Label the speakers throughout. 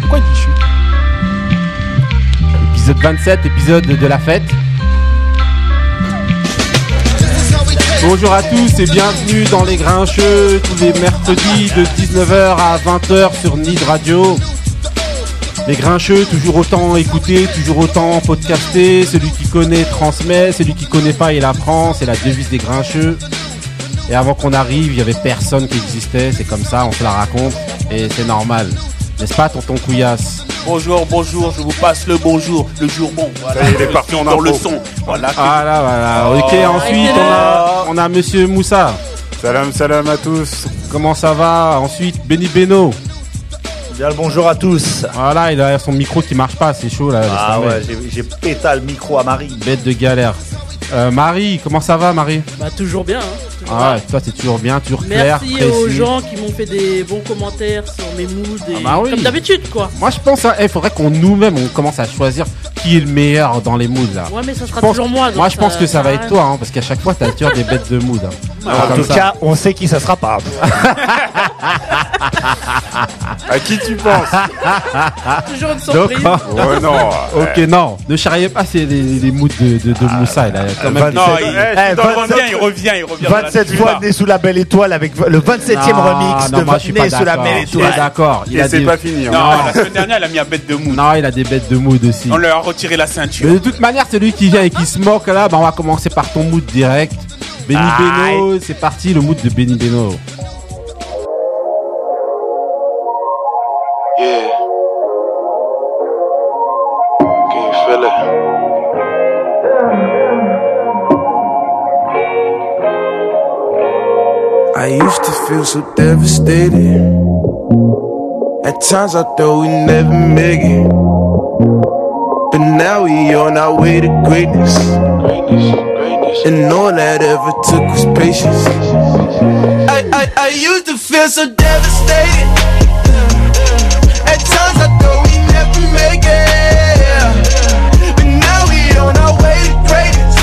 Speaker 1: Pourquoi il dit chut Épisode 27, épisode de la fête. Bonjour à tous et bienvenue dans Les Grincheux, tous les mercredis de 19h à 20h sur Nid Radio. Les Grincheux, toujours autant écoutés, toujours autant podcastés. Celui qui connaît transmet, celui qui connaît pas il apprend, c'est la devise des Grincheux. Et avant qu'on arrive, il y avait personne qui existait, c'est comme ça, on se la raconte et c'est normal. N'est-ce pas, tonton Couillasse
Speaker 2: Bonjour, bonjour, je vous passe le bonjour, le jour bon. Voilà,
Speaker 3: Ça y est, il est parti en
Speaker 2: dans le
Speaker 3: impro.
Speaker 2: son. Voilà.
Speaker 1: Ah là, voilà. Ok,
Speaker 2: Oh.
Speaker 1: ensuite on a, on a Monsieur Moussa.
Speaker 3: Salam, salam à tous.
Speaker 1: Comment ça va Ensuite, Benny Beno.
Speaker 4: Bien le bonjour à tous.
Speaker 1: Voilà, il a son micro qui marche pas, c'est chaud là. laisse
Speaker 4: Ah
Speaker 1: tomber.
Speaker 4: ouais, j'ai j'ai péta le micro à Marie.
Speaker 1: Bête de galère. Euh, Marie, comment ça va, Marie
Speaker 5: Bah toujours bien. hein, toujours
Speaker 1: Ah ouais,
Speaker 5: bien.
Speaker 1: toi t'es toujours bien, toujours clair,
Speaker 5: Merci
Speaker 1: précis.
Speaker 5: aux gens qui m'ont fait des bons commentaires sur mes moods et
Speaker 1: Ah bah oui.
Speaker 5: comme d'habitude quoi.
Speaker 1: Moi je pense, il faudrait qu'on nous-mêmes on commence à choisir qui est le meilleur dans les moods là.
Speaker 5: Ouais mais ça sera
Speaker 1: pense-
Speaker 5: toujours moi. donc
Speaker 1: Moi Bah. je pense que ça va être
Speaker 5: rien.
Speaker 1: toi, hein, parce qu'à chaque fois t'as toujours des bêtes de mood. hein.
Speaker 4: Ah, en
Speaker 1: Comme
Speaker 4: tout
Speaker 1: ça.
Speaker 4: cas, on sait qui ça sera pas.
Speaker 3: À qui tu penses
Speaker 5: Toujours une surprise.
Speaker 1: D'accord.
Speaker 3: Ouais, non.
Speaker 1: Ok, non, ne charriez pas c'est les, les moods de, de, de Moussa. Il a quand même.
Speaker 4: vingt-
Speaker 2: Non, il,
Speaker 4: Eh,
Speaker 2: il
Speaker 4: 27
Speaker 2: en revient, il revient, il revient.
Speaker 4: 27 fois né sous la belle étoile avec le 27 e
Speaker 1: Non,
Speaker 4: remix
Speaker 1: non,
Speaker 4: de
Speaker 1: moi, je suis
Speaker 4: né
Speaker 1: pas
Speaker 4: sous la
Speaker 1: d'accord.
Speaker 4: belle
Speaker 1: Je suis pas
Speaker 4: étoile.
Speaker 1: D'accord, il
Speaker 3: Et
Speaker 1: a
Speaker 3: c'est
Speaker 1: des...
Speaker 3: pas fini. hein.
Speaker 2: Non, la semaine dernière, il a mis un bête de mou.
Speaker 1: Non, il a des bêtes de mood aussi.
Speaker 2: On leur a retiré la
Speaker 1: Mais
Speaker 2: ceinture.
Speaker 1: de toute manière, celui qui vient et qui se moque là, bah, on va commencer par ton mood direct. Benny
Speaker 4: Aïe.
Speaker 1: Beno, c'est parti, le mood de Benny Beno.
Speaker 6: Yeah. Can you feel it?
Speaker 7: I used to feel so devastated. At times I thought we'd never make it. But now we on our way to greatness.
Speaker 6: Greatness, greatness.
Speaker 7: And all that ever took was patience. I, I, I used to feel so devastated. At times I thought we'd never make it. But now we on our way to greatness.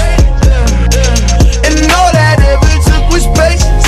Speaker 7: And all that ever took was patience.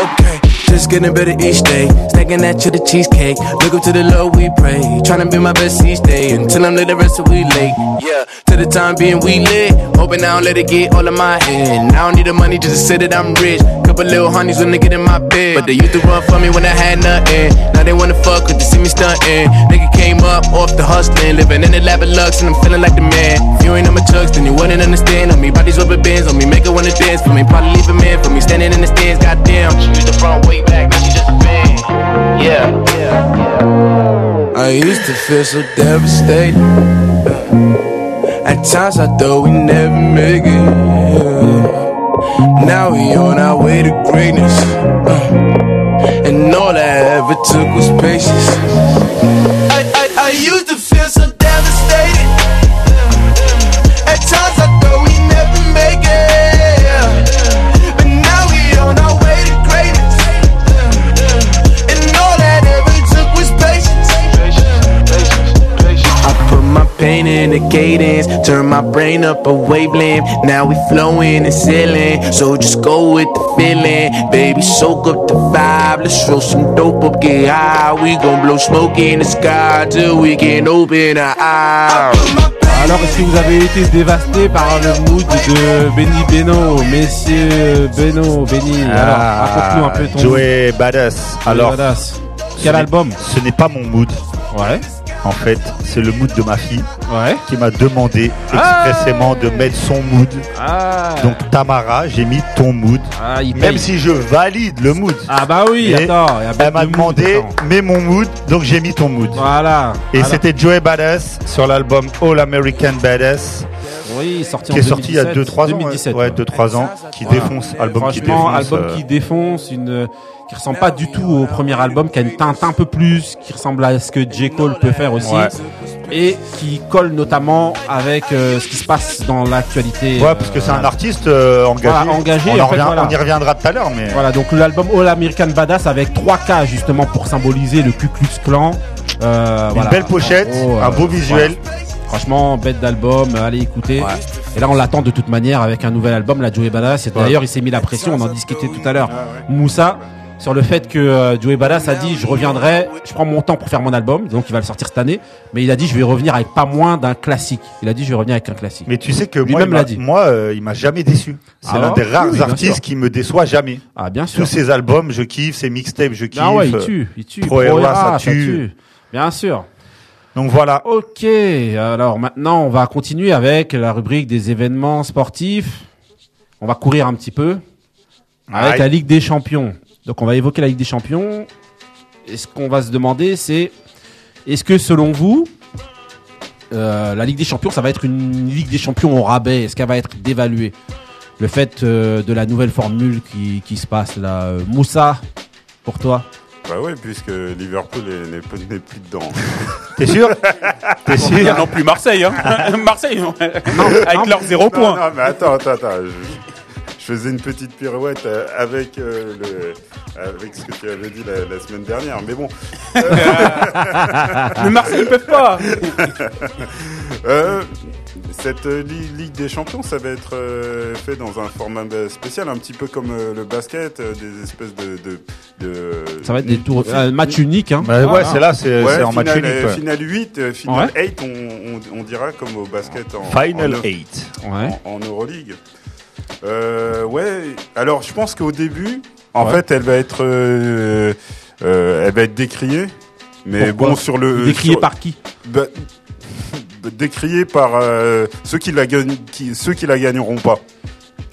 Speaker 7: Okay, just getting better each day. Stacking that to the cheesecake. Look up to the Lord, we pray. Trying to be my best each day. Until I'm late, the rest of we late. Yeah, to the time being we lit. Hoping I don't let it get all in my head. I don't need the money just to say that I'm rich. Couple little honeys when they get in my bed. But they used to run for me when I had nothing. Now they wanna fuck cause they see me stunting. Nigga came up off the hustling. Living in the lab of lux and I'm feeling like the man. If you ain't on my chucks, then you wouldn't understand. On me, bodies rubber bands. On me, make her wanna dance. For me, probably leave a man. For me, standing in the stands, goddamn. She used the front way back, now she just a fan. Yeah. I used to feel so devastated. At times I thought we'd never make it. Now we on our way to greatness. And all I ever took was patience. I, I, I used to feel so devastated. At times I thought we'd never make it. But now we on our way to greatness. And all that ever took was patience. I put my pain in the cadence, turn my brain up a wavelength. Now we flowing and sailing, so just go with the feeling. Baby, soak up the vibe, let's roll some dope up, get high. We gon' blow smoke in the sky till we can open our eyes.
Speaker 1: Alors, est-ce que vous avez été dévasté par le mood de Benny Beno, messieurs Beno, Benny Alors, raconte-nous un peu ton
Speaker 4: Ah, Joey Badass.
Speaker 1: mood.
Speaker 4: Alors,
Speaker 1: Badass. quel
Speaker 4: ce
Speaker 1: album
Speaker 4: n'est- Ce n'est pas mon mood.
Speaker 1: Ouais,
Speaker 4: En fait, c'est le mood de ma fille
Speaker 1: ouais.
Speaker 4: qui m'a demandé expressément de mettre son mood.
Speaker 1: Ah,
Speaker 4: Donc Tamara, j'ai mis ton mood.
Speaker 1: ah, il
Speaker 4: Même
Speaker 1: paye.
Speaker 4: si je valide le mood.
Speaker 1: Ah bah oui,
Speaker 4: Mais
Speaker 1: attends, il y a
Speaker 4: Elle
Speaker 1: bête
Speaker 4: m'a
Speaker 1: de mood,
Speaker 4: demandé,
Speaker 1: attends.
Speaker 4: mets mon mood, donc j'ai mis ton mood.
Speaker 1: Voilà.
Speaker 4: Et
Speaker 1: Alors,
Speaker 4: c'était Joey Badass sur l'album All American Badass
Speaker 1: oui, sorti
Speaker 4: qui
Speaker 1: en
Speaker 4: est sorti il y a
Speaker 1: 2017,
Speaker 4: 2-3 ans.
Speaker 1: 2017.
Speaker 4: ouais, 2-3 ans, qui
Speaker 1: Voilà.
Speaker 4: défonce, album qui
Speaker 1: Franchement,
Speaker 4: défonce.
Speaker 1: album
Speaker 4: euh,
Speaker 1: qui défonce, une euh, qui ressemble pas du tout au premier album, qui a une teinte un peu plus, qui ressemble à ce que J. Cole peut faire aussi,
Speaker 4: Ouais.
Speaker 1: et qui colle notamment avec euh, ce qui se passe dans l'actualité.
Speaker 4: Ouais, parce que c'est un
Speaker 1: arc
Speaker 4: artiste euh, engagé.
Speaker 1: Voilà, engagé,
Speaker 4: on,
Speaker 1: et
Speaker 4: en
Speaker 1: en fait,
Speaker 4: revient-
Speaker 1: voilà.
Speaker 4: on y reviendra tout à l'heure, mais
Speaker 1: Voilà, donc l'album All American Badass avec 3 K justement pour symboliser le Ku Klux Klan. Euh,
Speaker 4: une
Speaker 1: voilà.
Speaker 4: belle pochette,
Speaker 1: En gros, euh,
Speaker 4: un beau visuel.
Speaker 1: voilà. Franchement, bête d'album, euh, allez écouter. Et là, on l'attend de toute manière avec un nouvel album, la Joey Badass. Et d'ailleurs, il s'est mis la pression, on en discutait tout à l'heure.
Speaker 4: Ah
Speaker 1: Moussa, sur le fait que euh, Joey Badass a dit, je reviendrai, je prends mon temps pour faire mon album, donc il va le sortir cette année. Mais il a dit, je vais revenir avec pas moins d'un classique. Il a dit, je vais revenir avec un classique.
Speaker 4: Mais tu sais que moi,
Speaker 1: Lui-même
Speaker 4: il
Speaker 1: l'a
Speaker 4: m'a-
Speaker 1: dit.
Speaker 4: moi, euh, il m'a jamais déçu. C'est
Speaker 1: Ah,
Speaker 4: l'un des
Speaker 1: oui,
Speaker 4: rares
Speaker 1: oui, bien
Speaker 4: artistes
Speaker 1: sûr.
Speaker 4: qui me déçoit jamais.
Speaker 1: Ah, bien sûr.
Speaker 4: Tous ses albums, je kiffe. Ses mixtapes, je kiffe. euh,
Speaker 1: Ah ouais, il tue, il tue.
Speaker 4: Pro Era,
Speaker 1: Pro
Speaker 4: ça
Speaker 1: Era,
Speaker 4: tue.
Speaker 1: Bien sûr.
Speaker 4: Donc voilà.
Speaker 1: Ok, alors maintenant on va continuer avec la rubrique des événements sportifs. On va courir un petit peu avec
Speaker 4: Aïe.
Speaker 1: la Ligue des Champions. Donc on va évoquer la Ligue des Champions. Et ce qu'on va se demander, c'est est-ce que selon vous, euh, la Ligue des Champions, ça va être une Ligue des Champions au rabais Est-ce qu'elle va être dévaluée Le fait euh, de la nouvelle formule qui, qui se passe là, euh, Moussa, pour toi
Speaker 3: Bah oui, puisque Liverpool est- n'est plus- n'est plus dedans.
Speaker 4: T'es sûr T'es
Speaker 2: Il y a
Speaker 4: sûr
Speaker 2: non plus Marseille, hein. Marseille, non. avec leur zéro
Speaker 3: Non,
Speaker 2: point.
Speaker 3: Non, mais attends, attends, attends. Je, je faisais une petite pirouette euh, avec, euh, le, avec ce que tu avais dit la, la semaine dernière. Mais bon,
Speaker 2: Mais Marseille, ils peuvent pas.
Speaker 3: Euh, cette euh, li- Ligue des Champions, ça va être euh, fait dans un format euh, spécial, un petit peu comme euh, le basket, euh, des espèces de, de, de-
Speaker 1: Ça va être des tours, un match unique. Hein.
Speaker 4: Bah Ouais,
Speaker 3: Ah.
Speaker 4: c'est là, c'est
Speaker 3: Ouais,
Speaker 4: c'est en match
Speaker 3: finale,
Speaker 4: unique.
Speaker 3: euh,
Speaker 4: ouais.
Speaker 3: Finale 8, euh, finale 8, on, on- on dira comme au basket en,
Speaker 4: Final
Speaker 3: en, Eu-
Speaker 4: 8.
Speaker 1: Ouais.
Speaker 3: en- en Euroleague. Euh, ouais, alors je pense qu'au début, en
Speaker 1: Ouais.
Speaker 3: fait, elle va être, euh, euh, elle va être décriée. Mais
Speaker 1: Pourquoi
Speaker 3: bon, sur le
Speaker 1: Décrié
Speaker 3: sur-
Speaker 1: par qui
Speaker 3: bah, bah, décrié par euh, ceux qui la gagnent, qui, ceux qui la gagneront pas.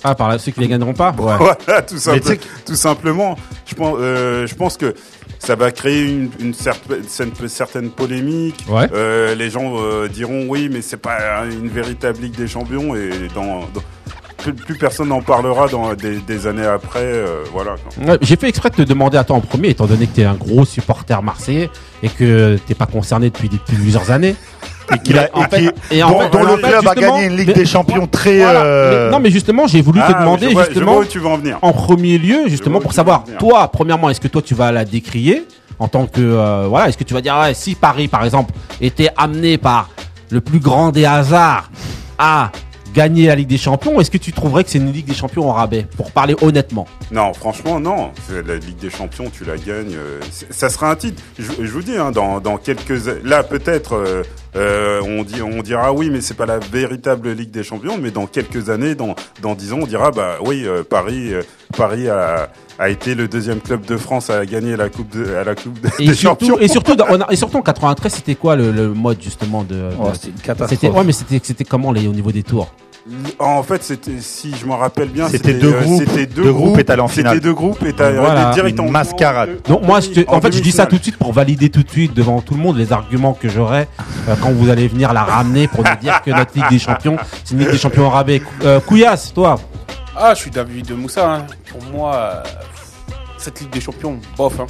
Speaker 1: Ah, par là, ceux qui les gagneront pas Ouais.
Speaker 3: Voilà, tout, simple-
Speaker 4: Mais tu sais
Speaker 3: tout simplement. Je pense, euh, je pense que ça va créer une, une certaine, une certaine polémique.
Speaker 1: Ouais.
Speaker 3: Euh, les gens euh, diront oui, mais c'est pas une véritable Ligue des Champions et dans, dans- plus, plus personne n'en parlera dans des, des années après. euh, voilà.
Speaker 1: Ouais, J'ai fait exprès de te demander à toi en premier, étant donné que t'es un gros supporter marseillais et que t'es pas concerné depuis, depuis plusieurs années.
Speaker 4: Et qu'il a-
Speaker 1: en
Speaker 4: et qui-
Speaker 1: fait- et en
Speaker 4: dont-
Speaker 1: fait-
Speaker 4: dont
Speaker 1: en
Speaker 4: le
Speaker 1: fait,
Speaker 4: club a
Speaker 1: justement,
Speaker 4: gagné une Ligue
Speaker 1: mais-
Speaker 4: des Champions très.
Speaker 1: Voilà.
Speaker 4: euh,
Speaker 1: Mais- non, mais justement, j'ai voulu te
Speaker 3: Ah,
Speaker 1: demander
Speaker 3: je vois, je
Speaker 1: justement
Speaker 3: vois où tu veux en venir.
Speaker 1: en premier lieu, justement
Speaker 3: vois où
Speaker 1: pour
Speaker 3: tu
Speaker 1: savoir,
Speaker 3: veux en venir.
Speaker 1: toi, premièrement, est-ce que toi tu vas la décrier en tant que euh, voilà, est-ce que tu vas dire ah, si Paris par exemple était amené par le plus grand des hasards à gagner la Ligue des Champions, est-ce que tu trouverais que c'est une Ligue des Champions en rabais pour parler honnêtement
Speaker 3: Non, franchement, non. C'est La Ligue des Champions, tu la gagnes. euh, c'est- ça sera un titre. Je, je vous dis, hein, dans, dans quelques. Là, peut-être, euh, euh, on, dit, on dira oui, mais c'est pas la véritable Ligue des Champions. Mais dans quelques années, dans, dans 10 ans, on dira bah oui, euh, Paris, euh, Paris a, a été le deuxième club de France à gagner la Coupe, de, à la coupe de-
Speaker 1: et
Speaker 3: des
Speaker 1: surtout,
Speaker 3: Champions.
Speaker 1: et surtout, dans- on a- et surtout en 93, c'était quoi le, le mode justement de, de-
Speaker 8: Oh, c'était une
Speaker 1: c'était
Speaker 8: catastrophe.
Speaker 1: ouais mais c'était c'était comment les, au niveau des tours
Speaker 3: En fait, c'était, si je m'en rappelle bien,
Speaker 4: C'était deux groupes.
Speaker 3: C'était deux,
Speaker 4: Deux groupes
Speaker 3: groupes.
Speaker 4: et t'allais en finale.
Speaker 3: C'était deux groupes euh, et t'as
Speaker 1: Voilà,
Speaker 3: direct
Speaker 4: une
Speaker 3: en
Speaker 4: mascarade.
Speaker 1: Donc moi, je te- en fait, je dis ça
Speaker 3: demi-finale.
Speaker 1: tout de suite pour valider tout de suite devant tout le monde les arguments que j'aurai euh, quand vous allez venir la ramener pour nous dire que notre Ligue des Champions, c'est une Ligue des Champions en rabais. Cou- euh, Couillasse, toi.
Speaker 2: Ah, je suis d'avis de Moussa. hein. Pour moi, euh, cette Ligue des Champions, bof. Hein.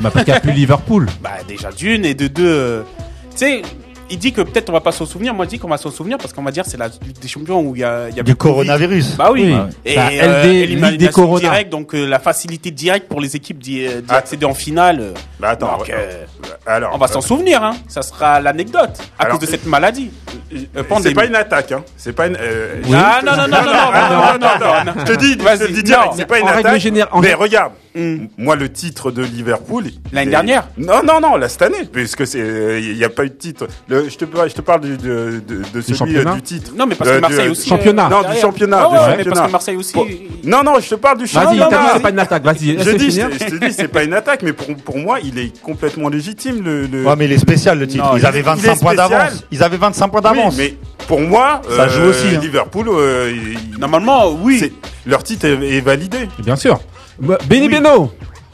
Speaker 1: Bah, parce qu'il n'y a plus Liverpool.
Speaker 2: Bah déjà d'une et de deux. euh, tu sais, il dit que peut-être on va pas s'en souvenir. Moi, je dis qu'on va s'en souvenir parce qu'on va dire c'est la Ligue des Champions où il y a, il y a
Speaker 4: Du
Speaker 2: beaucoup de
Speaker 4: coronavirus.
Speaker 2: Covid. Bah oui.
Speaker 1: Oui.
Speaker 2: Et
Speaker 1: Bah,
Speaker 2: euh,
Speaker 1: LD,
Speaker 2: élimination
Speaker 1: Ligue des Corona.
Speaker 2: directe, donc euh, la facilité directe pour les équipes d'y euh, d'y accéder en finale. euh,
Speaker 3: Ah. Bah attends,
Speaker 2: Donc,
Speaker 3: ouais.
Speaker 2: euh,
Speaker 3: alors,
Speaker 2: on va s'en souvenir. Hein. Ça sera l'anecdote à
Speaker 3: Alors-
Speaker 2: cause de cette maladie. Euh,
Speaker 3: C'est
Speaker 2: pandémie.
Speaker 3: pas une attaque, hein. C'est pas une. euh,
Speaker 2: Ah non non non non
Speaker 3: Ah,
Speaker 2: non non non non. non.
Speaker 3: Je te dis,
Speaker 2: Vas-y,
Speaker 3: je te dis
Speaker 2: non.
Speaker 3: direct, c'est pas une
Speaker 1: En règle
Speaker 3: attaque.
Speaker 1: générale- en-
Speaker 3: Mais regarde,
Speaker 2: Hmm.
Speaker 3: moi le titre de Liverpool.
Speaker 2: L'année
Speaker 3: il est-
Speaker 2: dernière
Speaker 3: Non, non, non, là cette année, puisque c'est, il n'y a pas eu de titre. Le- je te, par- je te parle du- de, de, de celui euh,
Speaker 1: championnat
Speaker 3: du titre.
Speaker 2: Non mais parce
Speaker 3: Euh,
Speaker 2: que
Speaker 3: du-
Speaker 2: Marseille aussi.
Speaker 1: championnat.
Speaker 2: euh,
Speaker 3: Non, du
Speaker 2: derrière.
Speaker 3: championnat,
Speaker 2: Ah
Speaker 3: du
Speaker 2: ouais, mais
Speaker 3: championnat.
Speaker 2: parce que Marseille aussi.
Speaker 3: Pour-
Speaker 2: il-
Speaker 3: Non, non, je te parle du
Speaker 1: Vas-y,
Speaker 2: non,
Speaker 3: championnat.
Speaker 1: termine,
Speaker 2: mais-
Speaker 1: c'est pas une attaque. Vas-y,
Speaker 3: Je
Speaker 1: laisse-le
Speaker 3: dis,
Speaker 1: finir.
Speaker 3: je te je te dis, c'est pas une attaque, mais pour, pour moi, il est complètement légitime le. le-
Speaker 4: Ouais, mais il est spécial le titre.
Speaker 2: Non,
Speaker 4: ils avaient
Speaker 3: il est
Speaker 4: 25 points
Speaker 3: spécial.
Speaker 4: d'avance. Ils avaient 25 points
Speaker 3: Oui,
Speaker 4: d'avance.
Speaker 3: mais pour moi,
Speaker 4: Ça joue aussi, hein.
Speaker 3: Liverpool, euh, il-
Speaker 2: Normalement oui.
Speaker 3: c'est- leur titre est, est validé.
Speaker 1: Bien sûr. Bah, Benny Beno.
Speaker 4: Bon,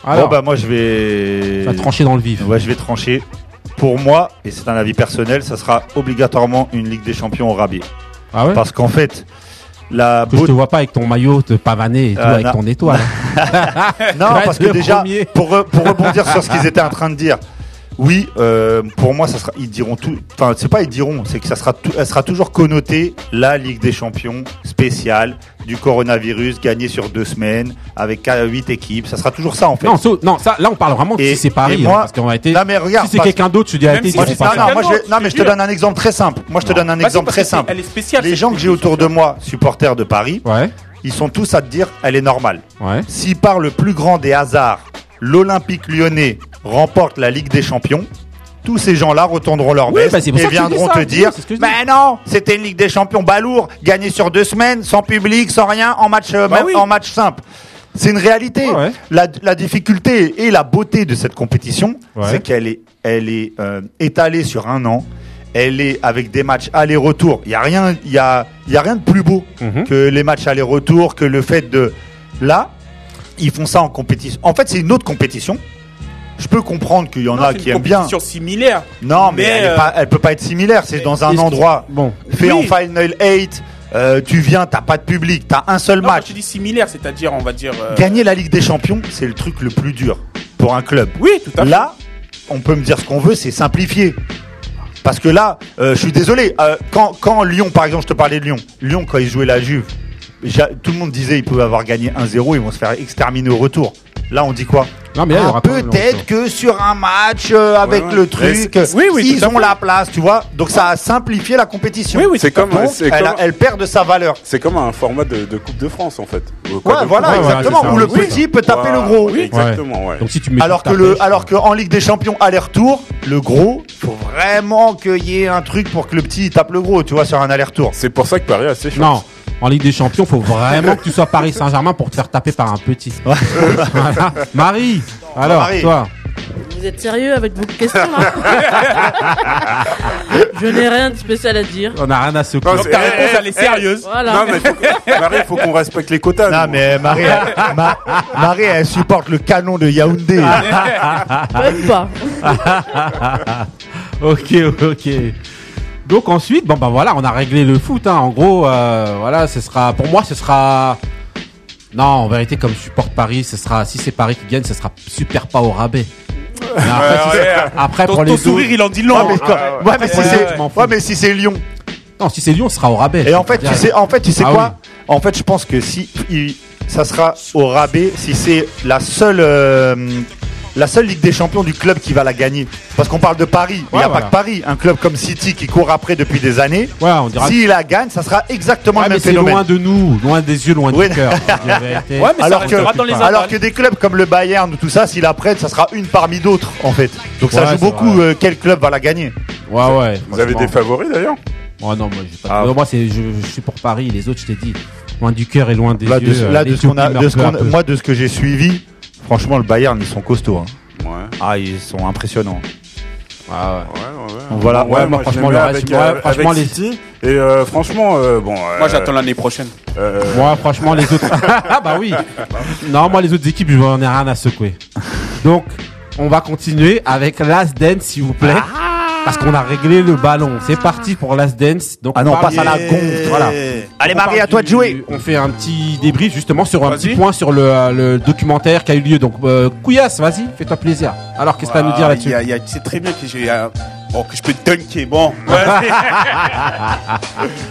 Speaker 1: Alors,
Speaker 4: bah, moi, je vais.
Speaker 1: tu vas trancher dans le vif.
Speaker 4: Ouais, je vais trancher. Pour moi, et c'est un avis personnel, ça sera obligatoirement une Ligue des Champions au rabais.
Speaker 1: Ah ouais
Speaker 4: Parce qu'en fait, la
Speaker 1: que je te
Speaker 4: beauté.
Speaker 1: vois pas avec ton maillot te pavaner et tout,
Speaker 4: Ah,
Speaker 1: avec
Speaker 4: non.
Speaker 1: ton étoile.
Speaker 4: Non,
Speaker 1: vas
Speaker 4: parce
Speaker 1: être
Speaker 4: que
Speaker 1: le
Speaker 4: déjà,
Speaker 1: premier.
Speaker 4: pour, re- pour rebondir sur ce qu'ils étaient en train de dire, oui, euh, pour moi, ça sera, ils diront tout. Enfin, c'est pas ils diront, c'est que ça sera, tou- elle sera toujours connotée la Ligue des Champions spéciale du coronavirus gagnée sur deux semaines avec 8 équipes. Ça sera toujours ça en fait.
Speaker 1: Non, so- non, ça, là, on parle vraiment de
Speaker 4: Et-
Speaker 1: si c'est Paris.
Speaker 4: et
Speaker 1: hein,
Speaker 4: moi-
Speaker 1: parce qu'on a été.
Speaker 4: Non, mais regarde,
Speaker 1: si c'est
Speaker 4: parce-
Speaker 1: quelqu'un d'autre, je dis la
Speaker 2: Même
Speaker 1: tête,
Speaker 2: si
Speaker 1: ils
Speaker 4: Moi,
Speaker 1: vont
Speaker 4: je,
Speaker 2: c'est
Speaker 1: pas
Speaker 4: non,
Speaker 1: faire.
Speaker 4: non, moi, je-
Speaker 2: Quelqu'un
Speaker 4: non,
Speaker 2: d'autre,
Speaker 4: mais je
Speaker 2: je
Speaker 4: te
Speaker 2: te
Speaker 4: donne un exemple très simple. Moi, je te
Speaker 2: Non.
Speaker 4: donne un
Speaker 2: Vas-y,
Speaker 4: exemple
Speaker 2: parce
Speaker 4: très
Speaker 2: que c'est-
Speaker 4: simple.
Speaker 2: Elle est spéciale.
Speaker 4: Les
Speaker 2: cette
Speaker 4: gens que j'ai
Speaker 2: émission.
Speaker 4: autour de moi, supporters de Paris,
Speaker 1: Ouais,
Speaker 4: ils sont tous à te dire elle est normale.
Speaker 1: ouais.
Speaker 4: Si par le plus grand des hasards, l'Olympique lyonnais remporte la Ligue des Champions, tous ces gens-là retourneront leur
Speaker 1: Oui,
Speaker 4: veste
Speaker 1: bah, c'est pour
Speaker 4: et
Speaker 1: ça que je te dis
Speaker 4: viendront
Speaker 1: ça.
Speaker 4: te
Speaker 1: Oui,
Speaker 4: dire
Speaker 1: c'est ce que je dis.
Speaker 4: Mais non, c'était une Ligue des Champions balourd, gagnée sur deux semaines, sans public, sans rien, en match, euh,
Speaker 2: Bah
Speaker 4: même
Speaker 2: oui.
Speaker 4: en match simple. C'est une réalité.
Speaker 1: Ouais, ouais.
Speaker 4: La, la difficulté et la beauté de cette compétition,
Speaker 1: Ouais.
Speaker 4: c'est qu'elle est, elle est euh, étalée sur un an. Elle est avec des matchs aller-retour. Il n'y a, rien- il y a, il y a rien de plus beau
Speaker 1: Mhm.
Speaker 4: que les matchs aller-retour, que le fait de. Là, ils font ça en compétition. En fait, c'est une autre compétition. Je peux comprendre qu'il y en
Speaker 2: Non,
Speaker 4: a
Speaker 2: c'est une
Speaker 4: qui aiment bien.
Speaker 2: compétition similaire.
Speaker 4: Non, mais,
Speaker 2: Mais,
Speaker 4: elle, est
Speaker 2: euh,
Speaker 4: pas- elle peut pas être similaire. C'est dans un
Speaker 1: Est-ce que-
Speaker 4: endroit
Speaker 1: Bon.
Speaker 4: fait en
Speaker 2: Oui.
Speaker 4: Final 8. euh, tu viens, t'as pas de public, t'as un seul
Speaker 2: Non, quand
Speaker 4: match.
Speaker 2: je dis similaire, c'est-à-dire, on va dire. euh,
Speaker 4: Gagner la Ligue des Champions, c'est le truc le plus dur pour un club.
Speaker 2: Oui, tout à fait.
Speaker 4: Là, on peut me dire ce qu'on veut, c'est simplifié. Parce que là, euh, je suis désolé. euh, quand, quand Lyon, par exemple, je te parlais de Lyon. Lyon, quand ils jouaient la Juve, j'a- tout le monde disait ils pouvaient avoir gagné 1-0, ils vont se faire exterminer au retour. Là, on dit quoi
Speaker 1: Non, mais là, il y aura
Speaker 4: Ah,
Speaker 1: pas de
Speaker 4: Peut-être
Speaker 1: retour.
Speaker 4: que sur un match euh, avec
Speaker 3: Ouais, ouais.
Speaker 4: le
Speaker 3: Mais
Speaker 4: truc,
Speaker 2: c'est- oui, oui,
Speaker 4: ils
Speaker 2: tout à
Speaker 4: ont
Speaker 2: fait.
Speaker 4: la place, tu vois. Donc ça a simplifié la compétition.
Speaker 2: Oui, oui,
Speaker 3: C'est comme,
Speaker 4: Donc,
Speaker 3: c'est
Speaker 4: elle,
Speaker 3: comme,
Speaker 4: a- elle perd de sa valeur.
Speaker 3: c'est comme un format de, de Coupe de France en fait. Au
Speaker 4: Ouais,
Speaker 3: cas de-
Speaker 4: voilà,
Speaker 1: Ouais, ouais,
Speaker 4: exactement.
Speaker 1: c'est ça,
Speaker 4: où le
Speaker 1: oui,
Speaker 4: petit
Speaker 1: ça.
Speaker 4: peut taper
Speaker 3: Voilà,
Speaker 4: le gros.
Speaker 3: Exactement, ouais.
Speaker 1: Donc si tu mets
Speaker 4: Alors
Speaker 1: toute
Speaker 4: que
Speaker 1: ta
Speaker 4: le,
Speaker 1: pêche, euh.
Speaker 4: alors que en Ligue des Champions aller-retour, le gros, faut vraiment qu'il y ait un truc pour que le petit il tape le gros, tu vois, sur un aller-retour.
Speaker 3: C'est pour ça que Paris a ses chances.
Speaker 1: Non, en Ligue des Champions, faut vraiment que tu sois Paris Saint-Germain pour te faire taper par un petit. Voilà. Ah, Marie, alors
Speaker 4: Marie.
Speaker 1: toi,
Speaker 5: Vous êtes sérieux avec vos questions là Je n'ai rien de spécial à dire.
Speaker 1: on a rien à secouer.
Speaker 3: Non,
Speaker 2: Donc ta
Speaker 3: Eh,
Speaker 2: réponse,
Speaker 3: eh,
Speaker 2: elle est sérieuse.
Speaker 5: Voilà.
Speaker 3: Non, mais faut que- Marie, il faut qu'on respecte les quotas.
Speaker 4: Non
Speaker 3: nous.
Speaker 4: mais Marie, elle, Ma- Marie, elle supporte le canon de Yaoundé.
Speaker 5: Même pas.
Speaker 1: Ok, ok. Donc ensuite, bon bah voilà, on a réglé le foot. Hein. En gros, euh, voilà, ce sera pour moi, ce sera. Non, en vérité, comme je supporte Paris, ce sera si c'est Paris qui gagne, ce sera super pas au rabais. Mais après, si c'est- après,
Speaker 2: euh, Ton,
Speaker 1: pour les
Speaker 2: ton
Speaker 1: autres-
Speaker 2: sourire, il en dit long. Ah,
Speaker 4: Non, mais, quand-
Speaker 3: ouais,
Speaker 4: ouais, mais si
Speaker 1: ouais,
Speaker 4: c'est,
Speaker 1: ouais. Je m'en fous.
Speaker 4: ouais, mais si c'est Lyon.
Speaker 1: Non, si c'est Lyon, ce sera au rabais.
Speaker 4: Et en fait, tu sais, en fait, tu sais
Speaker 1: Ah
Speaker 4: quoi En fait, je pense que si il- ça sera au rabais, si c'est la seule. euh, la seule Ligue des Champions du club qui va la gagner. Parce qu'on parle de Paris, mais il n'y
Speaker 1: Ouais,
Speaker 4: a
Speaker 1: voilà.
Speaker 4: pas que Paris. Un club comme City qui court après depuis des années,
Speaker 1: Ouais, on dira.
Speaker 4: S'il la gagne, ça sera exactement
Speaker 1: Ouais,
Speaker 4: le
Speaker 1: mais
Speaker 4: même
Speaker 1: c'est
Speaker 4: phénomène.
Speaker 1: loin de nous, loin des yeux, loin
Speaker 4: Oui.
Speaker 1: du cœur. en vérité.
Speaker 2: Ouais, mais ça
Speaker 4: Alors que,
Speaker 2: restera dans les
Speaker 4: alors
Speaker 2: annales.
Speaker 4: que des clubs comme le Bayern ou tout ça, s'il la prête, ça sera une parmi d'autres en fait. Donc
Speaker 1: Ouais,
Speaker 4: ça
Speaker 1: c'est
Speaker 4: joue beaucoup euh, quel club va la gagner.
Speaker 1: ouais, ouais.
Speaker 3: Vous avez des favoris d'ailleurs
Speaker 1: Oh non, moi, j'ai pas...
Speaker 4: Ah.
Speaker 1: non, moi c'est, je, je suis pour Paris. Les autres, je t'ai dit, loin du cœur et loin des
Speaker 4: Là, de,
Speaker 1: yeux. euh,
Speaker 4: là,
Speaker 1: les
Speaker 4: de ce qu'on a,
Speaker 1: Turcs
Speaker 4: de ce
Speaker 1: meurent
Speaker 4: qu'on-
Speaker 1: peu à peu.
Speaker 4: moi de ce que j'ai suivi, franchement le Bayern ils sont costauds. hein.
Speaker 3: Ouais,
Speaker 4: Ah ils sont impressionnants.
Speaker 1: Ah, ouais.
Speaker 3: ouais, ouais.
Speaker 4: Voilà.
Speaker 1: Ouais, moi,
Speaker 3: je
Speaker 1: franchement,
Speaker 3: les mets
Speaker 1: le
Speaker 3: avec,
Speaker 1: reste-
Speaker 3: euh,
Speaker 1: ouais,
Speaker 3: avec
Speaker 1: franchement, les-
Speaker 3: City. Et euh, franchement, euh, bon.
Speaker 2: Moi, j'attends l'année prochaine.
Speaker 1: Moi, franchement, les autres. ah, bah oui. Non, moi, les autres équipes, je n'en ai rien à secouer. Donc, on va continuer avec Last Dance, s'il vous plaît. Parce qu'on a réglé le ballon. C'est parti pour Last Dance. Donc,
Speaker 4: Ah non, on
Speaker 1: parle-
Speaker 4: passe à la gonfle.
Speaker 1: Voilà.
Speaker 4: Allez Marie,
Speaker 1: On parle
Speaker 4: à toi de
Speaker 1: du-
Speaker 4: jouer.
Speaker 1: On fait un petit débrief justement sur un
Speaker 2: Vas-y.
Speaker 1: petit point sur le, euh, le documentaire qui a eu lieu. Donc, euh, Couillasse, vas-y, fais-toi plaisir. Alors, qu'est-ce que t'as à nous dire
Speaker 2: Ah,
Speaker 1: là-dessus
Speaker 2: il y a- il y a- Tu sais très bien que j'ai. euh, Bon, que je peux dunker, bon. Ouais.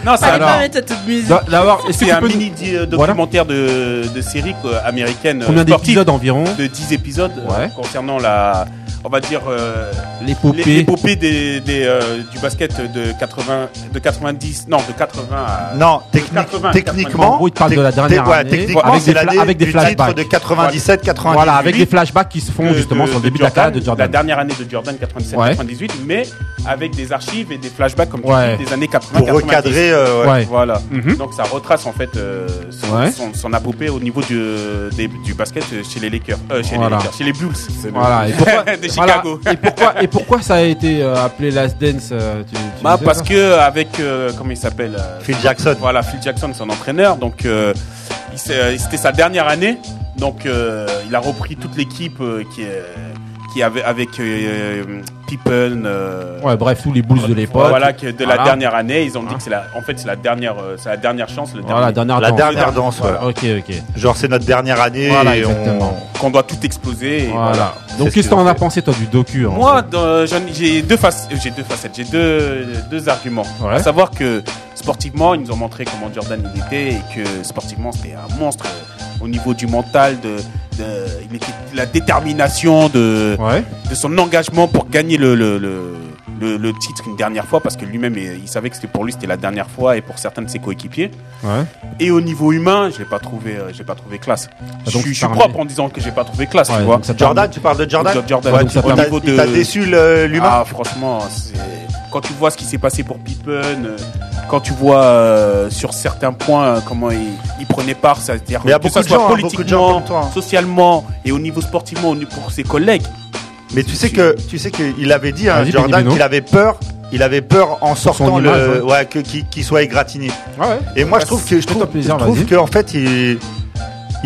Speaker 2: non, c'est
Speaker 5: Fallait
Speaker 1: Alors.
Speaker 5: pas mettre cette musique.
Speaker 1: D'a- D'abord, est-ce que
Speaker 2: C'est
Speaker 1: tu
Speaker 2: un
Speaker 1: peux nous-
Speaker 2: mini di- euh,
Speaker 1: Voilà.
Speaker 2: documentaire de, de série quoi, américaine euh,
Speaker 1: combien
Speaker 2: sportive
Speaker 1: d'épisodes environ
Speaker 2: de 10 épisodes euh,
Speaker 1: Ouais.
Speaker 2: concernant la, on va dire euh, l'é-
Speaker 1: L'épopée.
Speaker 2: l'épopée des, des, euh, du basket de 80, de 90, non de 80 à
Speaker 4: Non, technique-
Speaker 2: 80,
Speaker 4: techniquement,
Speaker 1: En gros, il te parle de la
Speaker 4: tec-
Speaker 1: dernière
Speaker 4: ouais,
Speaker 1: année,
Speaker 4: techniquement,
Speaker 1: avec
Speaker 4: c'est
Speaker 1: des fla-
Speaker 4: l'année
Speaker 1: avec des
Speaker 4: du
Speaker 1: flashbacks.
Speaker 4: titre de 97 98.
Speaker 1: Voilà, avec des flashbacks qui se font
Speaker 2: de-
Speaker 1: justement
Speaker 2: de-
Speaker 1: sur le
Speaker 2: de
Speaker 1: début de la
Speaker 2: Jordan,
Speaker 1: carrière de
Speaker 2: La
Speaker 1: Jordan.
Speaker 2: dernière année de Jordan 97-98,
Speaker 1: Ouais.
Speaker 2: mais avec des archives et des flashbacks comme tu
Speaker 1: Ouais.
Speaker 2: dis, des années 80
Speaker 4: pour recadrer. euh, ouais.
Speaker 1: Ouais.
Speaker 2: Voilà.
Speaker 1: Mhm.
Speaker 2: Donc ça retrace en fait euh, son,
Speaker 1: Ouais.
Speaker 2: son- son apopée au niveau du, des- du basket euh, chez les Lakers, euh, chez
Speaker 1: Voilà.
Speaker 2: les Lakers, chez les Bulls.
Speaker 1: Voilà. Et pourquoi,
Speaker 2: Des
Speaker 1: voilà.
Speaker 2: Chicago.
Speaker 1: Et pourquoi, et pourquoi ça a été euh, appelé Last Dance euh, tu- tu
Speaker 2: Bah,
Speaker 1: disais
Speaker 2: parce
Speaker 1: ça
Speaker 2: que euh, avec euh, comment il s'appelle euh,
Speaker 4: Phil Jackson.
Speaker 2: Voilà, Phil Jackson, son entraîneur. Donc, euh, il s'est- euh, c'était sa dernière année. Donc, euh, il a repris toute l'équipe euh, qui, euh, qui avait avec euh, Pippen. euh,
Speaker 1: Ouais, bref, tous les blues de l'époque.
Speaker 2: Voilà, que de la
Speaker 1: Voilà.
Speaker 2: dernière année, ils ont dit
Speaker 1: Hein.
Speaker 2: que c'est la, en fait, c'est la dernière, euh, c'est la dernière chance, le
Speaker 1: Voilà, la
Speaker 2: dernier-
Speaker 1: dernière
Speaker 4: La
Speaker 1: danse.
Speaker 4: dernière danse, voilà.
Speaker 1: Ok, ok.
Speaker 4: Genre, c'est notre dernière année.
Speaker 1: Voilà,
Speaker 4: et on-
Speaker 1: exactement.
Speaker 2: qu'on doit tout exploser. et
Speaker 1: Voilà.
Speaker 4: C'est
Speaker 1: Donc,
Speaker 4: ce
Speaker 1: qu'est-ce que
Speaker 4: qu'ils
Speaker 1: t'en
Speaker 4: ont
Speaker 1: as
Speaker 4: fait.
Speaker 1: pensé, toi, du docu hein,
Speaker 2: Moi, dans- euh, j'en- j'ai deux, fac- euh, j'ai deux facettes, j'ai deux, deux arguments.
Speaker 1: Ouais.
Speaker 2: À savoir que sportivement, ils nous ont montré comment Jordan il était et que sportivement, c'était un monstre euh, au niveau du mental, de, de- il était- la détermination, de,
Speaker 1: Ouais.
Speaker 2: de son engagement pour gagner le, le, le, le- le titre une dernière fois parce que lui-même, il il savait que c'était pour lui, c'était la dernière fois et pour certains de ses coéquipiers.
Speaker 1: Ouais. Ah,
Speaker 2: Et au niveau humain, je l'ai pas trouvé, euh, je l'ai pas trouvé classe. je
Speaker 1: donc
Speaker 2: suis, je
Speaker 1: ça
Speaker 2: suis
Speaker 1: remet-
Speaker 2: propre en disant que j'ai pas trouvé classe,
Speaker 1: Ouais,
Speaker 2: tu vois.
Speaker 1: donc ça te
Speaker 4: Jordan, tu parles de Jordan
Speaker 2: De Jordan,
Speaker 4: Ouais,
Speaker 1: donc
Speaker 4: tu-
Speaker 1: ça
Speaker 4: on
Speaker 1: permet
Speaker 4: t'a-
Speaker 2: au niveau
Speaker 4: il t'a
Speaker 2: de-
Speaker 4: déçu le- l'humain
Speaker 2: Ah, franchement, c'est- quand tu vois ce qui s'est passé pour Pippen, euh, quand tu vois euh, sur certains points euh, comment il, il prenait part, c'est-à-dire
Speaker 4: Mais il y a
Speaker 2: que
Speaker 4: beaucoup
Speaker 2: ça
Speaker 4: de
Speaker 2: soit
Speaker 4: gens, hein, beaucoup de gens
Speaker 2: politiquement,
Speaker 4: comme toi, hein.
Speaker 2: socialement et au niveau sportivement au niveau- pour ses collègues.
Speaker 4: Mais tu sais que tu sais qu'il avait dit hein,
Speaker 1: Vas-y,
Speaker 4: Jordan
Speaker 1: Benimino.
Speaker 4: qu'il avait peur, il avait peur en sortant le
Speaker 1: image, ouais.
Speaker 4: ouais, que- qu'il qu'il soit égratigné.
Speaker 1: Ouais, ouais.
Speaker 4: Et moi je
Speaker 1: Bah,
Speaker 4: trouve que je
Speaker 1: fais-toi
Speaker 4: trouve,
Speaker 1: plaisir,
Speaker 4: je trouve
Speaker 1: vas-y.
Speaker 4: que en fait ils,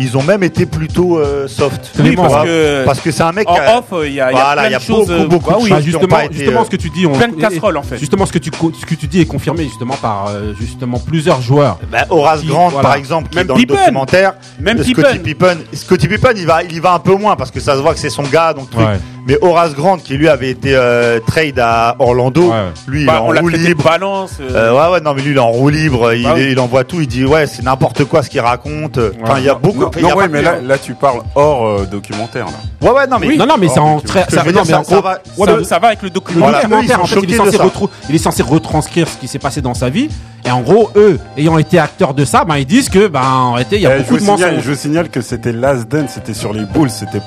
Speaker 4: ils ont même été plutôt euh, soft.
Speaker 1: Oui,
Speaker 4: Tu
Speaker 1: parce
Speaker 4: vois,
Speaker 2: que-
Speaker 4: parce que c'est un mec qui a-
Speaker 2: En off, euh, il y a, il y a
Speaker 4: Voilà, il y
Speaker 2: plein
Speaker 4: a
Speaker 2: de choses.
Speaker 4: beaucoup,
Speaker 2: euh,
Speaker 4: beaucoup
Speaker 2: bah
Speaker 4: de
Speaker 2: oui,
Speaker 4: choses. qui
Speaker 1: Ah,
Speaker 4: ont
Speaker 1: justement,
Speaker 4: pas été,
Speaker 1: justement
Speaker 4: euh,
Speaker 1: ce que tu dis, on...
Speaker 2: plein de casseroles en fait.
Speaker 1: Justement, ce que tu co- ce que tu dis est confirmé justement par euh, justement plusieurs joueurs.
Speaker 4: bah, Horace
Speaker 1: Qui-
Speaker 4: Grant
Speaker 1: voilà.
Speaker 4: par exemple qui est
Speaker 2: Même
Speaker 4: dans
Speaker 2: Pippen.
Speaker 4: le documentaire,
Speaker 2: Même
Speaker 4: Scottie
Speaker 2: Pippen.
Speaker 4: Pippen, Scottie Pippen, il va il y va un peu moins parce que ça se voit que c'est son gars donc truc.
Speaker 1: Ouais.
Speaker 4: Mais Horace Grant qui lui avait été euh, trade à Orlando,
Speaker 1: Ouais.
Speaker 4: lui il est
Speaker 2: Bah,
Speaker 4: en
Speaker 2: on l'a
Speaker 4: roue
Speaker 2: traité de
Speaker 4: libre.
Speaker 2: balance. euh,
Speaker 4: Euh, ouais, ouais, non, mais lui, il est en roue libre, il,
Speaker 2: Bah oui.
Speaker 4: il envoie tout, il dit, ouais, c'est n'importe quoi ce qu'il raconte. Enfin, il y a beaucoup.
Speaker 3: Non,
Speaker 4: il y a
Speaker 3: non,
Speaker 4: pas
Speaker 3: ouais, mais
Speaker 4: que-
Speaker 3: là, là, tu parles hors euh, documentaire. Là.
Speaker 4: Ouais, ouais, non, mais.
Speaker 1: Non, non, mais
Speaker 3: Oh,
Speaker 1: c'est en
Speaker 3: ok.
Speaker 1: très.
Speaker 4: Ce que
Speaker 1: ça-
Speaker 4: je veux
Speaker 1: non,
Speaker 4: dire,
Speaker 1: mais
Speaker 4: ça-
Speaker 1: en
Speaker 4: ça
Speaker 1: gros,
Speaker 4: va-
Speaker 1: ouais,
Speaker 2: ça,
Speaker 1: mais-
Speaker 2: ça va avec le
Speaker 1: le
Speaker 2: document.
Speaker 4: Voilà. Eux,
Speaker 1: documentaire,
Speaker 4: ils
Speaker 1: en
Speaker 4: sont
Speaker 1: fait, il est,
Speaker 4: choqués de
Speaker 1: censé
Speaker 4: ça.
Speaker 1: retrou- il est censé retranscrire ce qui s'est passé dans sa vie. Et en gros, eux, ayant été acteurs de ça, ben, ils disent que, ben, en réalité, il y a
Speaker 3: Eh, je,
Speaker 1: beaucoup
Speaker 3: vous
Speaker 1: de
Speaker 3: signale,
Speaker 1: mensonges.
Speaker 3: je vous signale que c'était Last Dance, c'était sur les boules. C'était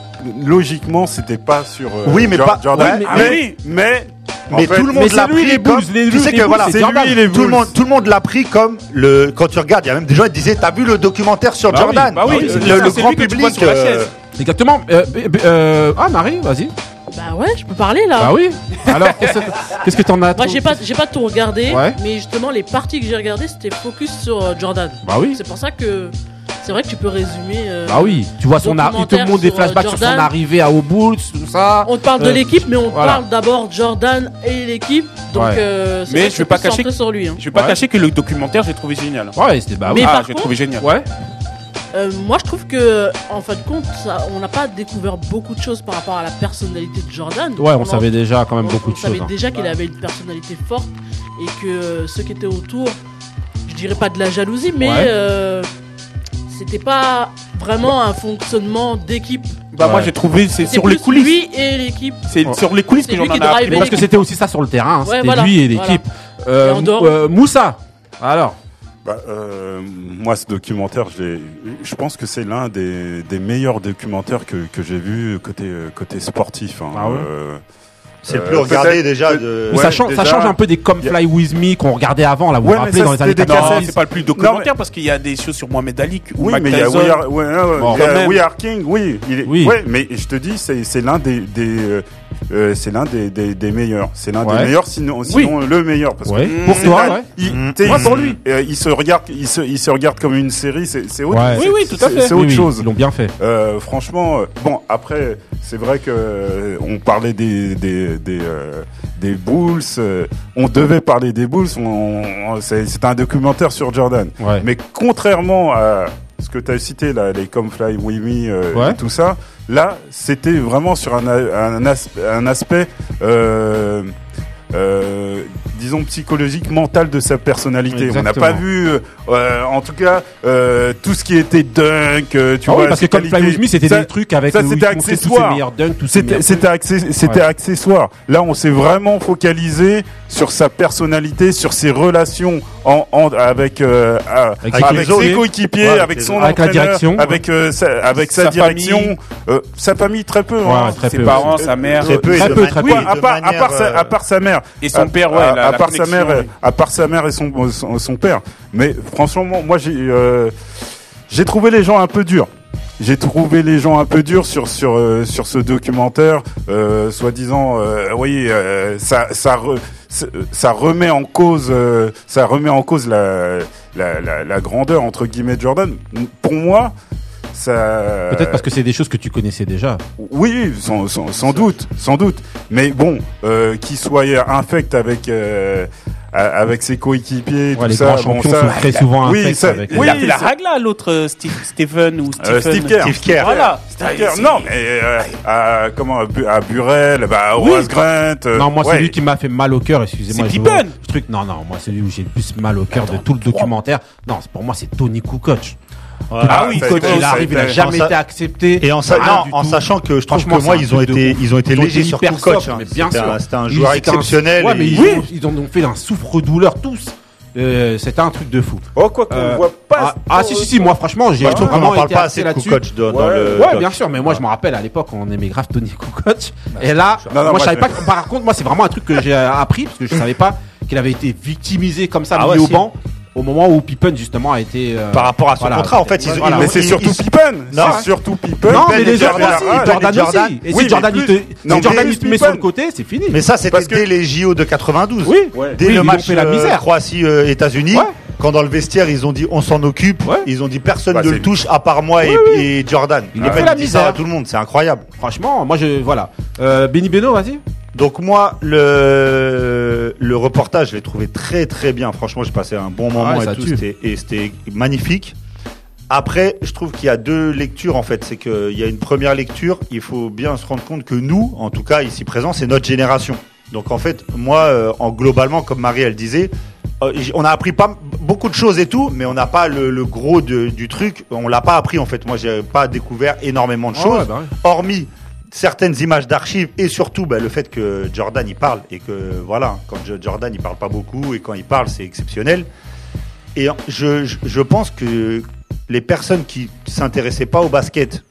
Speaker 3: logiquement, c'était pas sur. euh,
Speaker 4: Oui, mais
Speaker 3: Jor-
Speaker 4: pas-
Speaker 3: Jordan.
Speaker 4: ouais,
Speaker 2: Ah
Speaker 4: mais-
Speaker 2: oui,
Speaker 3: mais
Speaker 4: Mais tout le monde
Speaker 1: c'est
Speaker 4: l'a
Speaker 1: lui,
Speaker 4: pris
Speaker 1: les Bulls,
Speaker 4: comme.
Speaker 1: les
Speaker 4: Tu
Speaker 1: Bulls,
Speaker 4: sais
Speaker 1: les
Speaker 4: que
Speaker 1: Bulls,
Speaker 4: voilà,
Speaker 1: c'est
Speaker 4: tout
Speaker 1: Jordan.
Speaker 4: le monde- tout le monde, tout le monde l'a pris comme le. Quand tu regardes, il y a même des gens qui disaient, t'as vu le documentaire sur
Speaker 2: Bah oui,
Speaker 4: Jordan Ah
Speaker 2: bah oui,
Speaker 4: Le- le,
Speaker 2: c'est ça, c'est lui
Speaker 4: grand
Speaker 2: que tu vois
Speaker 4: public.
Speaker 2: sur la
Speaker 4: euh,
Speaker 2: chaise.
Speaker 1: Exactement. Euh, b- b- euh, ah, Marie, vas-y.
Speaker 5: Bah ouais, je peux parler là.
Speaker 1: Bah oui. Alors, qu'est-ce que- qu'est-ce que t'en as
Speaker 5: Moi,
Speaker 1: trou-
Speaker 5: j'ai pas, j'ai pas tout regardé,
Speaker 1: Ouais.
Speaker 5: mais justement, les parties que j'ai regardées, c'était focus sur euh, Jordan.
Speaker 1: Bah oui.
Speaker 5: C'est pour ça que c'est vrai que tu peux résumer. euh,
Speaker 1: Bah oui. Tu vois son. ar- Il te
Speaker 5: Documentaire
Speaker 1: montre des
Speaker 5: sur, euh,
Speaker 1: flashbacks sur son
Speaker 5: Jordan.
Speaker 1: arrivée à Bulls, tout ça.
Speaker 5: On te parle de
Speaker 1: Euh,
Speaker 5: l'équipe, mais on
Speaker 1: voilà.
Speaker 5: parle d'abord Jordan et l'équipe. Donc,
Speaker 1: Ouais.
Speaker 5: euh, c'est
Speaker 2: Mais
Speaker 5: vrai
Speaker 2: je vais
Speaker 5: que c'est
Speaker 2: pas
Speaker 5: plus
Speaker 2: cacher
Speaker 5: centré
Speaker 2: que-
Speaker 5: sur lui. hein.
Speaker 2: Je vais pas
Speaker 1: Ouais.
Speaker 2: cacher que le documentaire, j'ai trouvé génial.
Speaker 1: Ouais, c'était bah oui.
Speaker 5: Mais
Speaker 2: ah,
Speaker 5: par
Speaker 2: j'ai
Speaker 5: contre-
Speaker 2: trouvé génial.
Speaker 1: Ouais.
Speaker 5: Euh, moi, je trouve que, en fin de compte, ça- on n'a pas découvert beaucoup de choses par rapport à la personnalité de Jordan.
Speaker 1: Ouais, on
Speaker 5: en-
Speaker 1: savait déjà quand même
Speaker 5: on-
Speaker 1: beaucoup de
Speaker 5: On savait
Speaker 1: choses. hein.
Speaker 5: déjà qu'il avait une personnalité forte et que euh, ceux qui étaient autour, je dirais pas de la jalousie, mais
Speaker 1: Ouais.
Speaker 5: euh, c'était pas vraiment un fonctionnement d'équipe.
Speaker 2: Bah moi
Speaker 1: Ouais.
Speaker 2: j'ai trouvé c'est
Speaker 5: C'est
Speaker 2: sur les
Speaker 5: plus
Speaker 2: coulisses.
Speaker 5: Lui et l'équipe.
Speaker 2: C'est
Speaker 1: Ouais.
Speaker 2: sur les coulisses
Speaker 5: C'est
Speaker 2: que j'en
Speaker 5: lui
Speaker 2: en
Speaker 5: qui
Speaker 2: ai appris.
Speaker 5: drive.
Speaker 1: Mais Parce que c'était aussi ça sur le terrain. hein.
Speaker 5: Ouais,
Speaker 1: C'était
Speaker 5: voilà,
Speaker 1: lui et l'équipe.
Speaker 5: Et en dehors.
Speaker 1: euh, Moussa. Alors.
Speaker 3: Bah, euh, moi, ce documentaire, je, l'ai- je pense que c'est l'un des, des meilleurs documentaires que, que j'ai vu côté, euh, côté sportif. hein.
Speaker 1: Ah ouais
Speaker 3: Euh,
Speaker 4: C'est le
Speaker 3: Euh,
Speaker 4: plus regardé
Speaker 3: peut-être-
Speaker 4: déjà
Speaker 3: peut-
Speaker 4: de.
Speaker 1: Mais
Speaker 3: Ouais,
Speaker 1: ça, change, ça
Speaker 3: déjà-
Speaker 1: change un peu des Come Fly With Me qu'on regardait avant, là, vous
Speaker 3: Ouais,
Speaker 1: vous
Speaker 3: mais
Speaker 1: rappelez,
Speaker 3: ça,
Speaker 1: dans les années
Speaker 3: c'était des
Speaker 2: Non,
Speaker 1: 90.
Speaker 2: c'est pas le plus documentaire parce qu'il y a des choses sur Mohamed Ali ou
Speaker 3: Oui,
Speaker 2: Mike
Speaker 3: mais il y a
Speaker 2: Tyson.
Speaker 3: We Are, ouais, ouais,
Speaker 1: Bon,
Speaker 3: il y a
Speaker 2: quand même.
Speaker 3: We Are King, oui. il est-
Speaker 1: Oui.
Speaker 3: ouais, mais je te dis, c'est c'est l'un des, des, euh, euh, c'est l'un des, des, des meilleurs. C'est l'un
Speaker 1: Ouais.
Speaker 3: des meilleurs, sinon, sinon le meilleur. Parce
Speaker 1: Ouais.
Speaker 3: que
Speaker 1: Pour
Speaker 3: c'est
Speaker 1: toi,
Speaker 3: pas-
Speaker 1: ouais.
Speaker 3: il,
Speaker 4: Mm.
Speaker 3: t'sais,
Speaker 1: Moi,
Speaker 3: il-
Speaker 1: pour lui.
Speaker 3: euh, il se regarde, il se, il se regarde comme une série. C'est c'est autre.
Speaker 1: Ouais.
Speaker 3: c'est-
Speaker 1: Oui,
Speaker 2: oui, tout à
Speaker 3: c'est-
Speaker 2: fait.
Speaker 3: C'est
Speaker 1: Oui,
Speaker 3: autre
Speaker 1: oui,
Speaker 3: chose.
Speaker 1: Ils l'ont bien fait.
Speaker 3: Euh, franchement, euh, bon après, c'est vrai que euh, on parlait des des des, euh, des Bulls, euh, on devait parler des Bulls. On, on- c'est c'est un documentaire sur Jordan.
Speaker 1: Ouais.
Speaker 3: Mais contrairement à ce que tu as cité là, les Come Fly With Me, euh,
Speaker 1: Ouais.
Speaker 3: et tout ça, là c'était vraiment sur un a- un, as- un aspect. Euh, euh, disons psychologique, mental de sa personnalité. On
Speaker 1: Exactement.
Speaker 3: n'a pas vu, euh, en tout cas, euh, tout ce qui était dunk, euh, tu
Speaker 1: Ah
Speaker 3: vois.
Speaker 1: oui, parce que
Speaker 3: ses
Speaker 1: Come Fly
Speaker 3: qualités.
Speaker 1: With Me, c'était
Speaker 3: Ça,
Speaker 1: des trucs avec
Speaker 3: ça,
Speaker 1: où ils
Speaker 3: c'était
Speaker 1: montraient tous ses
Speaker 3: accessoire.
Speaker 1: meilleurs dunks, tous ses
Speaker 3: c'était
Speaker 1: meilleurs-
Speaker 3: c'était accé- c'était
Speaker 1: Ouais.
Speaker 3: accessoire. Là, on s'est vraiment focalisé sur sa personnalité, sur ses relations en, en- avec, euh, à- avec,
Speaker 1: Avec ses coéquipiers.
Speaker 3: ses coéquipiers,
Speaker 4: Ouais, avec
Speaker 3: avec
Speaker 4: les
Speaker 3: son
Speaker 1: autres. Avec la
Speaker 3: entraîneur,
Speaker 1: direction.
Speaker 3: avec euh, sa, avec sa,
Speaker 2: Sa famille.
Speaker 3: direction, euh, sa famille très peu.
Speaker 1: Ouais,
Speaker 3: hein.
Speaker 1: très
Speaker 2: ses
Speaker 1: peu,
Speaker 2: parents,
Speaker 3: ouais.
Speaker 2: sa mère
Speaker 4: Très peu, et
Speaker 1: Très
Speaker 4: de
Speaker 1: peu,
Speaker 4: mani-
Speaker 1: très peu.
Speaker 3: Oui,
Speaker 4: et
Speaker 3: à
Speaker 4: de
Speaker 3: part, à,
Speaker 4: manière,
Speaker 3: part sa,
Speaker 4: euh,
Speaker 3: à part sa mère.
Speaker 2: et son
Speaker 3: À-
Speaker 2: père, ouais,
Speaker 3: à,
Speaker 2: la,
Speaker 3: à
Speaker 2: la
Speaker 3: part sa
Speaker 2: connexion,
Speaker 3: mère,
Speaker 2: ouais.
Speaker 3: à part sa mère et son son, son père. Mais franchement, moi j'ai euh, j'ai trouvé les gens un peu durs. J'ai trouvé les gens un peu durs sur sur euh, sur ce documentaire, euh, soi-disant. euh, oui, euh, ça ça re- ça- ça remet en cause euh, ça remet en cause la la, la la grandeur entre guillemets de Jordan. Pour moi, ça.
Speaker 1: Peut-être parce que c'est des choses que tu connaissais déjà.
Speaker 3: Oui, sans, sans, sans doute, sans doute. Mais bon, euh, qu'il soit infect avec euh, a- avec ses coéquipiers,
Speaker 1: Ouais,
Speaker 3: tout
Speaker 1: les
Speaker 3: ça,
Speaker 1: grands
Speaker 3: bon,
Speaker 1: champions
Speaker 3: ça-
Speaker 1: sont très souvent
Speaker 3: oui,
Speaker 1: infects
Speaker 3: ça-
Speaker 1: avec euh,
Speaker 3: oui,
Speaker 2: il a fait la
Speaker 3: ça-
Speaker 2: règle là, l'autre euh, Steve- Steven ou Stephen.
Speaker 3: euh, Steve Kerr.
Speaker 4: Steve Kerr.
Speaker 2: Voilà.
Speaker 3: Steve Kerr, non, mais euh, à comment à Bu- à Burel, bah, à Horace Grant. euh,
Speaker 1: non, moi, c'est
Speaker 3: ouais.
Speaker 1: lui qui m'a fait mal au cœur, excusez-moi.
Speaker 2: C'est
Speaker 1: je-
Speaker 2: Pippen.
Speaker 1: ce truc, non, non, moi, celui où j'ai le plus mal au cœur de tout le documentaire. Non, c'est- pour moi, c'est Tony Kukoc.
Speaker 3: Ah oui,
Speaker 1: Tony
Speaker 3: ça a
Speaker 1: Kukoc,
Speaker 3: été-
Speaker 1: il
Speaker 3: ça a
Speaker 1: arrive, il a
Speaker 3: été-
Speaker 1: jamais
Speaker 4: en sa-
Speaker 1: été accepté.
Speaker 4: Et en, sa-
Speaker 1: Rien
Speaker 4: non,
Speaker 1: du
Speaker 4: en
Speaker 1: tout.
Speaker 4: sachant que je trouve
Speaker 1: Franchement,
Speaker 4: que moi,
Speaker 1: c'est un
Speaker 4: ils ont,
Speaker 1: truc de
Speaker 4: été,
Speaker 1: ouf.
Speaker 4: ils ont été
Speaker 1: Ils ont
Speaker 4: légers
Speaker 1: été
Speaker 4: sur
Speaker 1: hyper
Speaker 4: tout coach.
Speaker 1: soft,
Speaker 4: hein.
Speaker 1: mais bien
Speaker 4: C'était
Speaker 1: sûr.
Speaker 4: un- C'était un
Speaker 1: Ils
Speaker 4: joueur
Speaker 1: étaient un-
Speaker 4: exceptionnel.
Speaker 1: Ouais,
Speaker 4: et-
Speaker 1: mais ils,
Speaker 4: Oui.
Speaker 1: ont, ils en ont fait un souffre-douleur tous. Euh, C'était un truc de fou.
Speaker 3: Oh, quoi qu'on
Speaker 1: Euh,
Speaker 3: voit
Speaker 1: ah,
Speaker 3: pas.
Speaker 1: ah, si, si, si, moi, franchement, j'ai
Speaker 4: Je trouve qu'on
Speaker 1: vraiment
Speaker 4: en parle
Speaker 1: été
Speaker 4: pas assez
Speaker 1: axé
Speaker 4: de
Speaker 1: là-dessus.
Speaker 4: coach dans dans
Speaker 3: Ouais.
Speaker 4: le. Ah.
Speaker 1: Ouais,
Speaker 4: doc.
Speaker 1: bien sûr, mais moi je me rappelle à l'époque, on aimait grave Tony Kukoc.
Speaker 4: Bah,
Speaker 1: Et là,
Speaker 3: Non, non,
Speaker 1: moi
Speaker 3: moi,
Speaker 1: je savais
Speaker 3: je-
Speaker 1: pas. que- Par contre, moi c'est vraiment un truc que j'ai euh, appris parce que je savais pas qu'il avait été victimisé comme ça,
Speaker 4: Ah
Speaker 1: mis
Speaker 4: ouais,
Speaker 1: au
Speaker 4: si.
Speaker 1: banc, au moment où Pippen justement a été. euh,
Speaker 4: Par rapport à son
Speaker 1: voilà,
Speaker 4: contrat, en fait, ils,
Speaker 1: voilà.
Speaker 4: ils-
Speaker 3: Mais c'est
Speaker 4: ils-
Speaker 3: surtout
Speaker 4: ils-
Speaker 3: Pippen.
Speaker 4: Non.
Speaker 3: C'est surtout Pippen. Ben
Speaker 1: Non,
Speaker 4: Pippen
Speaker 1: mais
Speaker 4: et
Speaker 1: les
Speaker 4: Jordan
Speaker 1: autres aussi,
Speaker 4: Pippen et
Speaker 1: Jordan,
Speaker 4: Jordan.
Speaker 1: aussi. Et
Speaker 3: Oui,
Speaker 1: si
Speaker 3: mais
Speaker 1: Jordan, il te,
Speaker 3: plus-
Speaker 1: si
Speaker 3: non,
Speaker 1: Jordan,
Speaker 3: mais
Speaker 1: il te met
Speaker 3: Pippen.
Speaker 1: sur le côté, c'est fini.
Speaker 4: Mais ça, c'était
Speaker 3: Parce que-
Speaker 4: dès les JO de 92.
Speaker 1: Oui.
Speaker 3: Ouais.
Speaker 4: Dès
Speaker 1: Oui, ils
Speaker 4: le
Speaker 1: ont
Speaker 4: match
Speaker 1: fait la
Speaker 4: euh,
Speaker 1: misère.
Speaker 4: Croatie-États-Unis,
Speaker 1: Ouais.
Speaker 4: quand dans le vestiaire, ils ont dit on s'en occupe,
Speaker 1: Ouais.
Speaker 4: ils ont dit personne
Speaker 3: Bah,
Speaker 4: ne le
Speaker 3: c'est-
Speaker 4: touche à part moi et, et Jordan.
Speaker 1: Il
Speaker 4: Ah,
Speaker 1: a fait
Speaker 4: ben,
Speaker 1: la
Speaker 4: dit
Speaker 1: misère.
Speaker 4: ça à tout le monde, c'est incroyable.
Speaker 1: Franchement, moi je voilà. Euh, Benny Beno, vas-y.
Speaker 4: Donc moi, le, le reportage, je l'ai trouvé très très bien. Franchement, j'ai passé un bon moment
Speaker 1: Ah ouais, ça
Speaker 4: et tout.
Speaker 1: tue.
Speaker 4: C'était- Et c'était magnifique. Après, je trouve qu'il y a deux lectures en fait. C'est qu'il y a une première lecture. Il faut bien se rendre compte que nous, en tout cas ici présents, c'est notre génération. Donc en fait, moi, euh, en globalement, comme Marie, elle disait, euh, j- on a appris pas m- beaucoup de choses et tout, mais on n'a pas le, le gros de- du truc. On l'a pas appris en fait. Moi, j'ai pas découvert énormément de
Speaker 1: Ah
Speaker 4: choses
Speaker 1: ouais, bah ouais.
Speaker 4: hormis certaines images d'archives et surtout bah, le fait que Jordan il parle et que voilà quand Jo- Jordan il parle pas beaucoup et quand il parle c'est exceptionnel et en- je, je, je pense que les personnes qui s'intéressaient pas au basket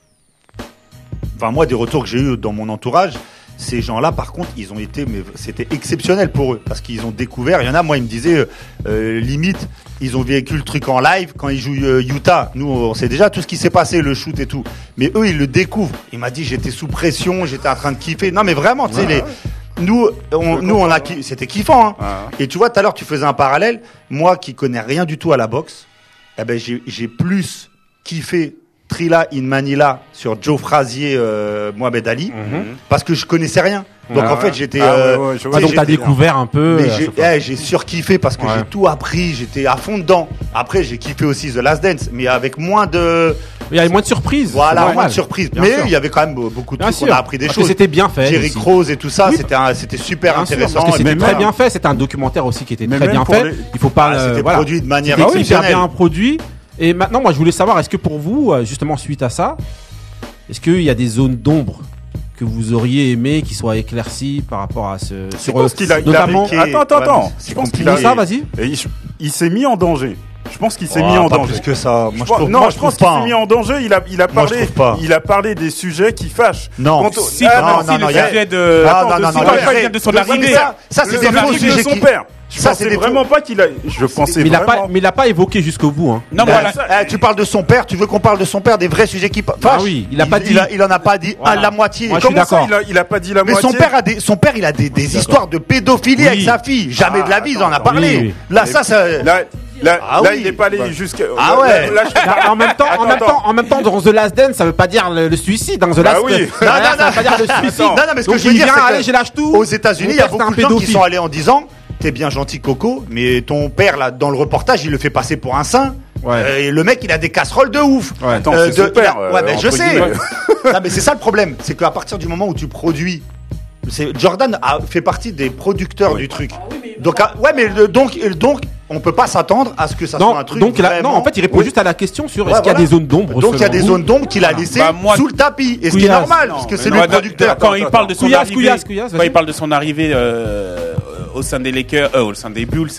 Speaker 4: enfin moi des retours que j'ai eu dans mon entourage ces gens-là, par contre, ils ont été, mais c'était exceptionnel pour eux, parce qu'ils ont découvert. Il y en a, moi, ils me disaient, euh, euh, limite, ils ont vécu le truc en live quand ils jouent euh, Utah. Nous, on sait déjà tout ce qui s'est passé, le shoot et tout. Mais eux, ils le découvrent. Il m'a dit, j'étais sous pression, j'étais en train de kiffer. Non, mais vraiment, tu sais, les-
Speaker 3: Ah
Speaker 4: nous, on, nous, on a, ki- c'était kiffant. hein. Et tu vois, tout à l'heure, tu faisais un parallèle. Moi, qui connais rien du tout à la boxe, eh ben, j'ai j'ai plus kiffé Trilla in Manila sur Joe Frazier, euh, Mohamed Ali, parce que je connaissais rien. Donc,
Speaker 3: Mhm. Ah
Speaker 4: en fait,
Speaker 3: ouais.
Speaker 4: j'étais.
Speaker 3: Ah ouais,
Speaker 4: euh,
Speaker 3: ouais, je
Speaker 4: tu
Speaker 3: vois.
Speaker 4: sais,
Speaker 1: donc t'as
Speaker 4: j'étais-
Speaker 1: découvert un peu.
Speaker 4: mais
Speaker 1: euh,
Speaker 4: j'ai-
Speaker 1: à chaque fois.
Speaker 4: eh, j'ai surkiffé parce que
Speaker 1: Ouais.
Speaker 4: j'ai tout appris, j'étais à fond dedans. Après, j'ai kiffé aussi The Last Dance, mais avec moins de,
Speaker 1: Il y avait moins de surprises. c'est
Speaker 4: voilà, moins
Speaker 1: normal.
Speaker 4: de surprises.
Speaker 1: Bien
Speaker 4: Mais
Speaker 1: sûr.
Speaker 4: il y avait quand même be- beaucoup de
Speaker 1: Bien
Speaker 4: trucs,
Speaker 1: sûr.
Speaker 4: on a appris des
Speaker 1: Parce que
Speaker 4: choses.
Speaker 1: C'était bien fait.
Speaker 4: Jerry
Speaker 1: aussi.
Speaker 4: Rose et tout ça,
Speaker 1: Oui.
Speaker 4: c'était un- c'était super
Speaker 1: Bien sûr,
Speaker 4: intéressant.
Speaker 1: parce que c'était
Speaker 4: même-
Speaker 1: très
Speaker 3: là-
Speaker 1: bien fait. C'était un documentaire aussi qui était
Speaker 3: Mais
Speaker 1: très
Speaker 3: même
Speaker 1: bien
Speaker 3: pour
Speaker 1: fait.
Speaker 3: les-
Speaker 1: Il faut pas.
Speaker 4: Ah,
Speaker 1: euh,
Speaker 4: c'était
Speaker 1: voilà.
Speaker 4: produit de manière
Speaker 1: C'était hyper
Speaker 4: exceptionnelle.
Speaker 1: bien produit. Et maintenant, moi, je voulais savoir, est-ce que pour vous, euh, justement, suite à ça, est-ce qu'il y a des zones d'ombre que vous auriez aimé qui soient éclaircies par rapport à ce
Speaker 3: Je
Speaker 1: sur
Speaker 3: pense qu'il a, il a
Speaker 1: notamment-
Speaker 3: appliqué- Attends, attends, attends.
Speaker 4: C'est
Speaker 3: Je pense
Speaker 4: compliqué.
Speaker 3: qu'il
Speaker 1: Dis
Speaker 3: a.
Speaker 1: ça, vas-y.
Speaker 3: Et il il s'est mis en danger. Je pense qu'il s'est
Speaker 4: Oh,
Speaker 3: mis en
Speaker 4: pas
Speaker 3: danger.
Speaker 4: plus que ça. Moi, je
Speaker 3: pense-
Speaker 4: trouve,
Speaker 3: non,
Speaker 4: moi,
Speaker 3: je
Speaker 4: trouve
Speaker 3: pense qu'il
Speaker 4: pas.
Speaker 3: s'est mis
Speaker 4: hein.
Speaker 3: en danger. Il a, il a
Speaker 4: Moi, je
Speaker 3: parlé,
Speaker 4: trouve pas.
Speaker 3: il a parlé des sujets qui fâchent.
Speaker 4: Non.
Speaker 3: Quant au-
Speaker 2: Si,
Speaker 3: Ah,
Speaker 2: non,
Speaker 3: non,
Speaker 2: si,
Speaker 4: non,
Speaker 2: le
Speaker 4: y a-
Speaker 2: sujet de.
Speaker 4: Ah,
Speaker 2: Attends,
Speaker 4: non, non,
Speaker 2: de-
Speaker 4: non,
Speaker 2: on va
Speaker 4: y a-
Speaker 2: pas dire de son
Speaker 4: le-
Speaker 2: arrivée.
Speaker 4: ça, ça,
Speaker 3: le
Speaker 4: c'est des faux
Speaker 3: article de
Speaker 4: sujets
Speaker 3: son
Speaker 4: qui-
Speaker 3: père. Je
Speaker 4: Ça, c'est
Speaker 3: pensais
Speaker 4: des
Speaker 3: vraiment
Speaker 4: faux-
Speaker 3: pas qu'il a. Je pensais
Speaker 1: Mais il a pas,
Speaker 3: vraiment. Bah,
Speaker 1: mais il a pas évoqué jusqu'au bout. Hein.
Speaker 2: Non, mais voilà.
Speaker 4: Eh, tu parles de son père, tu veux qu'on parle de son père, des vrais sujets qui. fâchent
Speaker 1: oui, il a pas dit.
Speaker 4: Il, il en a pas dit à la moitié.
Speaker 1: Moi, je suis
Speaker 3: Comment ça,
Speaker 1: d'accord.
Speaker 3: il a- Il a pas dit la
Speaker 4: Mais
Speaker 3: moitié.
Speaker 4: son père a des, son père, il a des, des histoires de pédophilie
Speaker 1: Oui.
Speaker 4: avec sa fille. Jamais
Speaker 3: Ah,
Speaker 4: de la vie, il en a
Speaker 3: attends,
Speaker 4: parlé.
Speaker 1: oui, oui.
Speaker 4: Là, ça, ça.
Speaker 3: Là, là,
Speaker 4: Ah
Speaker 3: là,
Speaker 4: oui.
Speaker 3: il est pas allé jusqu'à.
Speaker 4: Ah
Speaker 3: là-
Speaker 4: ouais.
Speaker 3: là- là, je te parle-
Speaker 1: Bah. En même temps, en
Speaker 3: Attends,
Speaker 1: même temps,
Speaker 3: attends. Bah
Speaker 1: en même temps, dans The Last Dance, ça veut pas dire le, le suicide. Dans The Last,
Speaker 3: oui.
Speaker 1: Dance, ça
Speaker 4: Non, non,
Speaker 1: veut pas dire le suicide.
Speaker 4: Non, non, mais ce que
Speaker 1: Donc,
Speaker 4: je veux
Speaker 1: il
Speaker 4: dire,
Speaker 1: vient,
Speaker 4: c'est que
Speaker 1: allez, je lâche tout.
Speaker 4: Aux États-Unis,
Speaker 1: Mon
Speaker 4: il y a
Speaker 1: père, c'est
Speaker 4: beaucoup
Speaker 1: un
Speaker 4: de gens qui
Speaker 1: pédophile.
Speaker 4: sont allés en disant T'es bien gentil, Coco, mais ton père, là, dans le reportage, il le fait passer pour un saint.
Speaker 1: Ouais.
Speaker 4: Euh, et le mec, il a des casseroles de ouf.
Speaker 1: Ouais.
Speaker 3: Attends,
Speaker 4: Euh,
Speaker 3: c'est
Speaker 4: de-
Speaker 3: son père,
Speaker 4: il a- ouais,
Speaker 3: euh,
Speaker 4: mais je
Speaker 3: entre
Speaker 4: sais.
Speaker 3: guillemets.
Speaker 4: non, mais c'est ça le problème. C'est qu'à partir du moment où tu produis. c'est- Jordan a fait partie des producteurs du truc. Donc, ah, ouais, mais le- donc, le- donc, on peut pas s'attendre à ce que ça
Speaker 1: Non,
Speaker 4: soit un truc.
Speaker 1: donc il a- non,
Speaker 4: vraiment-
Speaker 1: en fait, il répond
Speaker 4: Oui.
Speaker 1: juste à la question sur
Speaker 4: Ouais,
Speaker 1: est-ce qu'il y a
Speaker 4: voilà.
Speaker 1: des zones d'ombre.
Speaker 4: Donc il y a
Speaker 1: selon
Speaker 4: des
Speaker 1: vous Ah,
Speaker 4: zones d'ombre qu'il a laissées
Speaker 2: Bah, moi-
Speaker 4: sous le tapis. Et ce qui est
Speaker 1: Couillasse.
Speaker 4: normal, parce que c'est
Speaker 2: Non,
Speaker 4: lui le
Speaker 2: attends,
Speaker 4: producteur.
Speaker 2: Quand il parle de son
Speaker 1: Couillasse,
Speaker 2: arrivée,
Speaker 1: couillasse, couillasse,
Speaker 2: quand
Speaker 1: vas-y.
Speaker 2: il parle de son arrivée euh, au sein des Lakers, euh, au sein des Bulls.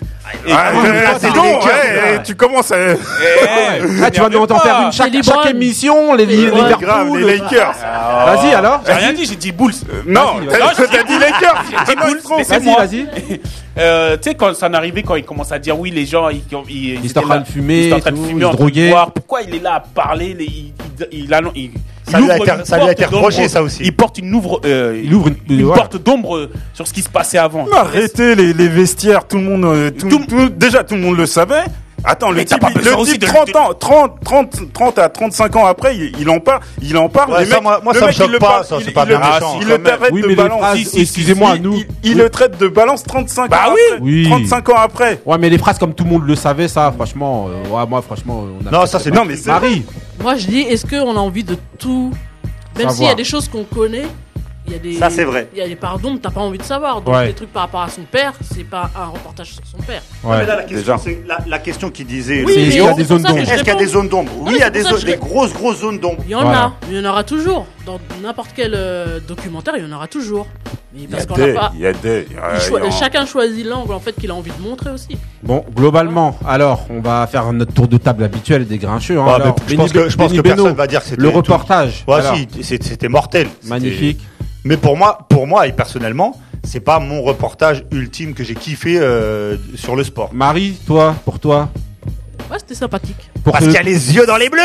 Speaker 2: Et-
Speaker 3: Ah,
Speaker 4: mais
Speaker 3: mais
Speaker 4: ça,
Speaker 3: attends,
Speaker 4: c'est des
Speaker 3: ouais,
Speaker 4: cœurs,
Speaker 3: eh,
Speaker 4: là.
Speaker 3: tu commences à.
Speaker 2: Eh,
Speaker 1: Ah, tu vas nous
Speaker 2: m'énervez
Speaker 1: en faire
Speaker 2: pas.
Speaker 1: une chaque,
Speaker 5: Les
Speaker 1: chaque
Speaker 5: Browns.
Speaker 1: émission, les, les,
Speaker 5: Browns.
Speaker 1: Liverpool, euh,
Speaker 3: Grave, les Lakers. Ah.
Speaker 1: Vas-y alors.
Speaker 2: J'ai
Speaker 1: vas-y.
Speaker 2: rien dit, j'ai dit Bulls.
Speaker 3: Euh, Non,
Speaker 1: Vas-y,
Speaker 3: t'as
Speaker 2: vas-y.
Speaker 3: t'as dit Lakers.
Speaker 2: J'ai dit Bulls, mais c'est
Speaker 1: Vas-y,
Speaker 2: moi.
Speaker 1: vas-y.
Speaker 2: Euh, tu sais, quand ça en arrivait, quand il commence à dire oui, les gens, ils, ils,
Speaker 1: Ils
Speaker 2: étaient
Speaker 1: étaient en train
Speaker 2: là,
Speaker 1: de fumer,
Speaker 2: ils étaient en train de
Speaker 1: tout,
Speaker 2: fumer,
Speaker 1: ils se
Speaker 2: en train de
Speaker 1: droguaient.
Speaker 2: boire. Pourquoi il est là à parler les- il, il, il allo- il-
Speaker 4: Ça
Speaker 2: il
Speaker 4: lui a
Speaker 2: ouvre
Speaker 4: été-
Speaker 2: une
Speaker 4: ça lui a été
Speaker 2: porte
Speaker 4: reproché,
Speaker 2: d'ombre.
Speaker 4: ça aussi.
Speaker 2: Il porte une ouvre, euh,
Speaker 1: Il ouvre une-
Speaker 2: une
Speaker 1: voilà.
Speaker 2: porte d'ombre sur ce qui se passait avant.
Speaker 3: Arrêtez les, les vestiaires, tout le monde, euh, tout-
Speaker 2: Tout-
Speaker 3: tout- déjà tout le monde le savait. Attends, le
Speaker 2: Mais t'as
Speaker 3: type,
Speaker 2: pas
Speaker 3: il-
Speaker 2: besoin
Speaker 3: le
Speaker 2: aussi
Speaker 3: type
Speaker 2: de-
Speaker 3: 30 ans, 30, 30, 30 à 35 ans après, il, il en parle, il en parle.
Speaker 4: Ouais,
Speaker 3: les
Speaker 4: ça,
Speaker 3: mecs-
Speaker 4: moi- moi,
Speaker 3: le
Speaker 4: ça me
Speaker 3: mec,
Speaker 4: choque
Speaker 3: il le
Speaker 4: pas,
Speaker 3: parle-
Speaker 4: ça,
Speaker 3: il-
Speaker 4: c'est pas
Speaker 3: il le-
Speaker 4: méchant,
Speaker 3: Il
Speaker 4: quand
Speaker 3: le
Speaker 4: même.
Speaker 3: traite
Speaker 1: Oui,
Speaker 3: de
Speaker 1: mais les
Speaker 3: balance.
Speaker 1: phrases,
Speaker 3: Si, si, si,
Speaker 1: excusez-moi,
Speaker 3: si,
Speaker 1: nous-
Speaker 3: Il, il le traite de balance 35
Speaker 2: Bah
Speaker 3: ans
Speaker 2: oui.
Speaker 3: après.
Speaker 1: Oui.
Speaker 3: 35 Ah ans après.
Speaker 1: Ouais, mais les phrases, comme tout le monde le savait, ça, franchement, euh, ouais, moi, franchement, on a.
Speaker 4: Non, ça c'est
Speaker 3: Non, mais c'est
Speaker 1: Marie,
Speaker 5: Moi, je dis, est-ce qu'on a envie de tout Même
Speaker 1: Savoir.
Speaker 5: s'il y a des choses qu'on connaît, il y a des.
Speaker 4: Ça, c'est vrai.
Speaker 5: Il y a des pardons, que t'as pas envie de savoir. Donc,
Speaker 1: Ouais.
Speaker 5: des trucs par rapport à son père, c'est pas un reportage sur son père.
Speaker 4: Ah, Mais
Speaker 1: ouais.
Speaker 4: là, la question,
Speaker 3: Déjà.
Speaker 4: c'est la, la question qui disait.
Speaker 1: C'est- il y a
Speaker 5: mais
Speaker 1: des
Speaker 5: c'est
Speaker 1: zones
Speaker 5: pour ça que
Speaker 1: d'ombre.
Speaker 5: je
Speaker 4: Est-ce qu'il y a
Speaker 5: réponds.
Speaker 4: des zones d'ombre Oui,
Speaker 5: Oui,
Speaker 4: il y a
Speaker 5: c'est
Speaker 4: des,
Speaker 5: pour ça
Speaker 4: zo-
Speaker 5: que je
Speaker 4: des
Speaker 5: réponds.
Speaker 4: grosses, grosses zones d'ombre.
Speaker 5: Il y en
Speaker 1: Voilà.
Speaker 5: a, il y en aura toujours. Dans n'importe quel euh, documentaire, il y en aura toujours.
Speaker 3: Il
Speaker 5: Mais
Speaker 3: y a
Speaker 5: parce qu'on n'a
Speaker 3: des,
Speaker 5: pas.
Speaker 3: Eh, il y a des.
Speaker 5: Ah. il
Speaker 3: euh,
Speaker 5: cho-
Speaker 3: il y en-
Speaker 5: Chacun choisit l'angle en fait qu'il a envie de montrer aussi.
Speaker 1: Bon, globalement, alors, on va faire notre tour de table habituel des grincheux. Hein,
Speaker 4: Ah,
Speaker 1: alors,
Speaker 4: mais je pense
Speaker 1: Benny-
Speaker 4: que, je pense
Speaker 1: Benny
Speaker 4: que
Speaker 1: Beno,
Speaker 4: personne va dire que c'était.
Speaker 1: Le
Speaker 4: tout.
Speaker 1: reportage.
Speaker 4: Ouais,
Speaker 1: alors,
Speaker 4: si, c'est- c'était mortel. C'était-
Speaker 1: Magnifique.
Speaker 4: Mais pour moi, pour moi et personnellement, c'est pas mon reportage ultime que j'ai kiffé euh, sur le sport.
Speaker 1: Marie, toi, pour toi.
Speaker 5: Ouais, c'était sympathique.
Speaker 1: Pour
Speaker 4: Parce
Speaker 1: que-
Speaker 4: qu'il y a les yeux dans les bleus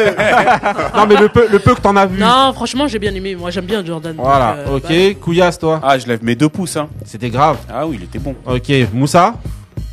Speaker 1: Non, mais le peu, le peu que t'en as vu.
Speaker 5: Non, franchement, j'ai bien aimé. Moi, j'aime bien Jordan. donc,
Speaker 1: Hmm. Voilà,
Speaker 5: euh,
Speaker 1: ok.
Speaker 5: bah,
Speaker 1: Couillasse, toi.
Speaker 2: Ah, je lève mes deux pouces. Hein.
Speaker 1: C'était grave.
Speaker 2: Ah oui, il était bon.
Speaker 1: Ok, Moussa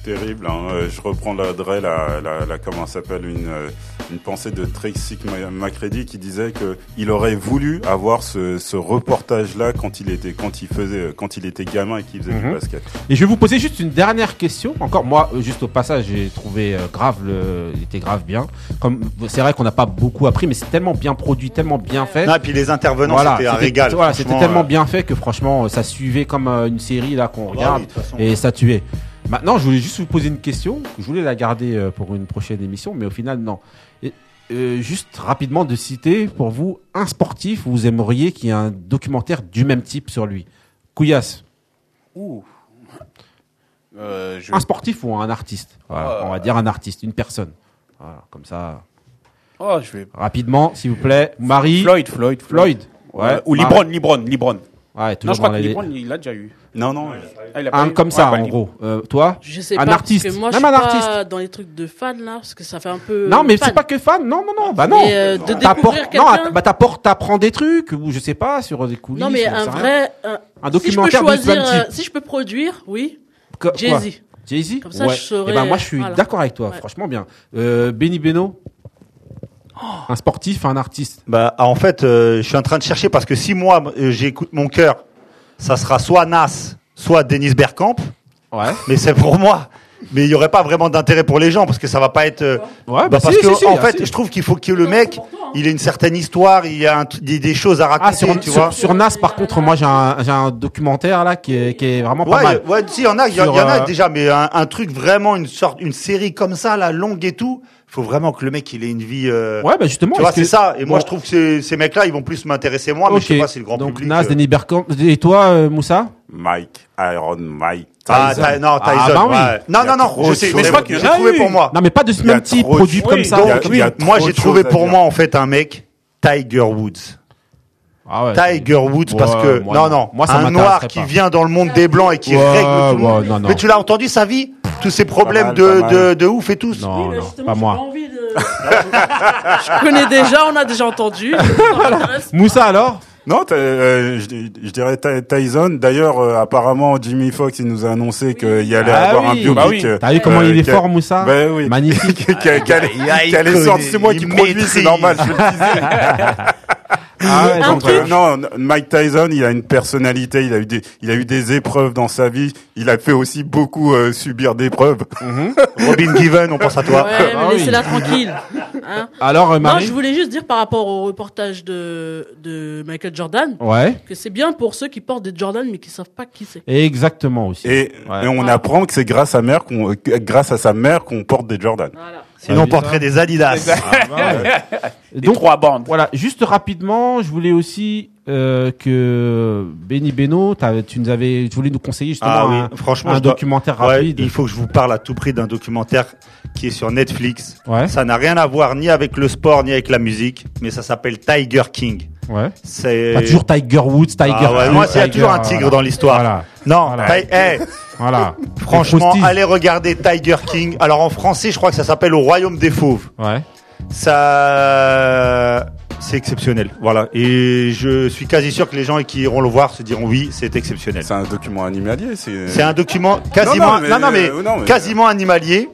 Speaker 3: Terrible, hein. Euh, je reprends la Dre, la, la, la- comment ça s'appelle, une, euh, une pensée de Tracy Ma- Macready qui disait que il aurait voulu avoir ce, ce reportage-là quand il était, quand il faisait, euh, quand il était gamin et qu'il faisait
Speaker 1: Mhm.
Speaker 3: du basket.
Speaker 1: Et je vais vous poser juste une dernière question. Encore, moi, euh, juste au passage, j'ai trouvé euh, grave, le... il était grave bien. Comme c'est vrai qu'on n'a pas beaucoup appris, mais c'est tellement bien produit, tellement bien fait.
Speaker 4: Non, et puis les intervenants, c'était un régal.
Speaker 1: Voilà, c'était
Speaker 4: Franchement,
Speaker 1: tellement
Speaker 4: euh, Bah
Speaker 1: bien fait que franchement, euh, ça suivait comme euh, une série là qu'on
Speaker 4: oui,
Speaker 1: regarde
Speaker 4: de toute façon.
Speaker 1: et ça tuait. Maintenant, je voulais juste vous poser une question. Je voulais la garder euh, pour une prochaine émission, mais au final, non. Et, euh, juste rapidement de citer pour vous un sportif où vous aimeriez qu'il y ait un documentaire du même type sur lui. Couillasse,
Speaker 2: Ouh. Euh, je...
Speaker 1: un sportif ou un artiste Voilà,
Speaker 2: Euh.
Speaker 1: On va dire un artiste, une personne. Voilà, comme ça,
Speaker 2: Oh, je vais.
Speaker 1: rapidement, s'il vous plaît. Marie,
Speaker 2: Floyd, Floyd,
Speaker 1: Floyd. Ouais,
Speaker 2: Ouais, Ou
Speaker 1: Marie.
Speaker 2: Libron, Libron, Libron.
Speaker 1: Ouais,
Speaker 2: Non,
Speaker 1: toujours
Speaker 2: je crois
Speaker 1: dans
Speaker 2: que
Speaker 1: les-
Speaker 2: Libron, il l'a déjà eu.
Speaker 3: Non, non.
Speaker 2: Ah, il a pas
Speaker 1: Un
Speaker 2: eu.
Speaker 1: comme ça,
Speaker 2: Ouais, pas
Speaker 1: en
Speaker 2: Libron.
Speaker 1: gros. Euh, toi
Speaker 5: Je sais
Speaker 1: Un
Speaker 5: pas,
Speaker 1: artiste,
Speaker 5: parce que moi,
Speaker 1: même
Speaker 5: je suis
Speaker 1: un
Speaker 5: pas
Speaker 1: artiste.
Speaker 5: dans les trucs de fan là, parce que ça fait un peu.
Speaker 1: Non, mais
Speaker 5: fan.
Speaker 1: c'est pas que fan. Non, non, non. Bah non.
Speaker 5: Mais, euh, de
Speaker 1: T'apportes-
Speaker 5: découvrir
Speaker 1: non,
Speaker 5: quelqu'un.
Speaker 1: att- bah t'apportes, t'apprends des trucs ou je sais pas sur des coulisses.
Speaker 5: Non, mais
Speaker 1: j'en
Speaker 5: un
Speaker 1: sais rien.
Speaker 5: vrai. Un,
Speaker 1: Un documentaire
Speaker 5: si
Speaker 1: de
Speaker 5: je peux
Speaker 1: ce même
Speaker 5: choisir, euh,
Speaker 1: type.
Speaker 5: si je peux produire, oui,
Speaker 1: Co- quoi
Speaker 5: Jay-Z.
Speaker 1: Jay-Z.
Speaker 5: Comme ça, je saurais,
Speaker 1: Eh ben moi je suis
Speaker 5: voilà.
Speaker 1: d'accord avec toi.
Speaker 5: Ouais.
Speaker 1: Franchement bien. Euh, Benny Beno. Un sportif, un artiste.
Speaker 4: Bah, ah, en fait, euh, je suis en train de chercher parce que si moi, euh, j'écoute mon cœur, ça sera soit Nas, soit Denis Bergkamp,
Speaker 1: Ouais.
Speaker 4: mais c'est pour moi. Mais il n'y aurait pas vraiment d'intérêt pour les gens parce que ça va pas être. euh,
Speaker 1: Ouais.
Speaker 4: bah, parce
Speaker 1: si,
Speaker 4: que,
Speaker 1: si, si,
Speaker 4: en
Speaker 1: ah,
Speaker 4: fait,
Speaker 1: si.
Speaker 4: je trouve qu'il faut que le mec, il ait une certaine histoire, il y a un t- des, des choses à raconter,
Speaker 1: Ah, sur,
Speaker 4: tu
Speaker 1: sur-
Speaker 4: vois.
Speaker 1: sur Nas, par contre, moi j'ai un, j'ai un documentaire là qui est, qui est vraiment pas
Speaker 4: Ouais,
Speaker 1: mal.
Speaker 4: ouais, si, il y en a, il y, en-
Speaker 1: Sur,
Speaker 4: il y en a
Speaker 1: euh,
Speaker 4: déjà, mais un, un truc vraiment, une sorte, une série comme ça, là, longue et tout, il faut vraiment que le mec, il ait une vie. euh,
Speaker 1: Ouais, bah justement.
Speaker 4: Tu vois,
Speaker 1: est-ce que-
Speaker 4: c'est ça. Et moi,
Speaker 1: Bon.
Speaker 4: je trouve que ces, ces mecs-là, ils vont plus m'intéresser moi, mais
Speaker 1: Ok.
Speaker 4: je sais pas, c'est le grand
Speaker 1: Donc
Speaker 4: public.
Speaker 1: Nas,
Speaker 4: euh.
Speaker 1: Denis Bergkamp. Et toi, euh, Moussa
Speaker 3: Mike, Iron Mike.
Speaker 4: Ah,
Speaker 3: Tyson.
Speaker 4: Ty- non,
Speaker 1: Ah,
Speaker 4: Tyson.
Speaker 1: bah oui.
Speaker 4: ouais. Non, non, non,
Speaker 3: trop
Speaker 4: je
Speaker 3: de
Speaker 4: sais.
Speaker 3: choses.
Speaker 4: Mais je crois
Speaker 2: qu'il y en
Speaker 4: j'ai
Speaker 2: a
Speaker 4: trouvé
Speaker 2: eu.
Speaker 4: pour moi.
Speaker 1: Non, mais pas de ce
Speaker 3: Il y a
Speaker 1: même type,
Speaker 3: trop de
Speaker 1: produit
Speaker 3: choses.
Speaker 1: comme
Speaker 3: Oui,
Speaker 1: ça.
Speaker 3: il y a-
Speaker 1: Ok.
Speaker 3: il y a
Speaker 4: Moi,
Speaker 3: trop
Speaker 4: j'ai
Speaker 3: de
Speaker 4: trouvé
Speaker 3: choses à
Speaker 4: pour
Speaker 3: dire.
Speaker 4: moi, en fait, un mec, Tiger Woods.
Speaker 1: Ah ouais.
Speaker 4: Tiger Woods, parce
Speaker 1: Ouais,
Speaker 4: que,
Speaker 1: moi,
Speaker 4: non,
Speaker 1: non.
Speaker 4: non,
Speaker 1: Moi, ça
Speaker 4: un
Speaker 1: m'intéresserait
Speaker 4: noir
Speaker 1: pas.
Speaker 4: qui vient dans le monde des blancs et qui
Speaker 1: Ouais,
Speaker 4: règle tout le
Speaker 1: ouais,
Speaker 4: monde.
Speaker 1: non, non.
Speaker 4: Mais tu l'as entendu, sa vie? Tous ces problèmes
Speaker 3: mal,
Speaker 4: de,
Speaker 3: pas
Speaker 4: de,
Speaker 3: mal.
Speaker 4: de ouf et tout.
Speaker 1: Non,
Speaker 5: Oui,
Speaker 1: non,
Speaker 5: justement,
Speaker 1: pas
Speaker 5: j'ai
Speaker 1: moi.
Speaker 5: envie de- je connais déjà, on a déjà entendu. Ça m'intéresse.
Speaker 1: Moussa alors
Speaker 3: Non, t'as- euh, je, je dirais Ty- Tyson. D'ailleurs, euh, apparemment, Jimmy Fox, il nous a annoncé qu'il allait
Speaker 1: Ah
Speaker 3: avoir
Speaker 1: oui.
Speaker 3: un
Speaker 2: Bah
Speaker 3: public.
Speaker 2: oui.
Speaker 3: euh,
Speaker 1: T'as vu comment
Speaker 3: euh,
Speaker 1: il est
Speaker 3: qui-
Speaker 1: fort, Moussa
Speaker 3: Bah oui.
Speaker 1: Magnifique.
Speaker 3: Qui- qui- qui allait- qui allait sortir. C'est moi qui
Speaker 4: il
Speaker 3: produis, c'est
Speaker 4: maîtrise.
Speaker 3: normal. Je le disais.
Speaker 1: Ah ouais,
Speaker 5: Un
Speaker 1: donc,
Speaker 5: truc.
Speaker 1: euh,
Speaker 3: Non, non, Mike Tyson, il a une personnalité, il a eu des, il a eu des épreuves dans sa vie, il a fait aussi beaucoup euh, subir d'épreuves.
Speaker 1: Mhm.
Speaker 4: Robin Given, on pense à toi.
Speaker 5: Ouais,
Speaker 1: Ah
Speaker 5: Eh, mais
Speaker 1: oui.
Speaker 5: laissez-la tranquille. hein.
Speaker 1: Alors, euh,
Speaker 5: Non,
Speaker 1: Marie
Speaker 5: je voulais juste dire par rapport au reportage de, de Michael Jordan
Speaker 1: Ouais,
Speaker 5: que c'est bien pour ceux qui portent des Jordan mais qui savent pas qui c'est.
Speaker 1: exactement aussi.
Speaker 3: Et,
Speaker 1: Ouais.
Speaker 3: et on apprend que c'est grâce à mère qu'on, euh, que- grâce à sa mère qu'on porte des Ah, Jordan.
Speaker 5: Voilà.
Speaker 1: Ah,
Speaker 4: Sinon, on
Speaker 1: j'ai ça.
Speaker 4: porterait des Adidas.
Speaker 2: Les
Speaker 1: Donc,
Speaker 2: trois bandes.
Speaker 1: voilà, juste rapidement, je voulais aussi euh, que Benny Beno, t'as- tu nous avais, tu voulais nous conseiller justement
Speaker 4: Ah oui,
Speaker 1: un,
Speaker 4: franchement,
Speaker 1: un
Speaker 4: je dois-
Speaker 1: documentaire
Speaker 4: Ouais,
Speaker 1: rapide.
Speaker 4: il faut que je vous parle à tout prix d'un documentaire qui est sur Netflix.
Speaker 1: Ouais.
Speaker 4: Ça n'a rien à voir ni avec le sport ni avec la musique, mais ça s'appelle Tiger King.
Speaker 1: Ouais.
Speaker 4: C'est
Speaker 1: T'as toujours Tiger Woods, Tiger.
Speaker 4: Ah ouais,
Speaker 1: King,
Speaker 4: moi, il y a
Speaker 1: Tiger,
Speaker 4: toujours un tigre
Speaker 1: voilà.
Speaker 4: dans l'histoire.
Speaker 1: Voilà,
Speaker 4: Non,
Speaker 1: Voilà.
Speaker 4: Ti- hey,
Speaker 1: voilà.
Speaker 4: franchement,
Speaker 1: Les
Speaker 4: allez regarder Tiger King. Alors en français, je crois que ça s'appelle Au Royaume des Fauves.
Speaker 1: Frosties. Ouais.
Speaker 4: Ça, c'est exceptionnel. Voilà. Et je suis quasi sûr que les gens qui iront le voir se diront oui, c'est exceptionnel.
Speaker 3: C'est un document animalier, c'est.
Speaker 4: C'est un document quasiment,
Speaker 3: Non, non,
Speaker 4: non, non,
Speaker 3: mais-
Speaker 4: mais,
Speaker 3: euh, non, mais-
Speaker 4: quasiment animalier.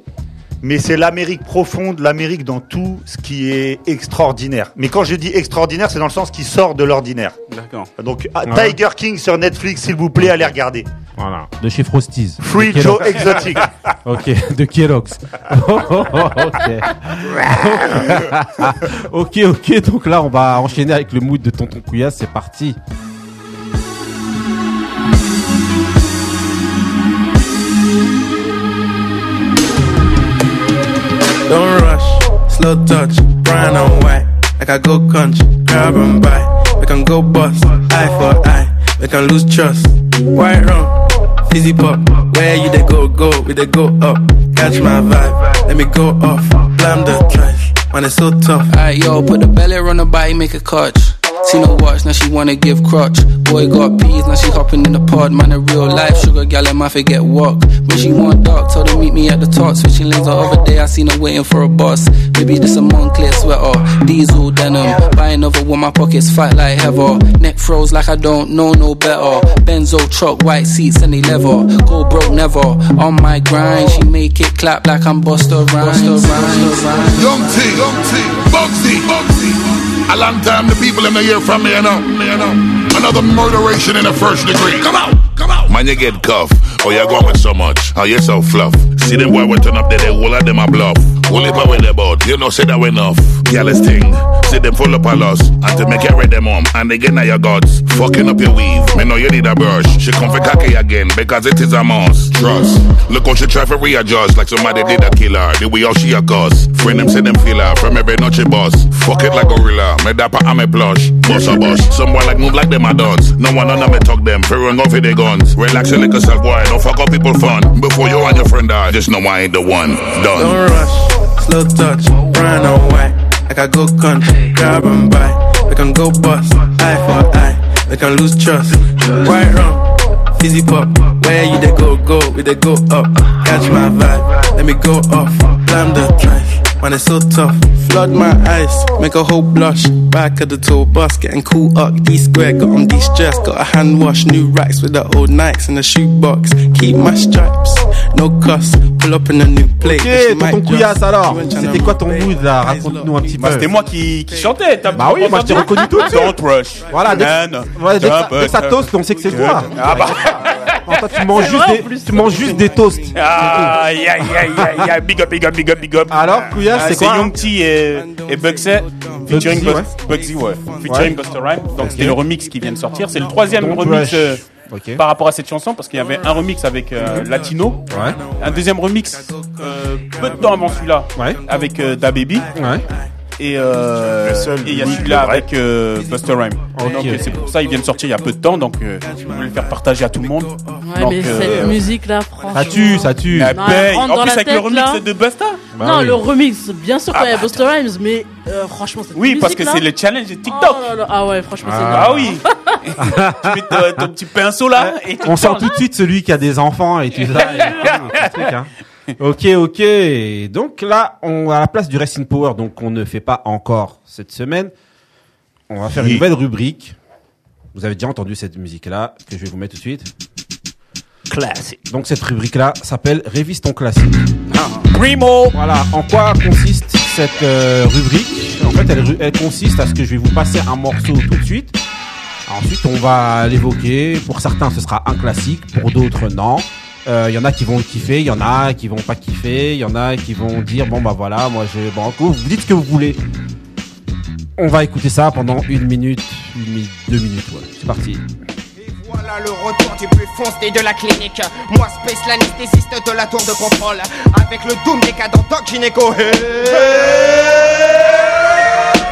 Speaker 4: mais c'est l'Amérique profonde, l'Amérique dans tout ce qui est extraordinaire. Mais quand je dis extraordinaire, c'est dans le sens qui sort de l'ordinaire.
Speaker 2: D'accord.
Speaker 4: Donc ah,
Speaker 1: Ouais.
Speaker 4: Tiger King sur Netflix, s'il vous plaît, allez regarder.
Speaker 1: Voilà, de chez Frosties.
Speaker 4: Free
Speaker 1: De
Speaker 4: Joe
Speaker 1: Kellogg's.
Speaker 4: Exotic.
Speaker 1: Ok, de Kellogg's. Oh, oh, oh, ok. ok, ok, donc là on va enchaîner avec le mood de Tonton Couillasse, c'est parti.
Speaker 7: Don't rush, slow touch, brown on white. Like I go country, grab and buy. We can go bust, eye for eye. We can lose trust. White rum, fizzy pop. Where you they go, go, we they go up. Catch my vibe, let me go off. Blam the trash, man it's so tough.
Speaker 8: Alright, yo, put the belly on the body, make a clutch. Tina watch, now she wanna give crutch. Boy got peas, now she hopping in the pod. Man, a real life sugar gal, and my forget walk. When she want dark, told her meet me at the top. Switching lanes the other day, I seen her waiting for a bus. Maybe this a Moncler sweater, diesel denim. Buy another one, my pockets fat like heather. Neck froze like I don't know no better. Benzo truck, white seats, and they leather. Go broke never, on my grind. She make it clap like I'm Busta Rhymes. Busta Rhymes.
Speaker 9: Young T, Young T, Bugsy, Bugsy. A long time the people in the hear from me, you know. You know. Another murderation in the first degree. Come out, come out. Man, you get cuff. Oh, you're going with so much. Oh, you're so fluff. See them boy we turn up there, they all of them a bluff. Only power with the boat, you know, say that we enough. Careless thing. See them full up a loss. And to make it read them home, and they get now your gods. Fucking up your weave. Me know you need a brush. She come for cocky again, because it is a must. Trust. Look how she try for readjust, like somebody did a killer. The way how she a cuss. Friend them say them feel her from every notch she boss. Fuck it like gorilla, me dapper and me plush. Boss a boss, someone like move like them a dance. No one on them me talk them, fear and go for their guns. Relax your liquor self, boy, don't fuck up people fun. Before you and your friend die, just know I ain't the one. Done.
Speaker 7: Don't rush, slow touch, brown on white. Like I go country, grab and buy. We can go bust, eye for eye. We can lose trust. Right wrong, fizzy pop. Where you they go, go, we they go up. Catch my vibe, let me go off. Blam the trash, man it's so tough. Flood my eyes, make a whole blush. Back of the tour bus, getting cool up. D square, got on de-stressed. Got a hand wash, new racks with the old Nikes in the shoebox. Keep my stripes, no cuss. Pull up in a new plate.
Speaker 1: Ok, Tonton Couillasse alors, c'était quoi ton mood là Raconte-nous un petit
Speaker 2: Bah,
Speaker 1: peu.
Speaker 2: c'était moi qui, qui chantais. t'as-
Speaker 1: Bah oui, moi, je t'ai reconnu tout de suite.
Speaker 2: Don't rush.
Speaker 1: Voilà, dès, que-
Speaker 2: Man,
Speaker 1: voilà, dès que ça-
Speaker 2: jump,
Speaker 1: dès que ça
Speaker 2: jump.
Speaker 1: toast, on sait que c'est toi.
Speaker 2: Ah bah.
Speaker 1: Non, toi, tu manges juste
Speaker 5: vrai, en
Speaker 1: des, tu manges juste des toasts.
Speaker 2: Ah, yeah, yeah, yeah, yeah. Big up, big up, big up, big up.
Speaker 1: Alors, Couillasse,
Speaker 2: Ah,
Speaker 1: c'est quoi, hein
Speaker 2: Young T et, et Bugsy. Featuring
Speaker 1: Bugsy,
Speaker 2: Bus-
Speaker 1: ouais.
Speaker 2: Bugsy, ouais. Featuring Buster Rhymes. Donc, c'était le remix qui vient de sortir. C'est le troisième
Speaker 1: Don't
Speaker 2: remix.
Speaker 1: rush.
Speaker 2: euh,
Speaker 1: Ok.
Speaker 2: Par rapport à cette chanson, parce qu'il y avait un remix avec euh, Latino,
Speaker 1: Mhm. Ouais.
Speaker 2: un deuxième remix euh, peu de temps avant celui-là
Speaker 1: Ouais.
Speaker 2: avec euh, Da Baby,
Speaker 1: Ouais.
Speaker 2: et euh,
Speaker 3: Le seul
Speaker 2: et il y a
Speaker 3: unique
Speaker 2: celui-là
Speaker 3: vrai.
Speaker 2: avec euh, Buster Rhymes.
Speaker 1: Ok.
Speaker 2: Donc euh, c'est pour ça il vient de sortir il y a peu de temps donc euh, je voulais le faire partager à tout le monde.
Speaker 5: Ouais,
Speaker 2: donc,
Speaker 5: mais
Speaker 2: euh,
Speaker 5: cette musique là, franchement.
Speaker 1: Ça tue, ça tue.
Speaker 2: la
Speaker 5: Non,
Speaker 2: paye.
Speaker 5: elle rentre
Speaker 2: En
Speaker 5: dans
Speaker 2: plus
Speaker 5: la
Speaker 2: avec le
Speaker 5: tête,
Speaker 2: remix
Speaker 5: là.
Speaker 2: de Busta.
Speaker 1: Bah
Speaker 5: non,
Speaker 1: oui.
Speaker 5: le remix, bien sûr qu'il y
Speaker 2: Ah
Speaker 5: a
Speaker 2: bah,
Speaker 5: Busta Rhymes, mais euh, franchement, cette
Speaker 2: Oui parce que
Speaker 5: musique-là-
Speaker 2: c'est le challenge de TikTok.
Speaker 5: Oh là là, ah ouais, franchement, c'est
Speaker 1: Ah.
Speaker 2: Ah oui. tu mets ton, ton petit pinceau là et tu
Speaker 1: On sent
Speaker 2: tournes.
Speaker 1: tout de suite celui qui a des enfants et tout ça. et- ah, un truc, hein. Ok, ok. Donc là, on à la place du Racing Power, donc on ne fait pas encore cette semaine. On va faire une nouvelle rubrique. Vous avez déjà entendu cette musique-là que je vais vous mettre tout de suite. Classique. Donc cette rubrique-là s'appelle Révise ton classique.
Speaker 2: Primo.
Speaker 1: Voilà, en quoi consiste cette euh, rubrique En fait, elle, ru- elle consiste à ce que je vais vous passer un morceau tout de suite. Ensuite, on va l'évoquer. Pour certains, ce sera un classique, pour d'autres, non. Euh, Il y en a qui vont le kiffer, il y en a qui vont pas kiffer, il y en a qui vont dire bon bah voilà, moi je bon vous vous dites ce que vous voulez. On va écouter ça pendant une minute, une minute, deux minutes, ouais. C'est parti.
Speaker 10: Voilà le retour du plus foncé de la clinique. Moi, Space, l'anesthésiste de la tour de contrôle. Avec le doom décadent Doc Gynéco.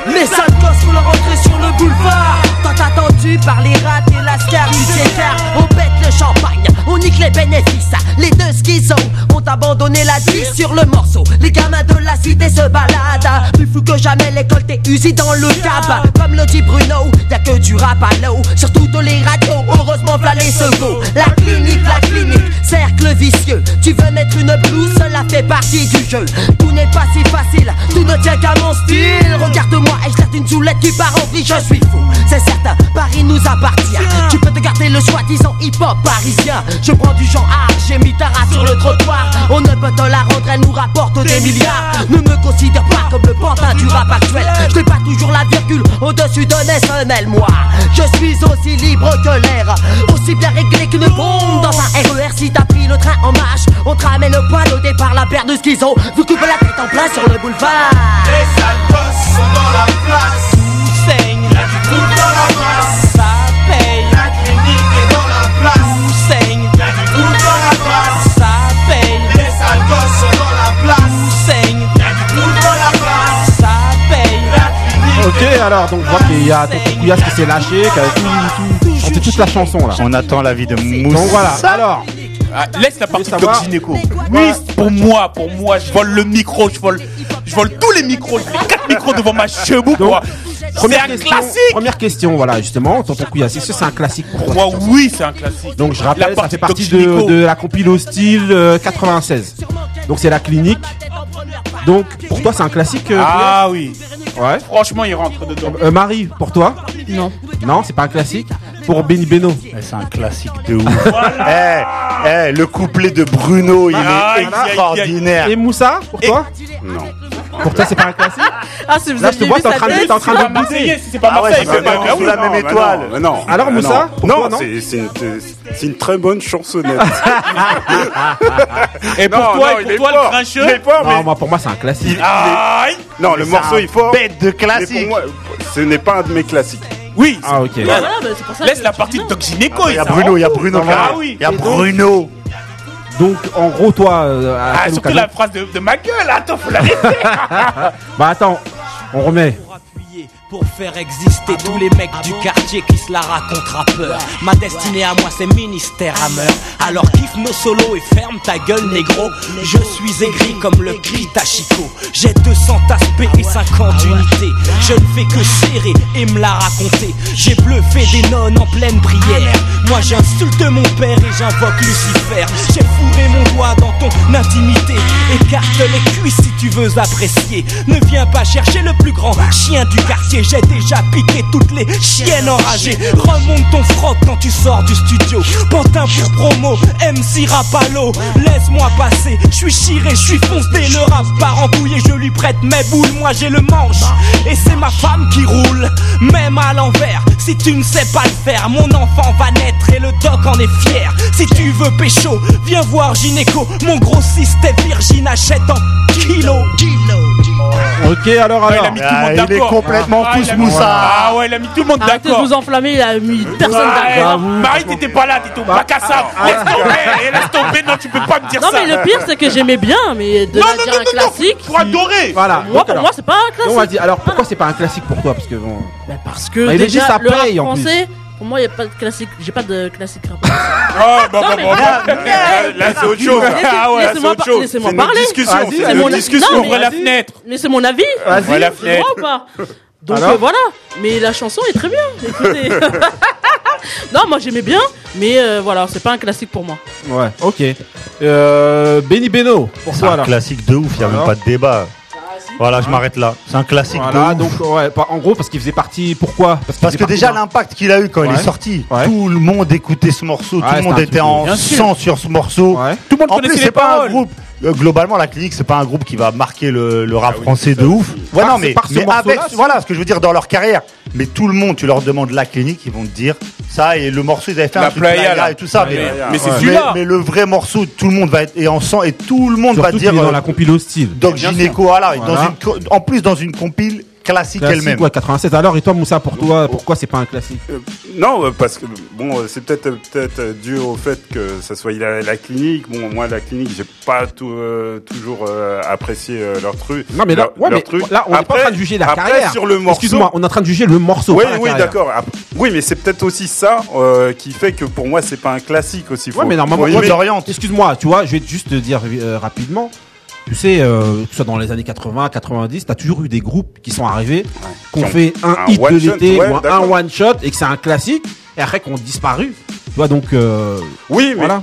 Speaker 11: Les sales gosses font leur entrée sur le boulevard Tant attendu par les rats et la star du César On pète le champagne, on nique les bénéfices Les deux schizos ont abandonné la vie sur le morceau Les gamins de la cité se baladent Plus fou que jamais l'école t'est usée dans le cab Comme le dit Bruno, y'a que du rap à l'eau Surtout de les radios, heureusement v'là les secours La clinique, la clinique, cercle vicieux Tu veux mettre une blouse, cela fait partie du jeu Tout n'est pas si facile, tout ne tient qu'à mon style Regarde-moi, ai-je l'air d'une soulette qui part en vrille Je suis fou, c'est certain, Paris nous appartient Tu peux te garder le choix artisans hip-hop parisiens. Je prends du genre art, j'ai mis ta race sur le trottoir. On ne peut te la rendre, elle nous rapporte des milliards. Ne me considère pas comme le pantin du rap actuel. Je n'ai pas toujours la virgule au-dessus de SML, moi. Je suis aussi libre que l'air, aussi bien réglé qu'une bombe dans un RER. Si t'as pris le train en marche, on te ramène le poil au départ. La paire de skizos vous coupe la tête en plein sur le boulevard.
Speaker 7: Les sales gosses sont dans la place. Tout saigne. La clinique dans la place. Ça paye. La clinique est dans la place. Tout saigne. La clinique dans la place. Ça paye. Les sales gosses sont dans la place. Tout saigne. La clinique dans la place. Ça paye. La clinique
Speaker 1: Ok, alors, donc je vois qu'il y a Tonton Couillasse qui s'est lâché, qui a tout, tout, chanté toute la chanson là.
Speaker 4: On attend l'avis de Mousse.
Speaker 1: Donc voilà, alors.
Speaker 2: Ah, laisse la partie
Speaker 1: savoir-
Speaker 2: Doc Gynéco. Oui, pour moi, pour moi, je vole le micro, je vole, je vole tous les micros, je les quatre micros devant ma chebou, quoi. C'est
Speaker 1: Première
Speaker 2: un
Speaker 1: question,
Speaker 2: classique.
Speaker 1: première question, voilà, justement, Tonton Couillasse, est-ce que c'est un classique pour toi
Speaker 2: Pour moi, oui, c'est un classique.
Speaker 1: Donc je
Speaker 2: La
Speaker 1: rappelle, ça
Speaker 2: partie
Speaker 1: fait partie
Speaker 2: Doc
Speaker 1: de,
Speaker 2: Gynéco.
Speaker 1: de la compile hostile euh, 96. Donc c'est la clinique. Donc pour toi c'est un classique. euh,
Speaker 2: Ah oui.
Speaker 1: Ouais.
Speaker 2: Franchement, il rentre dedans.
Speaker 1: Euh, Marie, pour toi
Speaker 5: Non.
Speaker 1: Non, c'est pas un classique. Pour Benny Beno.
Speaker 4: Eh, C'est un classique de ouf. Eh, eh, le couplet de Bruno, il
Speaker 2: Ah,
Speaker 4: est
Speaker 2: aïe, aïe, aïe.
Speaker 4: extraordinaire.
Speaker 1: Et Moussa, pour toi
Speaker 3: Non.
Speaker 1: Pour toi c'est pas un classique
Speaker 5: Ah, si vous
Speaker 1: Là, je te
Speaker 5: aviez
Speaker 1: vois,
Speaker 5: vu
Speaker 1: t'es en
Speaker 5: sa
Speaker 1: train de-
Speaker 5: tête.
Speaker 1: t'es en train
Speaker 2: Pas
Speaker 1: de
Speaker 2: marseillais,
Speaker 1: bouder.
Speaker 2: si c'est pas
Speaker 4: Ah ouais,
Speaker 2: Marseille,
Speaker 4: c'est
Speaker 2: c'est
Speaker 4: pas
Speaker 2: pas
Speaker 4: Marseille.
Speaker 2: Ah oui.
Speaker 4: la même étoile.
Speaker 3: bah non,
Speaker 1: Alors,
Speaker 3: bah
Speaker 1: Moussa,
Speaker 3: non.
Speaker 1: pour
Speaker 3: Non,
Speaker 1: toi, non
Speaker 3: c'est- c'est une, c'est une très bonne chansonnette.
Speaker 2: Et pour
Speaker 3: Non,
Speaker 2: toi,
Speaker 3: non,
Speaker 2: et
Speaker 3: il est
Speaker 2: pour toi, le
Speaker 3: fort.
Speaker 2: grincheux.
Speaker 3: Il est fort, mais-
Speaker 1: Non, moi pour moi c'est un classique.
Speaker 2: Aïe.
Speaker 3: Non, le
Speaker 4: c'est
Speaker 3: morceau
Speaker 4: un
Speaker 3: est fort.
Speaker 4: Bête de
Speaker 3: Mais
Speaker 4: classique.
Speaker 3: pour moi, ce n'est pas un de mes classiques.
Speaker 2: Oui.
Speaker 1: Ah ok.
Speaker 5: Ouais, voilà, bah, c'est pour ça
Speaker 2: Laisse
Speaker 5: que
Speaker 2: la
Speaker 5: tu
Speaker 2: partie
Speaker 5: dis
Speaker 2: de
Speaker 5: non.
Speaker 2: Doc Gynéco.
Speaker 4: Il y a Bruno, il y a Bruno.
Speaker 2: Ah
Speaker 4: quand même.
Speaker 2: oui.
Speaker 4: Il y a Bruno.
Speaker 1: Donc en gros toi euh, à
Speaker 2: Ah,
Speaker 1: quelle
Speaker 2: surtout
Speaker 1: occasion
Speaker 2: la phrase de, de ma gueule. hein, Attends, faut l'arrêter.
Speaker 1: Bah attends, on remet.
Speaker 12: pour appuyer, pour faire exister tous les mecs du quartier qui se la racontent rappeur. Ma destinée à moi c'est ministère à meurtre. Alors kiffe nos solos et ferme ta gueule négro. Je suis aigri comme le cri Chico. J'ai 200 aspects et 50 d'unité. Je ne fais que serrer et me la raconter. J'ai bluffé des nonnes en pleine prière. Moi j'insulte mon père et j'invoque Lucifer. J'ai fourré mon doigt dans ton intimité. Écarte les cuisses si tu veux apprécier. Ne viens pas chercher le plus grand chien du quartier. J'ai déjà piqué toutes les chiennes enragées. Remonte ton froc quand tu sors du studio. Pantin pour promo, MC Rapalo. Laisse-moi passer, je suis chiré, je suis foncé. Le rap part en couille et je lui prête mes boules. Moi j'ai le manche et c'est ma femme qui roule. Même à l'envers, si tu ne sais pas le faire, mon enfant va naître et le doc en est fier. Si tu veux pécho, viens voir Gynéco. Mon grossiste est Virgin, achète en kilo.
Speaker 1: Ok alors
Speaker 2: Ah, il
Speaker 1: alors.
Speaker 2: a mis tout le
Speaker 4: Ah,
Speaker 2: monde
Speaker 4: il est
Speaker 2: d'accord.
Speaker 4: complètement
Speaker 2: Ah, il
Speaker 4: tous
Speaker 2: a mis-
Speaker 4: Moussa.
Speaker 2: Ah ouais, il a mis tout le monde
Speaker 5: Arrêtez de
Speaker 2: d'accord.
Speaker 5: vous enflammer, il a mis
Speaker 1: Bah,
Speaker 5: personne
Speaker 2: Ah,
Speaker 5: d'accord.
Speaker 2: eh, Marie, t'étais pas là, t'étais au bac à sable.
Speaker 1: ah,
Speaker 2: Laisse tomber, eh, laisse tomber, non, tu peux pas me dire
Speaker 5: Non,
Speaker 2: ça.
Speaker 5: mais le pire, c'est que j'aimais bien, mais de
Speaker 2: non,
Speaker 5: la
Speaker 2: non,
Speaker 5: dire
Speaker 2: non,
Speaker 5: un
Speaker 2: non, non,
Speaker 5: classique.
Speaker 2: pour adorer.
Speaker 1: Voilà.
Speaker 5: Moi,
Speaker 1: donc,
Speaker 5: pour
Speaker 1: alors.
Speaker 5: moi, c'est pas un
Speaker 1: Donc, on va
Speaker 5: classique.
Speaker 1: dire, alors pourquoi c'est pas un classique pour toi Parce que bon.
Speaker 5: Bah, Parce que
Speaker 1: Bah, il a dit
Speaker 5: déjà,
Speaker 1: ça
Speaker 5: le rap
Speaker 1: paye, en plus.
Speaker 5: français, pour moi, il n'y a pas de classique. J'ai pas de classique rap.
Speaker 2: Ah, bah, bah,
Speaker 5: mais-
Speaker 2: bah, bah.
Speaker 3: Là, là, c'est autre chose.
Speaker 5: Laissez-
Speaker 2: Ah ouais,
Speaker 5: laissez-moi
Speaker 2: c'est autre
Speaker 5: par-
Speaker 2: chose.
Speaker 5: laissez-moi
Speaker 3: C'est notre
Speaker 5: parler.
Speaker 3: discussion.
Speaker 1: Vas-y,
Speaker 3: C'est
Speaker 1: c'est
Speaker 3: notre
Speaker 5: mon-
Speaker 3: discussion.
Speaker 5: non, mais-
Speaker 2: Ouvrez la
Speaker 1: vas-y.
Speaker 2: fenêtre.
Speaker 5: Mais c'est mon avis.
Speaker 1: Vas-y.
Speaker 5: C'est
Speaker 2: la
Speaker 5: vrai
Speaker 2: fenêtre. Ah
Speaker 5: ou pas Donc
Speaker 1: Alors
Speaker 5: euh, voilà. Mais la chanson est très bien. Écoutez. non, moi j'aimais bien, mais euh, voilà, c'est pas un classique pour moi.
Speaker 1: Ouais, ok. Euh, Benny Beno, pour
Speaker 4: C'est
Speaker 1: toi
Speaker 4: un
Speaker 1: alors.
Speaker 4: classique de ouf, il n'y a
Speaker 1: Alors
Speaker 4: même pas de débat. Voilà, je m'arrête là. C'est un classique
Speaker 1: Voilà,
Speaker 4: de ouf.
Speaker 1: donc ouais, pas- en gros parce qu'il faisait partie. Pourquoi qu'il
Speaker 4: Parce
Speaker 1: faisait
Speaker 4: que
Speaker 1: partie
Speaker 4: déjà
Speaker 1: d'un-
Speaker 4: l'impact qu'il a eu quand il
Speaker 1: hein. Ouais.
Speaker 4: est sorti,
Speaker 1: Ouais.
Speaker 4: tout le monde écoutait ce morceau,
Speaker 1: Ouais,
Speaker 4: tout le
Speaker 1: c'était
Speaker 4: monde
Speaker 1: un
Speaker 4: était
Speaker 1: truc de
Speaker 4: en
Speaker 1: ouf.
Speaker 4: sang sur ce morceau.
Speaker 1: Ouais.
Speaker 2: Tout le monde
Speaker 4: En
Speaker 2: connaissait
Speaker 4: plus,
Speaker 2: les
Speaker 4: c'est pas un
Speaker 2: paroles.
Speaker 4: groupe. euh, globalement, la clinique, c'est pas un groupe qui va marquer le, le rap français de ouf. Ouais,
Speaker 1: Par-
Speaker 4: non,
Speaker 1: Ah c'est
Speaker 4: mais,
Speaker 1: par ce
Speaker 4: mais
Speaker 1: morceau-là,
Speaker 4: avec,
Speaker 1: c'est-
Speaker 4: voilà ce que je veux dire dans leur carrière. Mais tout le monde, tu leur demandes la clinique, ils vont te dire ça et le morceau, ils avaient fait
Speaker 2: La
Speaker 4: un truc
Speaker 2: Playa,
Speaker 4: Playa
Speaker 2: là.
Speaker 4: et tout ça.
Speaker 2: Playa.
Speaker 4: Mais,
Speaker 2: Mais c'est
Speaker 4: mais-
Speaker 2: celui-là.
Speaker 4: mais le vrai morceau, tout le monde va être et en sang et tout le monde
Speaker 1: Surtout
Speaker 4: va
Speaker 1: qu'il
Speaker 4: dire
Speaker 1: est dans
Speaker 4: euh,
Speaker 1: la compile hostile.
Speaker 4: Doc
Speaker 1: Bien sûr.
Speaker 4: Gynéco, voilà, et dans
Speaker 1: Voilà.
Speaker 4: une co- en plus dans une compile classique
Speaker 1: Classique,
Speaker 4: elle-même.
Speaker 1: ouais, 96. Alors et toi Moussa, pour toi, pourquoi c'est pas un classique
Speaker 3: Euh, non, euh, parce que bon, euh, c'est peut-être euh, peut-être euh, dû au fait que ça soit la, la clinique. Bon, moi, la clinique, j'ai pas tout, euh, toujours euh, apprécié euh, leur truc.
Speaker 1: Non mais là,
Speaker 3: leur-
Speaker 1: ouais,
Speaker 3: leur
Speaker 1: mais là on est pas en train de juger la
Speaker 3: après,
Speaker 1: carrière.
Speaker 3: sur le morceau.
Speaker 1: Excuse-moi, on est en train de juger le morceau.
Speaker 3: Oui,
Speaker 1: pas la
Speaker 3: oui,
Speaker 1: carrière.
Speaker 3: d'accord. Après- Oui, mais c'est peut-être aussi ça euh, qui fait que pour moi, c'est pas un classique aussi. Faut-
Speaker 1: Ouais, mais normalement,
Speaker 3: faut
Speaker 1: moi,
Speaker 3: aimer.
Speaker 1: j'oriente. Excuse-moi, tu vois, je vais juste te dire euh, rapidement. Tu sais, euh, que ce soit dans les années 80, 90, t'as toujours eu des groupes qui sont arrivés, qu'on
Speaker 3: Qui ont
Speaker 1: fait un,
Speaker 3: un
Speaker 1: hit de
Speaker 3: one shot,
Speaker 1: l'été
Speaker 3: ouais,
Speaker 1: ou un,
Speaker 3: d'accord.
Speaker 1: one shot et que c'est un classique, et après qu'on disparu. Tu vois, donc, euh,
Speaker 3: Oui, mais
Speaker 1: voilà.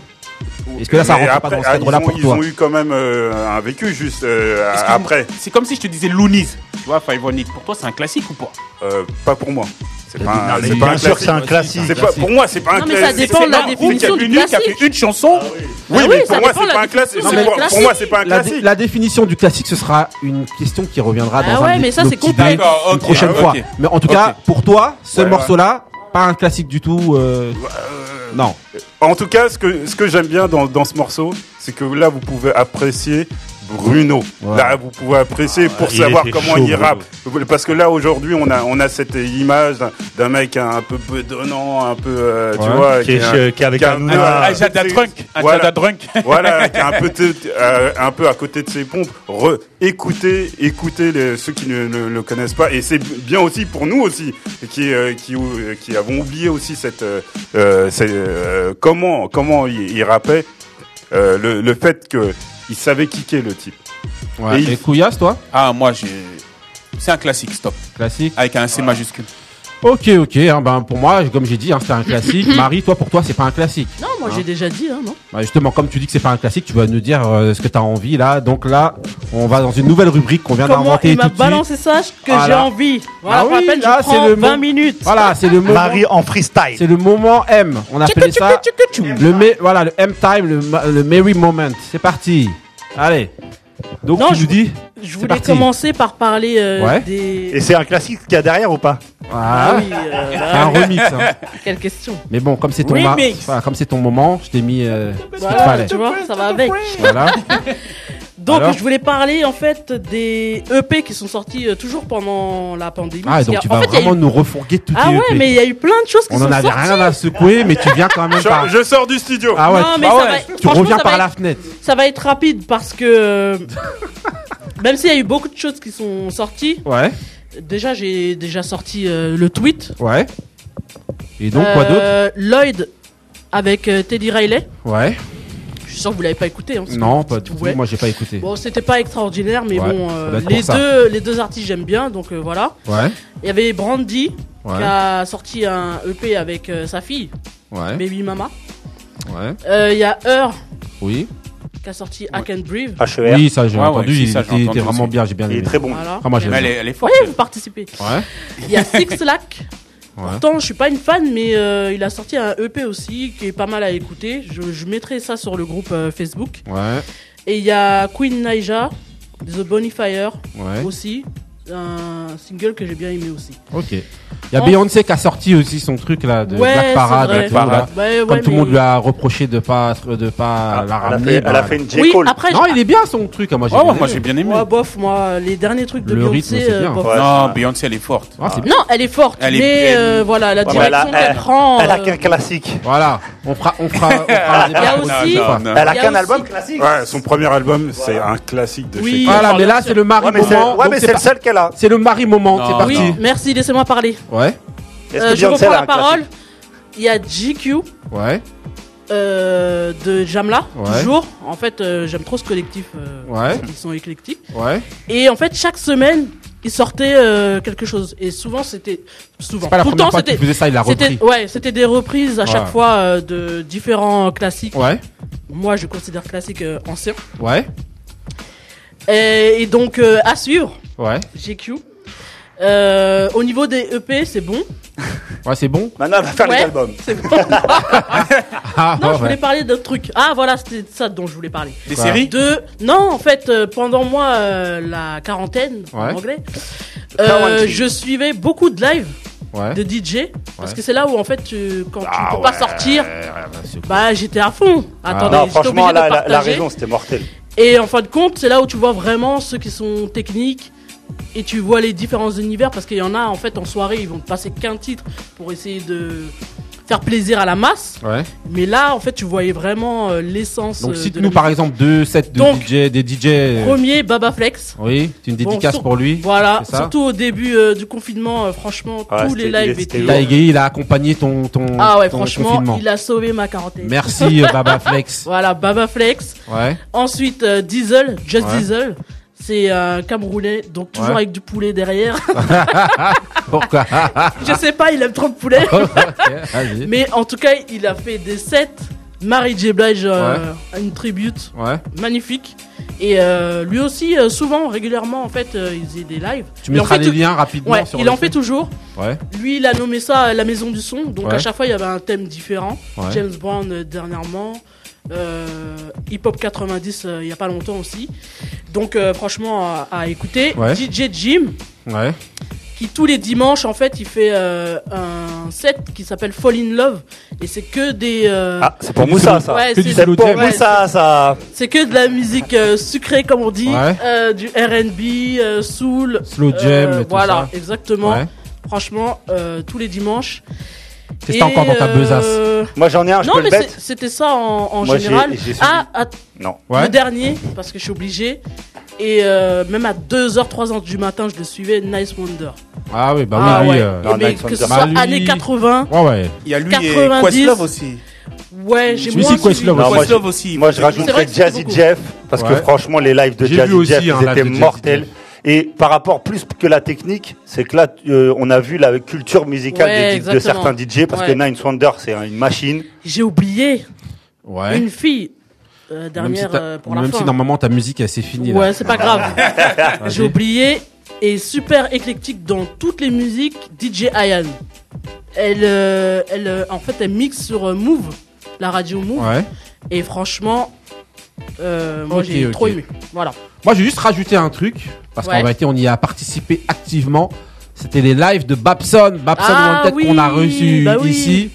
Speaker 1: Est-ce que là, ça
Speaker 3: mais ah,
Speaker 1: rentre pas dans ce cadre-là
Speaker 3: ils ont-
Speaker 1: pour toi
Speaker 3: Ils ont eu quand même euh, un vécu juste euh,
Speaker 2: Excuse-moi.
Speaker 3: après.
Speaker 2: C'est comme si je te disais Loonies. Tu vois, Five On It. Pour toi, c'est un classique ou pas
Speaker 3: Euh, pas pour moi. C'est pas,
Speaker 4: Non, mais
Speaker 3: c'est
Speaker 4: bien
Speaker 3: pas un
Speaker 4: sûr que c'est un classique.
Speaker 3: classique. C'est pas- pour moi, c'est pas un
Speaker 5: Non, mais
Speaker 3: classique.
Speaker 5: ça dépend de la
Speaker 3: C'est un groupe
Speaker 5: définition
Speaker 3: qui a
Speaker 5: du
Speaker 3: une- qui a fait
Speaker 5: classique.
Speaker 2: une chanson.
Speaker 3: Oui,
Speaker 5: Ah oui,
Speaker 3: mais
Speaker 5: ça
Speaker 3: pour moi,
Speaker 5: dépend
Speaker 3: c'est
Speaker 5: de
Speaker 3: pas
Speaker 5: la
Speaker 3: un classique.
Speaker 5: définition, mais
Speaker 3: Pour-
Speaker 5: classique.
Speaker 3: Pour moi, c'est pas un
Speaker 1: La, dé-
Speaker 3: classique.
Speaker 1: la définition du classique, ce sera une question qui reviendra
Speaker 5: Ah
Speaker 1: dans
Speaker 5: ouais,
Speaker 1: un
Speaker 5: mais ça,
Speaker 1: nos
Speaker 5: c'est
Speaker 1: petits
Speaker 5: complet.
Speaker 1: dés
Speaker 5: D'accord,
Speaker 1: une
Speaker 5: ok,
Speaker 1: prochaine
Speaker 5: ok.
Speaker 1: fois. Mais en tout
Speaker 3: ah, Ok.
Speaker 1: cas, pour toi, ce
Speaker 3: Ouais, ouais.
Speaker 1: morceau-là, pas un classique du tout. euh, non.
Speaker 3: En tout cas, ce que, ce que j'aime bien dans, dans ce morceau, c'est que là, vous pouvez apprécier Bruno. Là, vous pouvez apprécier pour
Speaker 4: Ah, il
Speaker 3: savoir
Speaker 4: était
Speaker 3: comment
Speaker 4: chaud,
Speaker 3: il rappe. Parce que là, aujourd'hui, on a, on a cette image d'un- d'un mec un peu bedonnant, un peu, euh, tu
Speaker 4: Ouais.
Speaker 3: vois,
Speaker 4: Qui est
Speaker 3: un-
Speaker 4: chez- qui est avec
Speaker 3: a un-
Speaker 4: Hanouna.
Speaker 3: un-
Speaker 4: Ah, Jada Drunk. Ah,
Speaker 3: Voilà.
Speaker 4: Jada Drunk.
Speaker 3: Voilà, qui est un peu, t- euh, un peu à côté de ses pompes. Re- écoutez, écoutez les- ceux qui ne ne le connaissent pas. Et c'est bien aussi pour nous aussi, qui, euh, qui, euh, qui avons oublié aussi cette, euh, euh, c'est, euh, comment, comment il, il rappait euh, le, le fait que il savait kicker le type.
Speaker 1: Ouais.
Speaker 3: il-
Speaker 1: Et Couillasse, toi
Speaker 2: Ah, moi, j'ai. C'est un classique, stop.
Speaker 1: Classique.
Speaker 2: Avec un C majuscule.
Speaker 1: Ok, ok. hein, ben, pour moi, comme j'ai dit, hein, c'est un classique. Marie, toi, pour toi, c'est pas un classique.
Speaker 5: Non, moi
Speaker 2: Ah.
Speaker 5: j'ai déjà dit, hein, non
Speaker 1: Bah, justement, comme tu dis que c'est pas un classique, tu vas nous dire euh, ce que t'as envie là. Donc là, on va dans une nouvelle rubrique qu'on vient
Speaker 5: Comment
Speaker 1: d'inventer
Speaker 5: il m'a
Speaker 1: tout de suite.
Speaker 5: balancé ça que j'ai
Speaker 1: Voilà.
Speaker 5: envie Voilà,
Speaker 1: Ah
Speaker 5: pour la
Speaker 1: oui,
Speaker 5: peine, je
Speaker 1: là,
Speaker 5: prends
Speaker 1: c'est le
Speaker 5: 20
Speaker 1: mo-
Speaker 5: minutes
Speaker 1: Voilà, c'est le moment.
Speaker 4: Marie en freestyle.
Speaker 1: C'est le moment M. On appelait ça le mé- voilà le M time, le, ma- le merry moment. C'est parti. Allez. Donc tu nous dis.
Speaker 5: Je
Speaker 1: c'est
Speaker 5: voulais
Speaker 1: parti.
Speaker 5: commencer par parler euh,
Speaker 1: Ouais.
Speaker 5: des...
Speaker 4: Et c'est un classique qu'il y a derrière ou pas
Speaker 1: Ah,
Speaker 5: oui, euh,
Speaker 1: c'est un remix. hein.
Speaker 5: Quelle question
Speaker 1: Mais bon, comme c'est ton ma-
Speaker 5: Remix.
Speaker 1: voilà, comme c'est ton moment, je t'ai mis euh, ce qu'il te
Speaker 5: Voilà,
Speaker 1: fallait.
Speaker 5: tu vois, ça va avec
Speaker 1: Voilà.
Speaker 5: Donc
Speaker 1: Alors
Speaker 5: je voulais parler en fait des EP qui sont sortis euh, toujours pendant la pandémie.
Speaker 1: Ah,
Speaker 5: parce
Speaker 1: donc
Speaker 5: qu'il y a-
Speaker 1: tu
Speaker 5: en
Speaker 1: vas
Speaker 5: fait, il y a eu-
Speaker 1: vraiment nous refourguer tout
Speaker 5: Ah ouais, mais il y a eu plein de choses qui
Speaker 1: On
Speaker 5: sont
Speaker 1: en avait
Speaker 5: sorties.
Speaker 1: rien à secouer, mais tu viens quand même
Speaker 3: Je,
Speaker 1: par.
Speaker 3: je sors du studio.
Speaker 1: Ah ouais,
Speaker 5: Non,
Speaker 1: tu,
Speaker 5: mais
Speaker 1: ah
Speaker 5: ça
Speaker 1: ouais,
Speaker 5: va-
Speaker 1: tu
Speaker 5: franchement,
Speaker 1: reviens
Speaker 5: ça
Speaker 1: par
Speaker 5: va
Speaker 1: la
Speaker 5: être-
Speaker 1: fenêtre.
Speaker 5: Ça va être rapide parce que euh, même s'il y a eu beaucoup de choses qui sont sorties,
Speaker 1: Ouais,
Speaker 5: déjà j'ai déjà sorti euh, le tweet.
Speaker 1: ouais. Et donc, quoi d'autre
Speaker 5: Euh, Lloyd avec euh, Teddy Riley.
Speaker 1: Ouais.
Speaker 5: Je suis sûr que vous l'avez pas écouté. hein, parce que
Speaker 1: Non,
Speaker 5: vous
Speaker 1: pas
Speaker 5: dites,
Speaker 1: du tout.
Speaker 5: ouais.
Speaker 1: Moi, j'ai pas écouté.
Speaker 5: Bon, c'était pas extraordinaire, mais
Speaker 1: Ouais,
Speaker 5: bon,
Speaker 1: ça
Speaker 5: euh,
Speaker 1: doit être pour
Speaker 5: les
Speaker 1: ça.
Speaker 5: deux, les deux artistes j'aime bien, donc euh, voilà.
Speaker 1: Ouais,
Speaker 5: Il y avait Brandy
Speaker 1: Ouais.
Speaker 5: qui a sorti un EP avec euh, sa fille,
Speaker 1: ouais,
Speaker 5: Baby Mama.
Speaker 1: ouais.
Speaker 5: Euh, Il y a Heur
Speaker 1: Oui.
Speaker 5: qui a sorti I Can Breathe.
Speaker 4: HER.
Speaker 1: Oui, ça, j'ai
Speaker 2: Ouais, ouais,
Speaker 1: entendu.
Speaker 2: si,
Speaker 1: il
Speaker 2: ça,
Speaker 1: était,
Speaker 2: j'ai entendu
Speaker 1: était vraiment
Speaker 2: aussi.
Speaker 1: bien, j'ai bien
Speaker 4: E Il
Speaker 1: aimé.
Speaker 4: est très bon.
Speaker 5: Voilà.
Speaker 1: Ah, moi, j'aime
Speaker 2: Mais elle, est-
Speaker 1: bien.
Speaker 2: elle est forte.
Speaker 5: Voyez, vous participez.
Speaker 1: Ouais,
Speaker 5: Il y a Six Lack.
Speaker 1: ouais.
Speaker 5: Pourtant, je suis pas une fan, mais euh, il a sorti un EP aussi qui est pas mal à écouter. Je, je mettrai ça sur le groupe euh, Facebook.
Speaker 1: Ouais,
Speaker 5: Et il y a Queen Naija, The Bonifier
Speaker 1: ouais.
Speaker 5: aussi. Un single que j'ai bien aimé aussi.
Speaker 1: Ok. Il y a
Speaker 5: En-
Speaker 1: Beyoncé qui a sorti aussi son truc là de Black
Speaker 5: c'est
Speaker 1: Parade.
Speaker 5: vrai.
Speaker 1: et tout, là.
Speaker 5: Ouais, ouais,
Speaker 1: Comme tout le
Speaker 5: mais-
Speaker 1: monde lui a reproché de pas de pas la
Speaker 4: Ah, elle, a
Speaker 1: ramener.
Speaker 4: fait,
Speaker 1: bah,
Speaker 4: elle a fait une J.
Speaker 5: Oui,
Speaker 4: Cole.
Speaker 5: après,
Speaker 1: Non, il est bien son truc. hein, Moi, j'ai
Speaker 2: Ah Ouais, ouais,
Speaker 1: bien
Speaker 2: moi,
Speaker 1: aimé.
Speaker 2: j'ai bien aimé.
Speaker 5: moi, Oh, bof, moi, les derniers trucs de
Speaker 1: Le rythme,
Speaker 5: Beyoncé,
Speaker 1: c'est
Speaker 5: euh,
Speaker 1: bien.
Speaker 5: bof.
Speaker 4: Ouais.
Speaker 2: Non, Beyoncé, elle est forte.
Speaker 1: Ah, c'est bien.
Speaker 5: Non, elle est forte,
Speaker 2: Elle est-
Speaker 5: mais
Speaker 2: elle-
Speaker 5: euh, voilà, la
Speaker 4: Ouais, mais elle
Speaker 5: direction
Speaker 4: a-
Speaker 5: qu'elle
Speaker 4: elle-
Speaker 5: prend.
Speaker 4: Elle a
Speaker 5: euh,
Speaker 4: qu'un classique.
Speaker 1: Voilà, on fera, on fera, on fera un
Speaker 5: Il y a
Speaker 1: débat
Speaker 5: aussi-
Speaker 1: positif.
Speaker 2: Non, non, non.
Speaker 4: Elle a
Speaker 5: ah, Il y a
Speaker 4: qu'un
Speaker 5: aussi-
Speaker 4: album classique.
Speaker 3: Ouais, son premier album, c'est un classique de
Speaker 5: Oui. Ah
Speaker 3: chez
Speaker 1: Voilà, mais Ah, là
Speaker 5: Bien
Speaker 1: c'est le mari
Speaker 4: Ouais, mais c'est
Speaker 1: moment.
Speaker 4: ouais,
Speaker 1: donc
Speaker 4: mais
Speaker 1: c'est
Speaker 4: c'est le
Speaker 1: par-
Speaker 4: seul qu'elle a.
Speaker 1: C'est le mari moment.
Speaker 2: Non,
Speaker 1: C'est parti.
Speaker 5: Oui, merci, laissez-moi parler.
Speaker 1: Ouais,
Speaker 4: Est-ce
Speaker 5: Euh,
Speaker 4: que
Speaker 5: je
Speaker 4: Beyoncé, elle
Speaker 5: reprends
Speaker 4: a
Speaker 5: la
Speaker 4: un classique
Speaker 5: parole. Il y a GQ
Speaker 1: ouais,
Speaker 5: euh, de Jamla,
Speaker 1: Ouais.
Speaker 5: toujours. En fait, euh, j'aime trop ce collectif. euh,
Speaker 1: Ouais.
Speaker 5: Ils sont éclectiques.
Speaker 1: ouais.
Speaker 5: Et en fait, chaque semaine, ils sortaient euh, quelque chose. Et souvent, c'était. Souvent.
Speaker 1: C'est pas la
Speaker 5: Tout le
Speaker 1: première
Speaker 5: temps,
Speaker 1: fois qu'il
Speaker 5: c'était.
Speaker 1: faisait ça, il l'a
Speaker 5: c'était-
Speaker 1: repris.
Speaker 5: ouais, c'était des reprises à chaque
Speaker 1: Ouais.
Speaker 5: fois euh, de différents classiques.
Speaker 1: Ouais,
Speaker 5: Moi, je considère classique euh, ancien.
Speaker 1: ouais,
Speaker 5: Et, et donc, euh, à suivre,
Speaker 1: ouais.
Speaker 5: GQ. Euh, au niveau des EP, c'est bon.
Speaker 1: Ouais, c'est bon.
Speaker 4: Maintenant, elle va faire
Speaker 5: Ouais.
Speaker 4: les albums.
Speaker 5: C'est bon.
Speaker 1: Ah,
Speaker 5: Non,
Speaker 1: ouais,
Speaker 5: je voulais
Speaker 1: ouais.
Speaker 5: parler d'autres trucs. Ah, voilà, c'était de ça dont je voulais parler.
Speaker 2: Des
Speaker 1: Quoi
Speaker 2: séries
Speaker 5: De... Non, en fait, euh, pendant moi, euh, la quarantaine, en
Speaker 1: Ouais.
Speaker 5: anglais, euh, je suivais beaucoup de lives
Speaker 1: Ouais.
Speaker 5: de DJ. Parce
Speaker 1: Ouais.
Speaker 5: que c'est là où, en fait, tu- quand tu
Speaker 3: Ah
Speaker 5: ne peux pas
Speaker 3: ouais,
Speaker 5: sortir,
Speaker 1: Ouais, c'est cool.
Speaker 5: bah, j'étais à fond.
Speaker 1: Ah.
Speaker 5: Attendez,
Speaker 4: Ah. Non,
Speaker 5: j'étais
Speaker 4: franchement, là,
Speaker 5: obligé de
Speaker 4: la,
Speaker 5: partager.
Speaker 4: la raison, c'était mortel.
Speaker 5: Et en fin de compte, c'est là où tu vois vraiment ceux qui sont techniques et tu vois les différents univers parce qu'il y en a en fait en soirée, ils vont te passer qu'un titre pour essayer de faire plaisir à la masse.
Speaker 1: Ouais.
Speaker 5: Mais là, en fait, tu voyais vraiment euh, l'essence.
Speaker 1: Donc
Speaker 5: euh,
Speaker 1: cite
Speaker 5: de
Speaker 1: nous
Speaker 5: la
Speaker 1: par exemple deux sets de
Speaker 5: Donc,
Speaker 1: DJ, des DJ.
Speaker 5: musique.
Speaker 1: euh,
Speaker 5: Premier, Baba Flex.
Speaker 1: Oui, c'est une
Speaker 5: Bon,
Speaker 1: dédicace
Speaker 5: sur-
Speaker 1: pour lui.
Speaker 5: Voilà,
Speaker 1: c'est ça
Speaker 5: surtout au début euh, du confinement, euh, franchement,
Speaker 4: Ah,
Speaker 5: tous les
Speaker 4: c'était- il
Speaker 5: lives
Speaker 4: est-
Speaker 5: étaient.
Speaker 4: c'était
Speaker 1: T'as égayé, il a accompagné ton ton,
Speaker 5: Ah ouais,
Speaker 1: ton
Speaker 5: franchement,
Speaker 1: confinement.
Speaker 5: il a sauvé ma quarantaine.
Speaker 1: Merci euh, Baba Flex.
Speaker 5: Voilà, Baba Flex.
Speaker 1: Ouais.
Speaker 5: Ensuite, euh, Diesel, Just
Speaker 1: Ouais.
Speaker 5: Diesel. C'est un Camerounais, donc toujours
Speaker 1: Ouais.
Speaker 5: avec du poulet derrière.
Speaker 1: Pourquoi
Speaker 5: Je sais pas, il aime trop le poulet.
Speaker 1: Ah Vas-y.
Speaker 5: Mais en tout cas, il a fait des sets. Marie J. Blige, euh, une tribute
Speaker 1: Ouais.
Speaker 5: magnifique. Et euh, lui aussi, euh, souvent, régulièrement, en fait, euh, il faisait des lives.
Speaker 1: Tu
Speaker 5: Il en
Speaker 1: mettras
Speaker 5: fait
Speaker 1: les
Speaker 5: tou-
Speaker 1: liens rapidement
Speaker 5: Ouais,
Speaker 1: sur
Speaker 5: il
Speaker 1: le
Speaker 5: en fait
Speaker 1: site.
Speaker 5: toujours.
Speaker 1: Ouais.
Speaker 5: Lui, il a nommé ça euh, la maison du son. Donc à
Speaker 1: Ouais.
Speaker 5: chaque fois, il y avait un thème différent.
Speaker 1: Ouais.
Speaker 5: James Brown euh, dernièrement, euh, Hip Hop 90 euh, il y a pas longtemps aussi. Donc euh, franchement, à, à écouter.
Speaker 1: Ouais.
Speaker 5: DJ Jim,
Speaker 1: Ouais.
Speaker 5: qui tous les dimanches, en fait, il fait euh, un set qui s'appelle Fall in Love. Et c'est que des. euh,
Speaker 4: Ah, c'est pour Moussa, ça.
Speaker 5: Ouais,
Speaker 4: c'est pour Moussa, ça.
Speaker 5: c'est que de la musique euh, sucrée, comme on dit,
Speaker 4: Ouais.
Speaker 5: euh, du RB, euh, soul.
Speaker 1: Slow
Speaker 5: euh,
Speaker 1: jam et tout
Speaker 5: Voilà,
Speaker 1: ça.
Speaker 5: exactement.
Speaker 1: Ouais.
Speaker 5: Franchement, euh, tous les dimanches.
Speaker 1: Qu'est-ce que
Speaker 5: Et,
Speaker 1: t'as encore dans ta besace
Speaker 4: Moi, j'en ai un, je
Speaker 5: non,
Speaker 4: peux le
Speaker 5: mais
Speaker 4: mettre
Speaker 5: c'est- c'était ça en, en
Speaker 4: Moi, j'ai-
Speaker 5: général.
Speaker 4: j'ai celui-
Speaker 5: ah, ah,
Speaker 4: Non.
Speaker 5: le
Speaker 4: Ouais.
Speaker 5: dernier, parce que je suis obligé. Et euh, même à 2h, 3h du matin, je le suivais, Nice Wonder.
Speaker 1: Ah oui, bah
Speaker 5: Ah
Speaker 1: oui,
Speaker 5: ouais.
Speaker 1: lui. euh,
Speaker 5: Non, Mais Night que ce Wonder. soit
Speaker 1: Bah,
Speaker 5: années 80,
Speaker 1: Ouais, ouais.
Speaker 2: Il y a lui et
Speaker 5: 90.
Speaker 2: Questlove aussi.
Speaker 5: Ouais, j'ai
Speaker 1: Oui,
Speaker 5: moins
Speaker 1: si, Questlove aussi.
Speaker 5: suivi.
Speaker 4: moi,
Speaker 2: Questlove
Speaker 4: je-
Speaker 2: aussi.
Speaker 4: Moi, je
Speaker 2: C'est vrai que
Speaker 4: rajouterais
Speaker 5: c'est
Speaker 4: Jazzy
Speaker 5: beaucoup.
Speaker 4: Jeff parce
Speaker 1: Ouais.
Speaker 4: que franchement, les lives de
Speaker 1: J'ai vu
Speaker 4: Jazzy
Speaker 1: aussi hein,
Speaker 4: Jeff, ils
Speaker 1: un live de
Speaker 4: étaient
Speaker 1: Jazzy
Speaker 4: mortels. Et par rapport plus que la technique, c'est que là, euh, on a vu la culture musicale
Speaker 5: Ouais,
Speaker 4: des- de
Speaker 5: exactement.
Speaker 4: certains DJ parce que
Speaker 5: Ouais.
Speaker 4: Nine Wonder, c'est une machine.
Speaker 5: J'ai oublié
Speaker 1: Ouais.
Speaker 5: une fille euh,
Speaker 1: Même si,
Speaker 5: dernière
Speaker 1: t'as-
Speaker 5: euh, pour la
Speaker 1: même
Speaker 5: fin.
Speaker 1: si normalement ta musique elle s'est finie. là.
Speaker 5: Ouais, c'est pas grave.
Speaker 1: Vas-y.
Speaker 5: J'ai oublié. Et super éclectique dans toutes les musiques, DJ Ayan. Elle, euh, elle, euh, en fait, elle mixe sur euh, Move, la radio Move.
Speaker 1: Ouais.
Speaker 5: Et franchement, euh, moi
Speaker 1: Ok,
Speaker 5: j'ai
Speaker 1: ok.
Speaker 5: trop aimé. Voilà.
Speaker 1: Moi, j'ai juste rajouté un truc parce
Speaker 5: Ouais.
Speaker 1: qu'en réalité, on y a participé activement. C'était les lives de Babson, Babson
Speaker 5: Ah
Speaker 1: Wanted qu'on a
Speaker 5: oui,
Speaker 1: reçu
Speaker 5: bah oui.
Speaker 1: ici.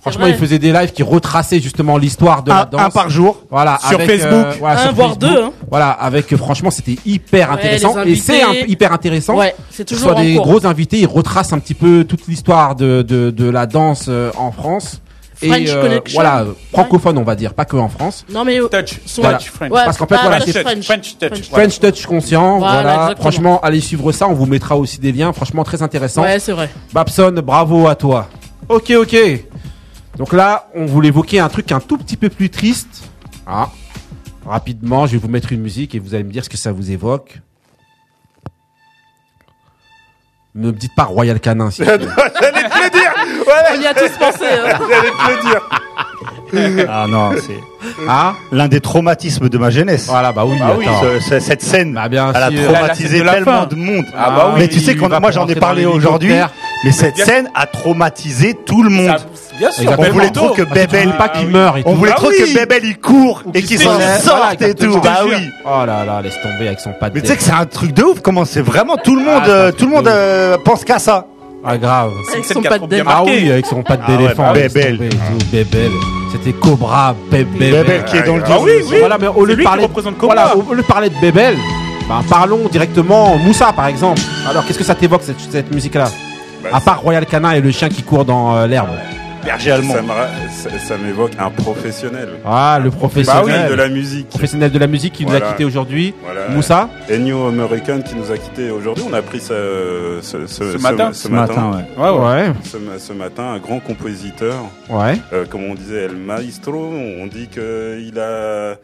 Speaker 1: Franchement,
Speaker 5: vrai.
Speaker 1: il faisait des lives qui retraçaient justement l'histoire de
Speaker 4: Un-
Speaker 1: la danse.
Speaker 4: un par jour.
Speaker 1: Voilà.
Speaker 4: Sur
Speaker 1: avec, euh,
Speaker 4: Facebook.
Speaker 1: voilà,
Speaker 5: Un,
Speaker 1: sur
Speaker 5: voire
Speaker 1: Facebook.
Speaker 5: deux, hein.
Speaker 1: Voilà. Avec, euh, franchement, c'était hyper
Speaker 5: Ouais,
Speaker 1: intéressant.
Speaker 5: les
Speaker 1: Et c'est un-
Speaker 5: invités.
Speaker 1: hyper intéressant.
Speaker 5: Ouais, c'est
Speaker 1: Que ce
Speaker 5: toujours
Speaker 1: soit
Speaker 5: en
Speaker 1: des
Speaker 5: cours.
Speaker 1: gros invités, ils retracent un petit peu toute l'histoire de, de, de la danse euh, en France.
Speaker 5: French
Speaker 1: et euh,
Speaker 5: Connection.
Speaker 1: voilà, euh, francophone, on va dire, pas que en France.
Speaker 5: Non mais touch,
Speaker 1: Voilà. Parce qu'en fait, voilà, c'est-
Speaker 5: French, Touch.
Speaker 1: French Touch conscient,
Speaker 5: Voilà,
Speaker 1: voilà.
Speaker 5: exactement.
Speaker 1: Franchement, allez suivre ça, on vous mettra aussi des liens, franchement très intéressant.
Speaker 5: Ouais, c'est vrai.
Speaker 1: Babson, bravo à toi. Ok, ok. Donc là, on voulait évoquer un truc un tout petit peu plus triste. Ah. Rapidement, je vais vous mettre une musique et vous allez me dire ce que ça vous évoque. Ne me dites pas Royal Canin. s'il vous plaît.
Speaker 4: J'allais te le dire
Speaker 5: On y a tous pensé. hein.
Speaker 4: J'allais te le dire Ah non, c'est
Speaker 1: Ah.
Speaker 4: l'un des traumatismes de ma jeunesse. Ah
Speaker 1: Voilà, bah oui, attends.
Speaker 4: ce-
Speaker 1: Bah,
Speaker 4: ce- cette scène,
Speaker 1: bien
Speaker 4: elle a
Speaker 1: sûr.
Speaker 4: traumatisé
Speaker 1: La- la scène de
Speaker 4: tellement
Speaker 1: la fin.
Speaker 4: de monde.
Speaker 1: Ah bah oui,
Speaker 4: mais tu sais,
Speaker 1: il
Speaker 4: qu'on,
Speaker 1: va
Speaker 4: moi j'en ai
Speaker 1: rentrer dans
Speaker 4: parlé
Speaker 1: l'hélicoptère.
Speaker 4: aujourd'hui, mais cette
Speaker 1: Bien-
Speaker 4: scène a traumatisé tout le monde.
Speaker 2: bien
Speaker 1: sûr.
Speaker 4: on voulait
Speaker 1: Exactement.
Speaker 4: trop que
Speaker 1: Ah, tu
Speaker 4: Bébel,
Speaker 1: voulais pas qu'il meure et
Speaker 4: on
Speaker 1: tout.
Speaker 4: voulait
Speaker 1: Bah
Speaker 4: trop
Speaker 1: oui.
Speaker 4: que Bébel il court et qu'il s'en
Speaker 1: Voilà,
Speaker 4: sorte et
Speaker 1: exactement.
Speaker 4: tout. Bah oui.
Speaker 1: Oh là là, laisse tomber avec son pas de
Speaker 4: Mais tu sais
Speaker 1: tête.
Speaker 4: que c'est un truc de ouf. Comment c'est vraiment tout le monde,
Speaker 1: Ah, c'est un
Speaker 4: euh,
Speaker 1: truc
Speaker 4: tout le monde
Speaker 1: de ouf.
Speaker 4: euh, pense qu'à ça.
Speaker 1: Ah grave.
Speaker 5: Avec son pas de dé-
Speaker 1: Ah oui, avec son patte
Speaker 4: Ah ouais,
Speaker 1: d'éléphant.
Speaker 4: bah,
Speaker 1: laisse
Speaker 4: Bébel.
Speaker 1: tomber et tout, Bébel. C'était Cobra, Bébel.
Speaker 4: Bébel qui est dans le
Speaker 1: Ah
Speaker 4: disque.
Speaker 1: oui,
Speaker 4: oui.
Speaker 1: Voilà, mais au lieu de
Speaker 2: lui qui
Speaker 1: parler,
Speaker 2: représente Cobra.
Speaker 1: voilà, au lieu de parler de Bébel, bah, parlons directement Moussa par exemple. Alors qu'est-ce que ça t'évoque cette, cette musique-là
Speaker 4: Bah,
Speaker 1: À part Royal Canin et le chien qui court dans euh, l'herbe.
Speaker 4: Berger allemand.
Speaker 3: Ça me ra- ça- ça m'évoque un professionnel.
Speaker 1: Ah, le professionnel.
Speaker 3: Bah oui, de la musique.
Speaker 1: Professionnel de la musique qui nous
Speaker 3: Voilà.
Speaker 1: a quitté aujourd'hui.
Speaker 3: Voilà.
Speaker 1: Moussa
Speaker 3: Ennio American qui nous a quittés aujourd'hui. On a pris ça, euh, ce,
Speaker 2: Ce matin.
Speaker 3: Ce matin,
Speaker 1: Ouais, ouais.
Speaker 3: Ce, ma- ce matin, un grand compositeur.
Speaker 1: Ouais.
Speaker 3: Euh, comme on disait, El Maestro. On dit que il a.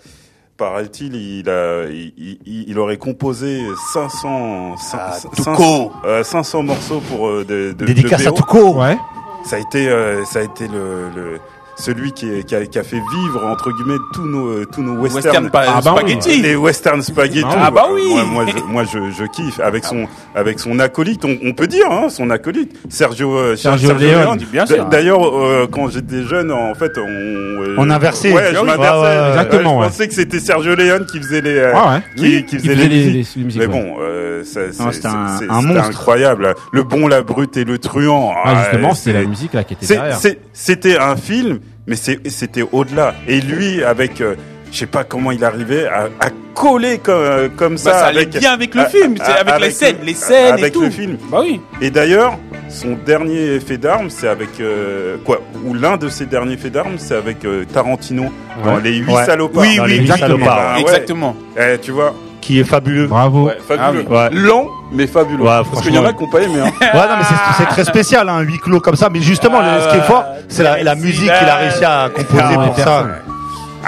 Speaker 3: Paraît-il, il, a, il, il- il aurait composé 500, cin-
Speaker 1: Ah,
Speaker 2: Tuco.
Speaker 3: 500, euh, 500 morceaux pour euh, de, de,
Speaker 4: Dédicace
Speaker 3: de
Speaker 4: à
Speaker 3: BO.
Speaker 4: Touko.
Speaker 1: Ouais.
Speaker 3: Ça a été, euh, ça a été le, le- celui qui, est- qui a, qui a fait vivre entre guillemets tous nos euh, tous nos westerns,
Speaker 2: Western pa-
Speaker 1: Ah bah oui.
Speaker 2: spaghetti.
Speaker 3: les western spaghetti.
Speaker 2: Ah bah oui.
Speaker 3: Moi, moi, je, moi, je- je kiffe avec son avec son acolyte. On, on peut dire hein, son acolyte Sergio euh,
Speaker 1: Sergio Leone,
Speaker 2: bien
Speaker 3: D-
Speaker 2: sûr.
Speaker 3: D'ailleurs, euh, quand j'étais jeune, en fait, on euh,
Speaker 4: On inversait.
Speaker 3: Ouais, je
Speaker 4: Ouais,
Speaker 3: m'inversais.
Speaker 4: ouais, ouais.
Speaker 3: Ouais,
Speaker 1: Exactement,
Speaker 3: je
Speaker 1: Ah ouais.
Speaker 3: pensais que c'était Sergio Leone qui faisait les euh,
Speaker 1: Ouais,
Speaker 2: Ah
Speaker 1: ouais.
Speaker 3: qui,
Speaker 1: Oui,
Speaker 3: qui
Speaker 1: qui
Speaker 3: faisait
Speaker 1: faisait
Speaker 3: les,
Speaker 1: les-
Speaker 3: musiques.
Speaker 1: les- les musiques,
Speaker 3: Mais
Speaker 1: ouais.
Speaker 3: bon, euh, ça- c'est
Speaker 4: Non, c'était un-
Speaker 3: c'est-
Speaker 4: un
Speaker 3: c'est
Speaker 4: monstre.
Speaker 3: incroyable. Le bon, la brute et le truand.
Speaker 1: Ah, justement,
Speaker 3: Ouais,
Speaker 1: c'était la musique là qui était
Speaker 3: c'est-
Speaker 1: derrière.
Speaker 3: c'est- C'était un film, mais c'est- c'était au-delà. Et lui, avec, euh, je sais pas comment il arrivait à, à coller comme, euh, comme ça.
Speaker 2: Bah, ça allait
Speaker 3: avec,
Speaker 2: bien avec le
Speaker 3: à-
Speaker 2: film,
Speaker 3: à-
Speaker 2: c'est avec les
Speaker 3: le-
Speaker 2: scènes, les scènes et
Speaker 3: Avec
Speaker 2: tout.
Speaker 3: le film.
Speaker 2: Bah oui.
Speaker 3: Et d'ailleurs, son dernier fait d'armes, c'est avec euh, quoi Ou l'un de ses derniers faits d'armes, c'est avec euh, Tarantino dans
Speaker 1: Ouais.
Speaker 3: les huit
Speaker 4: Ouais.
Speaker 3: salopards.
Speaker 4: Oui, Dans oui, Les Huit
Speaker 1: exactement.
Speaker 4: Salopards.
Speaker 3: Ah ouais.
Speaker 2: Exactement.
Speaker 3: Eh, tu vois,
Speaker 4: Qui est fabuleux.
Speaker 1: Bravo.
Speaker 3: ouais, fabuleux.
Speaker 4: Ah oui. Ouais.
Speaker 3: Lent, mais fabuleux.
Speaker 4: Ouais,
Speaker 3: Parce qu'il y en a
Speaker 4: franchement.
Speaker 3: qui n'ont pas aimé. Hein.
Speaker 4: Ouais, non, mais c'est, c'est très spécial, un huis clos comme ça. Mais justement,
Speaker 2: Ah,
Speaker 4: le- ce qui est fort, c'est la,
Speaker 2: ouais,
Speaker 4: la
Speaker 2: c'est
Speaker 4: musique
Speaker 2: là.
Speaker 4: qu'il a réussi à composer
Speaker 1: Ah,
Speaker 4: pour ça.
Speaker 1: personne.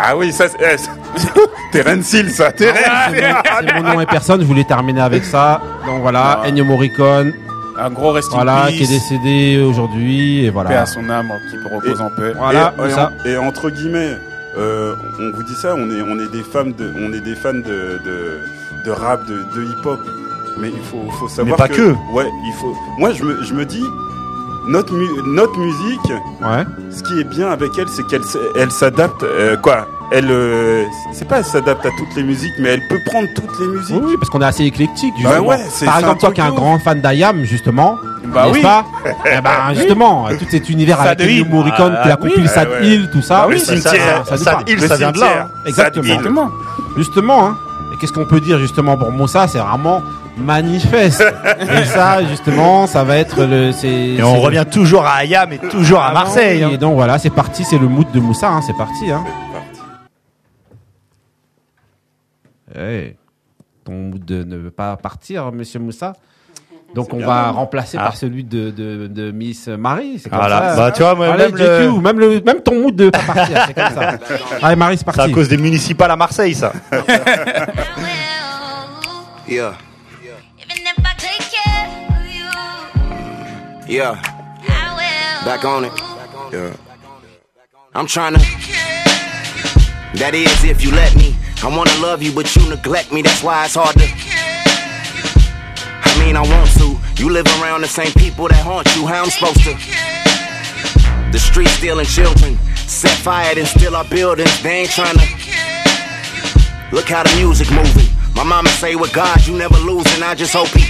Speaker 3: Ah oui, ça, c'est- eh, ça- Terence Hill, ça. Terence Hill.
Speaker 1: Ah, C'est mon nom et personne, je voulais terminer avec ça. Donc voilà,
Speaker 4: Ah.
Speaker 1: Ennio Morricone,
Speaker 2: Un gros rest in
Speaker 1: voilà,
Speaker 2: peace.
Speaker 1: qui est décédé aujourd'hui, et
Speaker 2: Paix
Speaker 1: voilà.
Speaker 3: hein,
Speaker 2: à son âme, qui repose en paix.
Speaker 1: Voilà,
Speaker 3: et, et
Speaker 1: ça.
Speaker 3: en- et entre guillemets, euh, on vous dit ça, on est, on est des femmes de, on est des fans de, de, de rap, de, de hip-hop. Mais il faut, faut savoir
Speaker 4: pas que.
Speaker 3: Ouais, il faut. Moi, je me, je me dis, notre, mu- notre musique,
Speaker 1: Ouais.
Speaker 3: ce qui est bien avec elle, c'est qu'elle s- elle s'adapte. euh, quoi Elle, euh, c'est pas elle s'adapte à toutes les musiques, mais elle peut prendre toutes les musiques.
Speaker 1: Oui, parce qu'on est assez éclectique.
Speaker 3: Bah
Speaker 1: justement.
Speaker 3: ouais, c'est-
Speaker 1: Par
Speaker 3: c'est
Speaker 1: exemple,
Speaker 3: un
Speaker 1: toi
Speaker 3: truc
Speaker 1: qui es un
Speaker 3: de ouf.
Speaker 1: grand fan d'IAM, justement.
Speaker 3: Bah
Speaker 1: n'est-ce
Speaker 3: oui.
Speaker 1: Pas Eh ben, justement, tout cet univers
Speaker 3: Sad
Speaker 1: avec les
Speaker 3: Hill.
Speaker 1: Morricone
Speaker 3: Ah,
Speaker 1: qui la
Speaker 3: oui.
Speaker 1: compile,
Speaker 3: Ah
Speaker 1: Sad
Speaker 3: ouais.
Speaker 1: Hill, tout ça.
Speaker 3: Ah oui, Le ça- cimetière. ça- ça- Sad Hill, Le ça vient de là, cimetière. hein. Sad Hill.
Speaker 1: Exactement. Justement, hein. Et qu'est-ce qu'on peut dire justement pour Moussa C'est vraiment manifeste. et ça, justement, ça va être le.
Speaker 4: Et on revient toujours à Aya, mais toujours à Marseille. hein.
Speaker 1: Ah Et donc voilà, c'est parti, c'est le mood de Moussa, hein, c'est parti. Hein. Hey, Eh, ton mood de- ne veut pas partir, monsieur Moussa. Donc on
Speaker 4: bien.
Speaker 1: va remplacer
Speaker 4: Ah.
Speaker 1: par celui de, de- de Miss Marie. c'est comme
Speaker 4: Voilà.
Speaker 1: ça.
Speaker 4: Bah, tu vois, moi,
Speaker 1: Allez,
Speaker 4: même le-
Speaker 1: GQ, même le- même ton mood de pas partir, c'est comme ça. Allez, Marie, c'est parti.
Speaker 4: à cause des municipales à Marseille, ça.
Speaker 13: Yeah. Yeah. Back on it. Yeah. I'm trying to. That is, if you let me. I wanna love you, but you neglect me. That's why it's hard to. I mean, I want to. You live around the same people that haunt you. How I'm supposed to? The streets stealing children. Set fire and steal our buildings. They ain't trying to. Look how the music moving. My mama say with God you never lose, and I just hope he.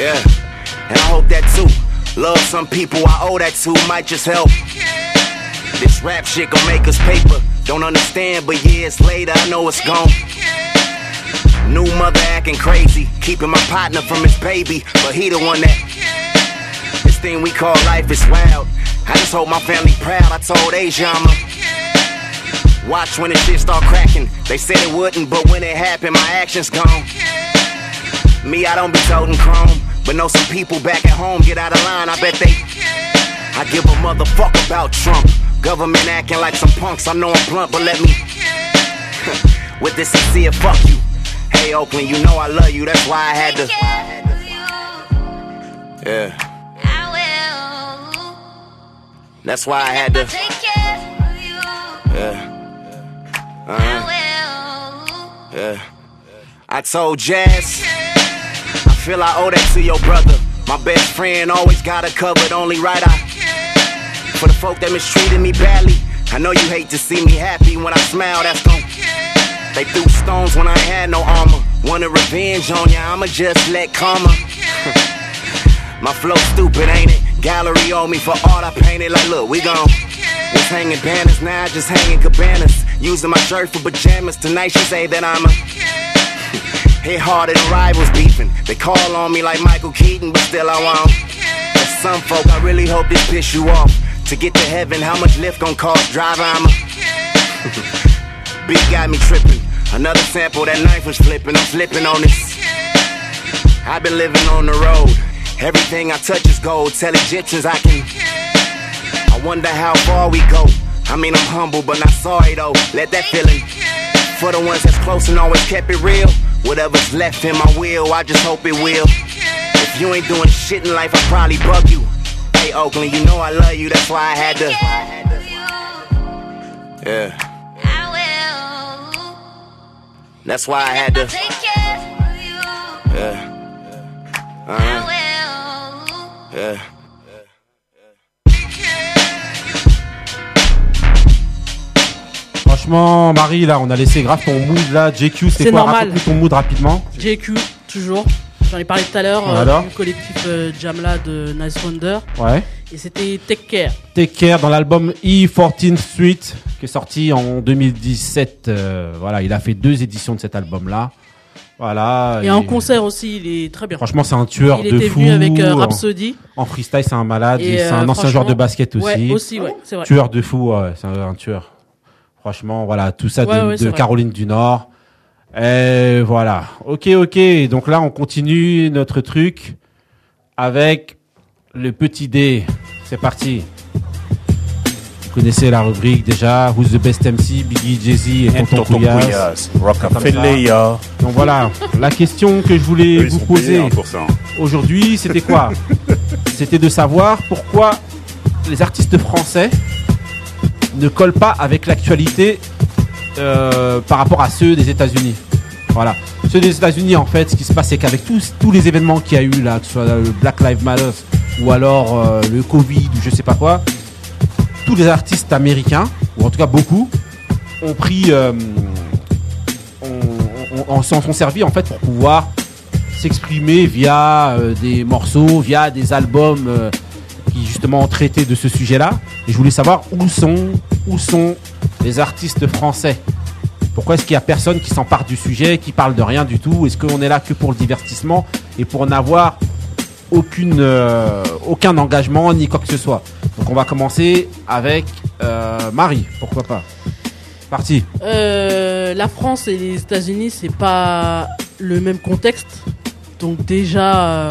Speaker 13: Yeah, and I hope that too. Love some people I owe that to might just help. This rap shit gon' make us paper. Don't understand, but years later I know it's gone. New mother acting crazy, keeping my partner from his baby, but he the one that. This thing we call life is wild. I just hope my family proud. I told Asia I'm a Watch when this shit start cracking. They said it wouldn't, but when it happened, my actions gone. Me, I don't be toting chrome, but know some people back at home get out of line. I bet they. I give a motherfucker about Trump. Government acting like some punks. I know I'm blunt, but let me. With this sincere fuck you. Hey Oakland, you know I love you. That's why I had to. Yeah. That's why I had to. Yeah. Uh-huh. Yeah. I told Jazz, I feel I owe that to your brother. My best friend always got it covered, only right I. For the folk that mistreated me badly, I know you hate to see me happy when I smile, that's gon' They threw stones when I ain't had no armor. Wanted revenge on ya, I'ma just let karma. My flow stupid, ain't it? Gallery on me for art I painted. Like, look, we gon' was hanging banners now, I just hanging cabanas. Using my shirt for pajamas tonight. She say that I'm a hit harder than rivals beefing. They call on me like Michael Keaton, but still I won't. But some folk, I really hope this piss you off. To get to heaven, how much lift gon' cost? Driver, I'm a beat got me tripping. Another sample, that knife was flipping. I'm flipping on this. I've been living on the road. Everything I touch is gold. Tell Egyptians I can. I wonder how far we go. I mean, I'm humble, but not sorry though. Let that feeling. For the ones that's close and always kept it real. Whatever's left in my will, I just hope it will. If you ain't doing shit in life, I probably bug you. Hey, Oakland, you know I love you. That's why I had to. Yeah. That's why I had to. Yeah. Uh-huh. Yeah.
Speaker 1: Franchement, Marie, là, on a laissé grave ton mood là. JQ, c'est
Speaker 5: C'est
Speaker 1: quoi
Speaker 5: normal.
Speaker 1: Raconte-nous ton mood rapidement.
Speaker 5: JQ, toujours. J'en ai parlé tout à l'heure euh,
Speaker 1: Voilà.
Speaker 5: du collectif euh, Jamla de Nice Wonder.
Speaker 1: Ouais.
Speaker 5: Et c'était Take Care.
Speaker 1: Take Care dans l'album E14 Suite qui est sorti en 2017. Euh, voilà, il a fait deux éditions de cet album-là. Voilà.
Speaker 5: Et en concert aussi, il est très bien.
Speaker 1: Ah, Franchement, c'est un tueur
Speaker 5: il
Speaker 1: de
Speaker 5: était
Speaker 1: fou.
Speaker 5: venu avec euh,
Speaker 1: En-
Speaker 5: Rhapsody.
Speaker 1: En freestyle, c'est un malade.
Speaker 5: Et,
Speaker 1: Et c'est un
Speaker 5: euh,
Speaker 1: ancien joueur de
Speaker 5: franchement,
Speaker 1: basket aussi.
Speaker 5: ouais, aussi, ouais, c'est vrai.
Speaker 1: Tueur de fou, ouais, c'est un, un tueur. Franchement, voilà, tout ça de-
Speaker 5: Ouais,
Speaker 1: de,
Speaker 5: ouais, c'est vrai.
Speaker 1: Caroline du Nord. Et voilà. Ok, ok. Donc là, on continue notre truc avec le petit dé. C'est parti. Vous connaissez la rubrique déjà. Who's the best MC? Biggie, Jay-Z et
Speaker 2: Et
Speaker 1: Tonton
Speaker 2: Tonton
Speaker 1: Couillasse.
Speaker 2: Couillasse,
Speaker 1: Comme ça.
Speaker 2: Rockefeller.
Speaker 1: Donc voilà, la question que je voulais
Speaker 3: Eux, ils
Speaker 1: vous
Speaker 3: sont payés,
Speaker 1: poser
Speaker 3: hein, pour ça, hein.
Speaker 1: aujourd'hui, c'était quoi C'était de savoir pourquoi les artistes français ne collent pas avec l'actualité euh, par rapport à ceux des États-Unis. Voilà. Ceux des États-Unis, en fait, ce qui se passe, c'est qu'avec tous, tous les événements qu'il y a eu là, que ce soit le Black Lives Matter ou alors euh, le Covid ou je sais pas quoi, tous les artistes américains, ou en tout cas beaucoup, ont pris. euh, on- on- s'en sont servis en fait pour pouvoir s'exprimer via euh, des morceaux, via des albums euh, qui justement ont traité de ce sujet-là. Et je voulais savoir où sont, où sont les artistes français. Pourquoi est-ce qu'il n'y a personne qui s'empare du sujet, qui parle de rien du tout Est-ce qu'on est là que pour le divertissement et pour n'avoir aucune, euh, aucun engagement ni quoi que ce soit Donc on va commencer avec euh, Marie, pourquoi pas Parti.
Speaker 5: Euh, la France et les États-Unis, c'est pas le même contexte. Donc déjà, euh,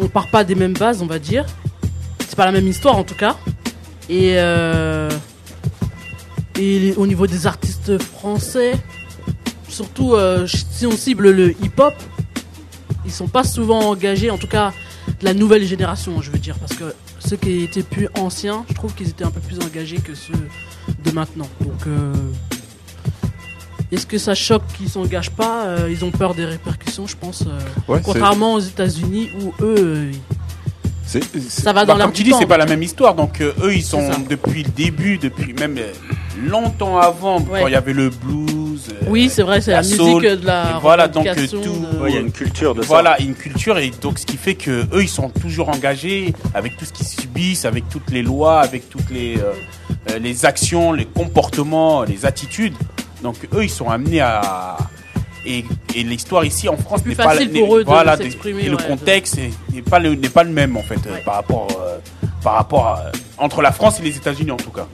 Speaker 5: on part pas des mêmes bases, on va dire. C'est pas la même histoire en tout cas. Et euh, et les- au niveau des artistes français, surtout euh, si on cible le hip-hop, ils sont pas souvent engagés, en tout cas de la nouvelle génération, je veux dire, parce que ceux qui étaient plus anciens, je trouve qu'ils étaient un peu plus engagés que ceux de maintenant. Donc euh, est-ce que ça choque qu'ils s'engagent pas Euh, Ils ont peur des répercussions, je pense. euh,
Speaker 2: Ouais,
Speaker 5: contrairement aux États-Unis où eux, euh,
Speaker 3: C'est-
Speaker 2: c'est-
Speaker 5: Ça va
Speaker 2: bah,
Speaker 5: dans l'air
Speaker 2: Comme tu
Speaker 5: du
Speaker 2: dis,
Speaker 5: temps.
Speaker 2: c'est pas la même histoire. Donc euh, eux, ils sont
Speaker 5: ça.
Speaker 2: depuis le début, depuis même euh, longtemps avant, quand il y avait le blues. euh,
Speaker 5: Oui, c'est vrai, c'est la musique,
Speaker 2: soul.
Speaker 5: euh, de la
Speaker 2: Et voilà, donc euh, tout.
Speaker 5: revendication de- Ouais, il y a une
Speaker 2: culture
Speaker 14: de ça.
Speaker 2: Voilà, une culture et donc ce qui fait que eux, ils sont toujours engagés avec tout ce qu'ils subissent, avec toutes les lois, avec toutes les euh, euh, les actions, les comportements, les attitudes. Donc eux, ils sont amenés à et, et l'histoire ici en France
Speaker 5: Plus
Speaker 2: n'est pas
Speaker 5: facile
Speaker 2: n'est-
Speaker 5: pour eux de
Speaker 2: voilà,
Speaker 5: s'exprimer,
Speaker 2: et le
Speaker 5: ouais, de-
Speaker 2: contexte est- n'est pas le n'est pas le même en fait euh, par rapport euh, par rapport à- euh, entre la France et les États-Unis en tout cas.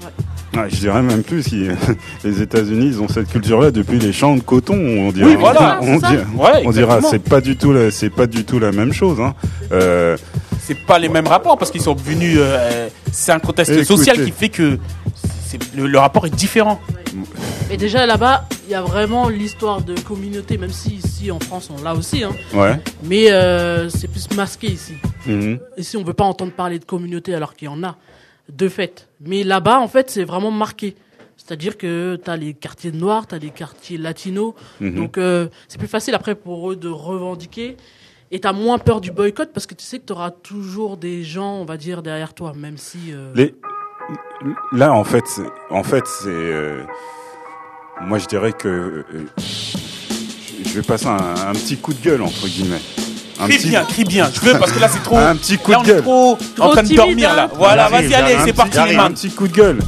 Speaker 3: Ouais, Ah, je dirais même plus, ils- les États-Unis, ils ont cette culture-là depuis les champs de coton. On dirait,
Speaker 2: Oui, voilà,
Speaker 3: on,
Speaker 2: c'est ça.
Speaker 3: dirait-
Speaker 2: Ouais,
Speaker 3: on dira,
Speaker 2: exactement.
Speaker 3: c'est pas du tout, la- c'est pas du tout la même chose. Hein. Euh,
Speaker 2: C'est pas les mêmes rapports parce qu'ils sont venus euh, c'est un contexte
Speaker 3: Écoutez.
Speaker 2: social qui fait que c'est- le, le rapport est différent.
Speaker 5: Et déjà là-bas, il y a vraiment l'histoire de communauté, même si ici en France on l'a aussi. hein.
Speaker 3: Ouais.
Speaker 5: Mais euh, c'est plus masqué ici.
Speaker 3: Mhm.
Speaker 5: Ici on veut pas entendre parler de communauté alors qu'il y en a, de fait. Mais là-bas en fait c'est vraiment marqué. C'est-à-dire que tu as les quartiers noirs, tu as les quartiers latinos.
Speaker 15: Mhm.
Speaker 5: Donc euh, c'est plus facile après pour eux de revendiquer. Et tu as moins peur du boycott parce que tu sais que tu auras toujours des gens, on va dire, derrière toi, même si... euh,
Speaker 3: Les- Là, en fait, c'est- en fait, c'est. euh, moi, je dirais que euh, je- je vais passer un, un petit coup de gueule entre guillemets. Un
Speaker 2: Crie bien, crie bien. Je veux parce que là c'est trop.
Speaker 3: Un petit coup
Speaker 2: là,
Speaker 3: de
Speaker 2: on est
Speaker 3: gueule.
Speaker 2: trop, en train de dormir
Speaker 3: hein.
Speaker 2: là. Voilà,
Speaker 3: J'arrive,
Speaker 2: vas-y allez,
Speaker 3: j'arrive.
Speaker 2: c'est
Speaker 3: Un
Speaker 2: parti
Speaker 3: petit-
Speaker 2: les
Speaker 3: Un
Speaker 2: mains.
Speaker 3: petit coup de gueule.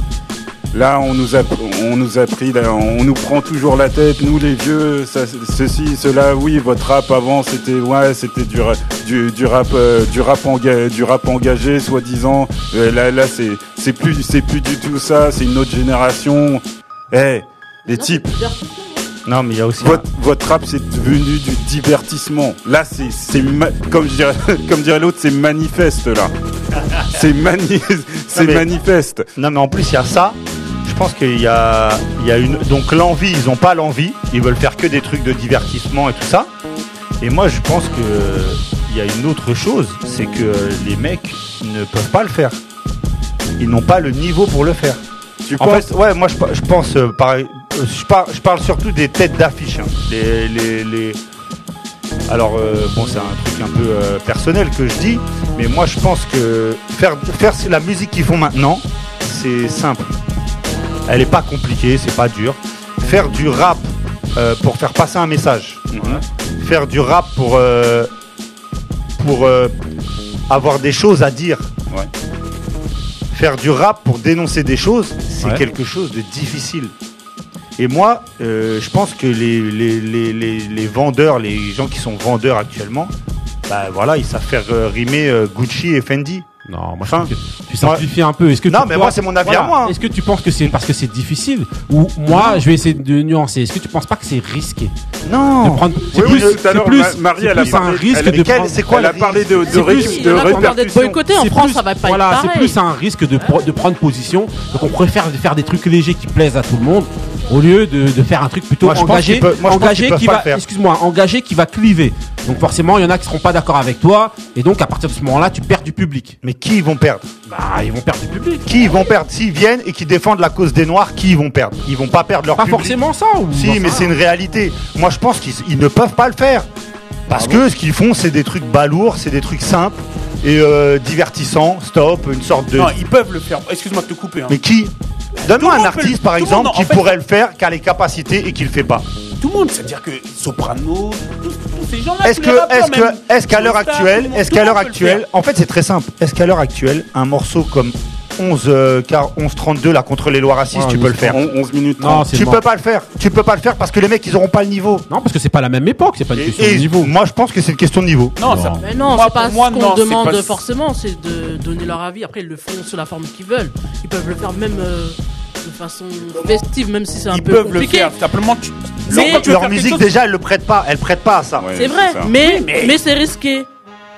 Speaker 3: Là, on nous a, on nous a pris, là, on nous prend toujours la tête, nous les vieux, ça, ceci, cela, oui, votre rap avant, c'était, ouais, c'était du, ra- du, du rap, euh, du rap enga- du rap engagé, soi-disant. Euh, là, là, c'est, c'est plus, c'est plus du tout ça, c'est une autre génération. Eh, les types.
Speaker 4: Non, mais il y a aussi.
Speaker 3: Votre, votre rap, c'est devenu du divertissement. Là, c'est, c'est ma- comme, je dirais, comme dirait l'autre, c'est manifeste, là. C'est mani- c'est manifeste.
Speaker 4: Non, mais en plus, il y a ça. Je pense qu'il y a, il y a une. Donc, l'envie, ils n'ont pas l'envie. Ils veulent faire que des trucs de divertissement et tout ça. Et moi, je pense qu'il y a une autre chose. C'est que les mecs ne peuvent pas le faire. Ils n'ont pas le niveau pour le faire.
Speaker 3: Tu
Speaker 4: en fait, ouais, moi, je, pa- je pense. euh, pareil, euh, je, par- je parle surtout des têtes d'affiche. hein. Les- les- les, alors euh, bon, c'est un truc un peu euh, personnel que je dis, mais moi je pense que faire, faire la musique qu'ils font maintenant, c'est simple. Elle n'est pas compliquée, c'est pas dur. Faire du rap euh, pour faire passer un message. Faire du rap pour euh, pour euh, avoir des choses à dire. Faire du rap pour dénoncer des choses, c'est
Speaker 3: Ouais.
Speaker 4: quelque chose de difficile. Et moi, euh, je pense que les, les, les, les, les vendeurs, les gens qui sont vendeurs actuellement, bah voilà, ils savent faire euh, rimer euh, Gucci et Fendi.
Speaker 1: Non, moi je trouve que tu simplifies un peu. Est-ce que
Speaker 4: non,
Speaker 1: tu-
Speaker 4: mais
Speaker 1: toi-
Speaker 4: moi c'est mon avis
Speaker 1: voilà.
Speaker 4: à moi. hein.
Speaker 1: Est-ce que tu penses que c'est parce que c'est difficile ou moi je vais essayer de nuancer. Est-ce que tu penses pas que c'est risqué
Speaker 4: Non.
Speaker 1: De prendre- C'est
Speaker 3: Oui,
Speaker 1: plus,
Speaker 3: oui, tout à
Speaker 1: c'est
Speaker 3: l'heure,
Speaker 1: plus,
Speaker 3: Ma- Marie,
Speaker 1: c'est
Speaker 3: elle a
Speaker 1: plus un
Speaker 3: parlé-
Speaker 1: risque
Speaker 3: elle a-
Speaker 1: de
Speaker 3: quel-
Speaker 1: prendre-
Speaker 3: c'est quoi Elle le a parlé risque de- de
Speaker 1: C'est plus-
Speaker 3: ré- de
Speaker 1: il y en a qui ont l'air d'être
Speaker 3: répercussions.
Speaker 1: boycottés, en
Speaker 5: C'est
Speaker 1: France,
Speaker 5: plus-
Speaker 1: ça va pas
Speaker 5: voilà,
Speaker 1: être
Speaker 5: c'est
Speaker 1: pareil.
Speaker 5: plus un risque de, pro- de prendre position. Donc on préfère faire des trucs légers qui plaisent à tout le monde
Speaker 1: Au lieu de, de faire un truc plutôt
Speaker 4: Moi, je pense
Speaker 1: engagé,
Speaker 4: qu'ils peuvent- moi, je pense
Speaker 1: engagé
Speaker 4: qu'ils peuvent
Speaker 1: qui
Speaker 4: pas
Speaker 1: va,
Speaker 4: le faire.
Speaker 1: excuse-moi, engagé qui va cliver. Donc forcément, il y en a qui seront pas d'accord avec toi, et donc à partir de ce moment-là, tu perds du public.
Speaker 4: Mais qui ils vont perdre
Speaker 1: Bah, ils vont perdre du public.
Speaker 4: Qui ils vont perdre S'ils viennent et qui défendent la cause des Noirs, qui ils vont perdre Ils vont pas perdre leur
Speaker 1: Pas
Speaker 4: public.
Speaker 1: forcément ça, ou
Speaker 4: Si,
Speaker 1: j'en
Speaker 4: mais
Speaker 1: sais
Speaker 4: c'est une réalité. Moi, je pense qu'ils ils ne peuvent pas le faire.
Speaker 2: Ah
Speaker 4: Parce que ce qu'ils font, c'est des trucs balourds, c'est des trucs simples et euh, divertissants. Stop, une sorte de.
Speaker 2: Non, ils peuvent le faire. Excuse-moi de te couper. hein.
Speaker 4: Mais qui Donne-moi un
Speaker 2: monde peut le-
Speaker 4: artiste, par
Speaker 2: tout le
Speaker 4: exemple,
Speaker 2: monde, en
Speaker 4: qui
Speaker 2: fait-
Speaker 4: pourrait le faire, qui a les capacités et qui le fait pas.
Speaker 2: Tout le monde, c'est-à-dire que Soprano, tous, tous ces gens-là.
Speaker 4: Est-ce
Speaker 2: tous les
Speaker 4: que,
Speaker 2: rappeurs,
Speaker 4: est-ce
Speaker 2: même,
Speaker 4: que, est-ce qu'à l'heure
Speaker 2: Joestar, tout
Speaker 4: actuelle,
Speaker 2: le monde-
Speaker 4: est-ce
Speaker 2: tout
Speaker 4: qu'à
Speaker 2: le
Speaker 4: l'heure
Speaker 2: monde peut le faire.
Speaker 4: actuelle, en fait, c'est très simple. Est-ce qu'à l'heure actuelle, un morceau comme 11, euh, car 11 32 là contre les lois racistes,
Speaker 1: Ouais,
Speaker 4: tu peux le faire.
Speaker 3: 11 minutes
Speaker 1: Non, 30. c'est
Speaker 4: tu
Speaker 1: mort.
Speaker 4: peux pas le faire. Tu peux pas le faire parce que les mecs, ils auront pas le niveau.
Speaker 1: Non, parce que c'est pas la même époque, c'est pas une question de
Speaker 4: Et
Speaker 1: niveau.
Speaker 4: moi, je pense que c'est une question de niveau.
Speaker 2: Non, ça-
Speaker 5: Mais non,
Speaker 2: Moi,
Speaker 5: c'est pas
Speaker 2: pour moi,
Speaker 5: ce qu'on
Speaker 2: non, c'est
Speaker 5: demande
Speaker 2: pas-
Speaker 5: forcément, c'est de donner leur avis. Après, ils le font sous la forme qu'ils veulent. Ils peuvent le faire même euh, de façon festive, même si c'est un
Speaker 2: Ils
Speaker 5: peu
Speaker 2: peuvent le
Speaker 5: compliqué.
Speaker 2: faire. Simplement, tu.
Speaker 5: Mais-
Speaker 2: Quand tu veux
Speaker 4: Leur
Speaker 2: faire quelque
Speaker 4: musique,
Speaker 2: chose-
Speaker 4: déjà, elle le prête pas. Elle prête pas à ça.
Speaker 5: C'est vrai, mais, mais c'est risqué.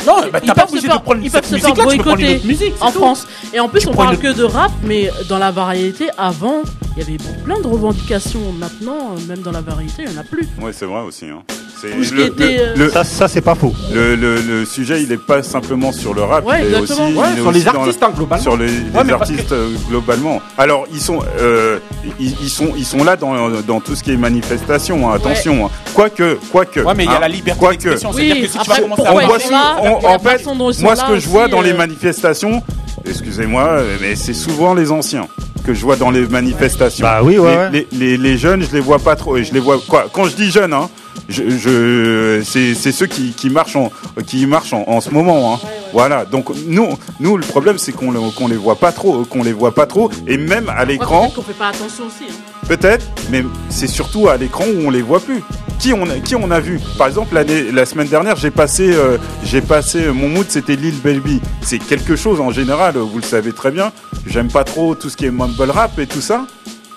Speaker 5: Non,
Speaker 2: bah, t'as pas obligé de prendre
Speaker 5: ils peuvent
Speaker 2: cette
Speaker 5: se faire
Speaker 2: musique-là, tu peux prendre une
Speaker 5: boycotter
Speaker 2: autre musique, c'est
Speaker 5: en
Speaker 2: tout.
Speaker 5: France. Et en plus,
Speaker 2: Tu
Speaker 5: on
Speaker 2: prends
Speaker 5: parle
Speaker 2: une-
Speaker 5: que de rap, mais dans la variété, avant, il y avait plein de revendications. Maintenant, euh, même dans la variété, il n'y en a plus.
Speaker 3: Ouais, c'est vrai aussi. hein. C'est
Speaker 5: Tout ce
Speaker 3: le-
Speaker 5: qui était,
Speaker 3: le-
Speaker 5: euh,
Speaker 3: le-
Speaker 4: Ça, ça c'est pas faux.
Speaker 3: Le, le- le sujet, il n'est pas simplement sur le rap,
Speaker 5: Ouais,
Speaker 3: il est aussi
Speaker 5: exactement.
Speaker 3: il
Speaker 1: Ouais,
Speaker 3: est
Speaker 1: sur les
Speaker 3: aussi dans
Speaker 1: artistes,
Speaker 3: le-
Speaker 1: hein, globalement.
Speaker 3: Sur les, les
Speaker 1: Ouais, mais parce
Speaker 3: artistes euh, globalement. Alors, ils sont, euh, ils, ils sont, ils sont là dans, dans tout ce qui est manifestation. hein, attention, hein. quoique, quoique.
Speaker 2: Ouais, mais il y a
Speaker 3: hein,
Speaker 2: la liberté
Speaker 3: quoique.
Speaker 2: d'expression,
Speaker 5: Oui,
Speaker 2: c'est-à-dire que si tu
Speaker 5: après,
Speaker 2: vas commencer à
Speaker 5: pourquoi
Speaker 3: On
Speaker 5: ils
Speaker 3: voit
Speaker 5: sont
Speaker 3: si-
Speaker 5: là,
Speaker 3: on-
Speaker 5: la
Speaker 3: en fait,
Speaker 5: façon dont ils sont
Speaker 3: moi, ce
Speaker 5: là
Speaker 3: que je vois
Speaker 5: aussi,
Speaker 3: dans les
Speaker 5: euh,
Speaker 3: manifestations, excusez-moi, mais c'est souvent les anciens que je vois dans les manifestations.
Speaker 4: Bah oui, ouais,
Speaker 3: Les-
Speaker 4: ouais.
Speaker 3: Les, les- les jeunes, je les vois pas trop. et Je les vois quoi Quand je dis jeunes, hein, je, je- c'est c'est ceux qui, qui marchent en, qui marchent en, en ce moment. hein. Voilà. Donc nous, nous, le problème, c'est qu'on le- qu'on les voit pas trop, qu'on les voit pas trop, et même à
Speaker 5: Ouais,
Speaker 3: l'écran,
Speaker 5: peut-être qu'on fait pas attention aussi. hein.
Speaker 3: peut-être, mais c'est surtout à l'écran où on les voit plus. Qui on a, qui on a vu Par exemple, l'année- la semaine dernière, j'ai passé, euh, j'ai passé euh, mon mood, c'était Lil Baby. C'est quelque chose en général, euh, vous le savez très bien. J'aime pas trop tout ce qui est mumble rap et tout ça,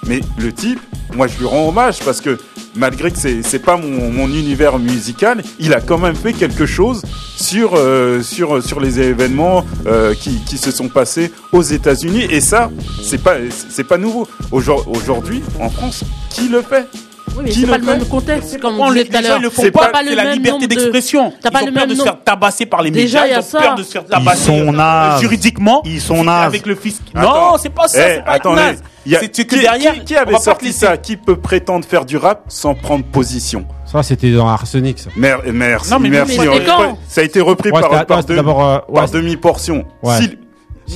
Speaker 3: mais le type, moi, je lui rends hommage parce que malgré que c'est c'est pas mon, mon univers musical, il a quand même fait quelque chose sur euh, sur sur les événements euh, qui, qui se sont passés aux États-Unis et ça c'est pas c'est pas nouveau Aujourd- aujourd'hui en France qui le fait
Speaker 5: Oui, mais
Speaker 3: Qui
Speaker 5: c'est
Speaker 3: le
Speaker 5: pas le
Speaker 3: fait
Speaker 5: même contexte, comme
Speaker 2: On
Speaker 5: on
Speaker 2: les
Speaker 5: disait tout à
Speaker 2: déjà,
Speaker 5: l'heure.
Speaker 2: ils le font
Speaker 5: C'est
Speaker 2: pas,
Speaker 5: pas le
Speaker 2: c'est la
Speaker 5: même
Speaker 2: liberté
Speaker 5: nombre de-
Speaker 2: d'expression.
Speaker 5: T'as pas
Speaker 2: ils ont
Speaker 5: le
Speaker 2: peur
Speaker 5: même
Speaker 2: de se
Speaker 5: nombre.
Speaker 2: faire tabasser par les
Speaker 5: Déjà,
Speaker 2: médias,
Speaker 5: il y a
Speaker 2: ils ont
Speaker 5: ça.
Speaker 2: peur de se faire
Speaker 4: Ils
Speaker 2: tabasser
Speaker 4: sont
Speaker 2: euh,
Speaker 4: nazes.
Speaker 2: juridiquement
Speaker 4: Ils sont nazes.
Speaker 2: avec le fisc.
Speaker 3: Attends.
Speaker 2: Non, c'est pas ça,
Speaker 3: Eh,
Speaker 2: c'est pas être
Speaker 3: attendez.
Speaker 2: naze.
Speaker 3: Il y a-
Speaker 2: C'est
Speaker 3: qui,
Speaker 2: que derrière,
Speaker 3: qui- qui avait
Speaker 2: on va pas te
Speaker 3: sorti
Speaker 2: laisser.
Speaker 3: ça qui peut prétendre faire du rap sans prendre position
Speaker 1: Ça, c'était dans Arsenic, ça.
Speaker 3: Mer- merci
Speaker 2: Non, mais
Speaker 3: merci
Speaker 2: mais
Speaker 3: on-
Speaker 5: c'était quand
Speaker 3: ça a été repris
Speaker 1: Ouais,
Speaker 3: par,
Speaker 1: c'était-
Speaker 3: par
Speaker 1: ouais, c'était
Speaker 3: deux-
Speaker 1: d'abord, euh, ouais,
Speaker 3: par
Speaker 1: c'était-
Speaker 3: demi-portion
Speaker 1: Ouais.
Speaker 3: Si-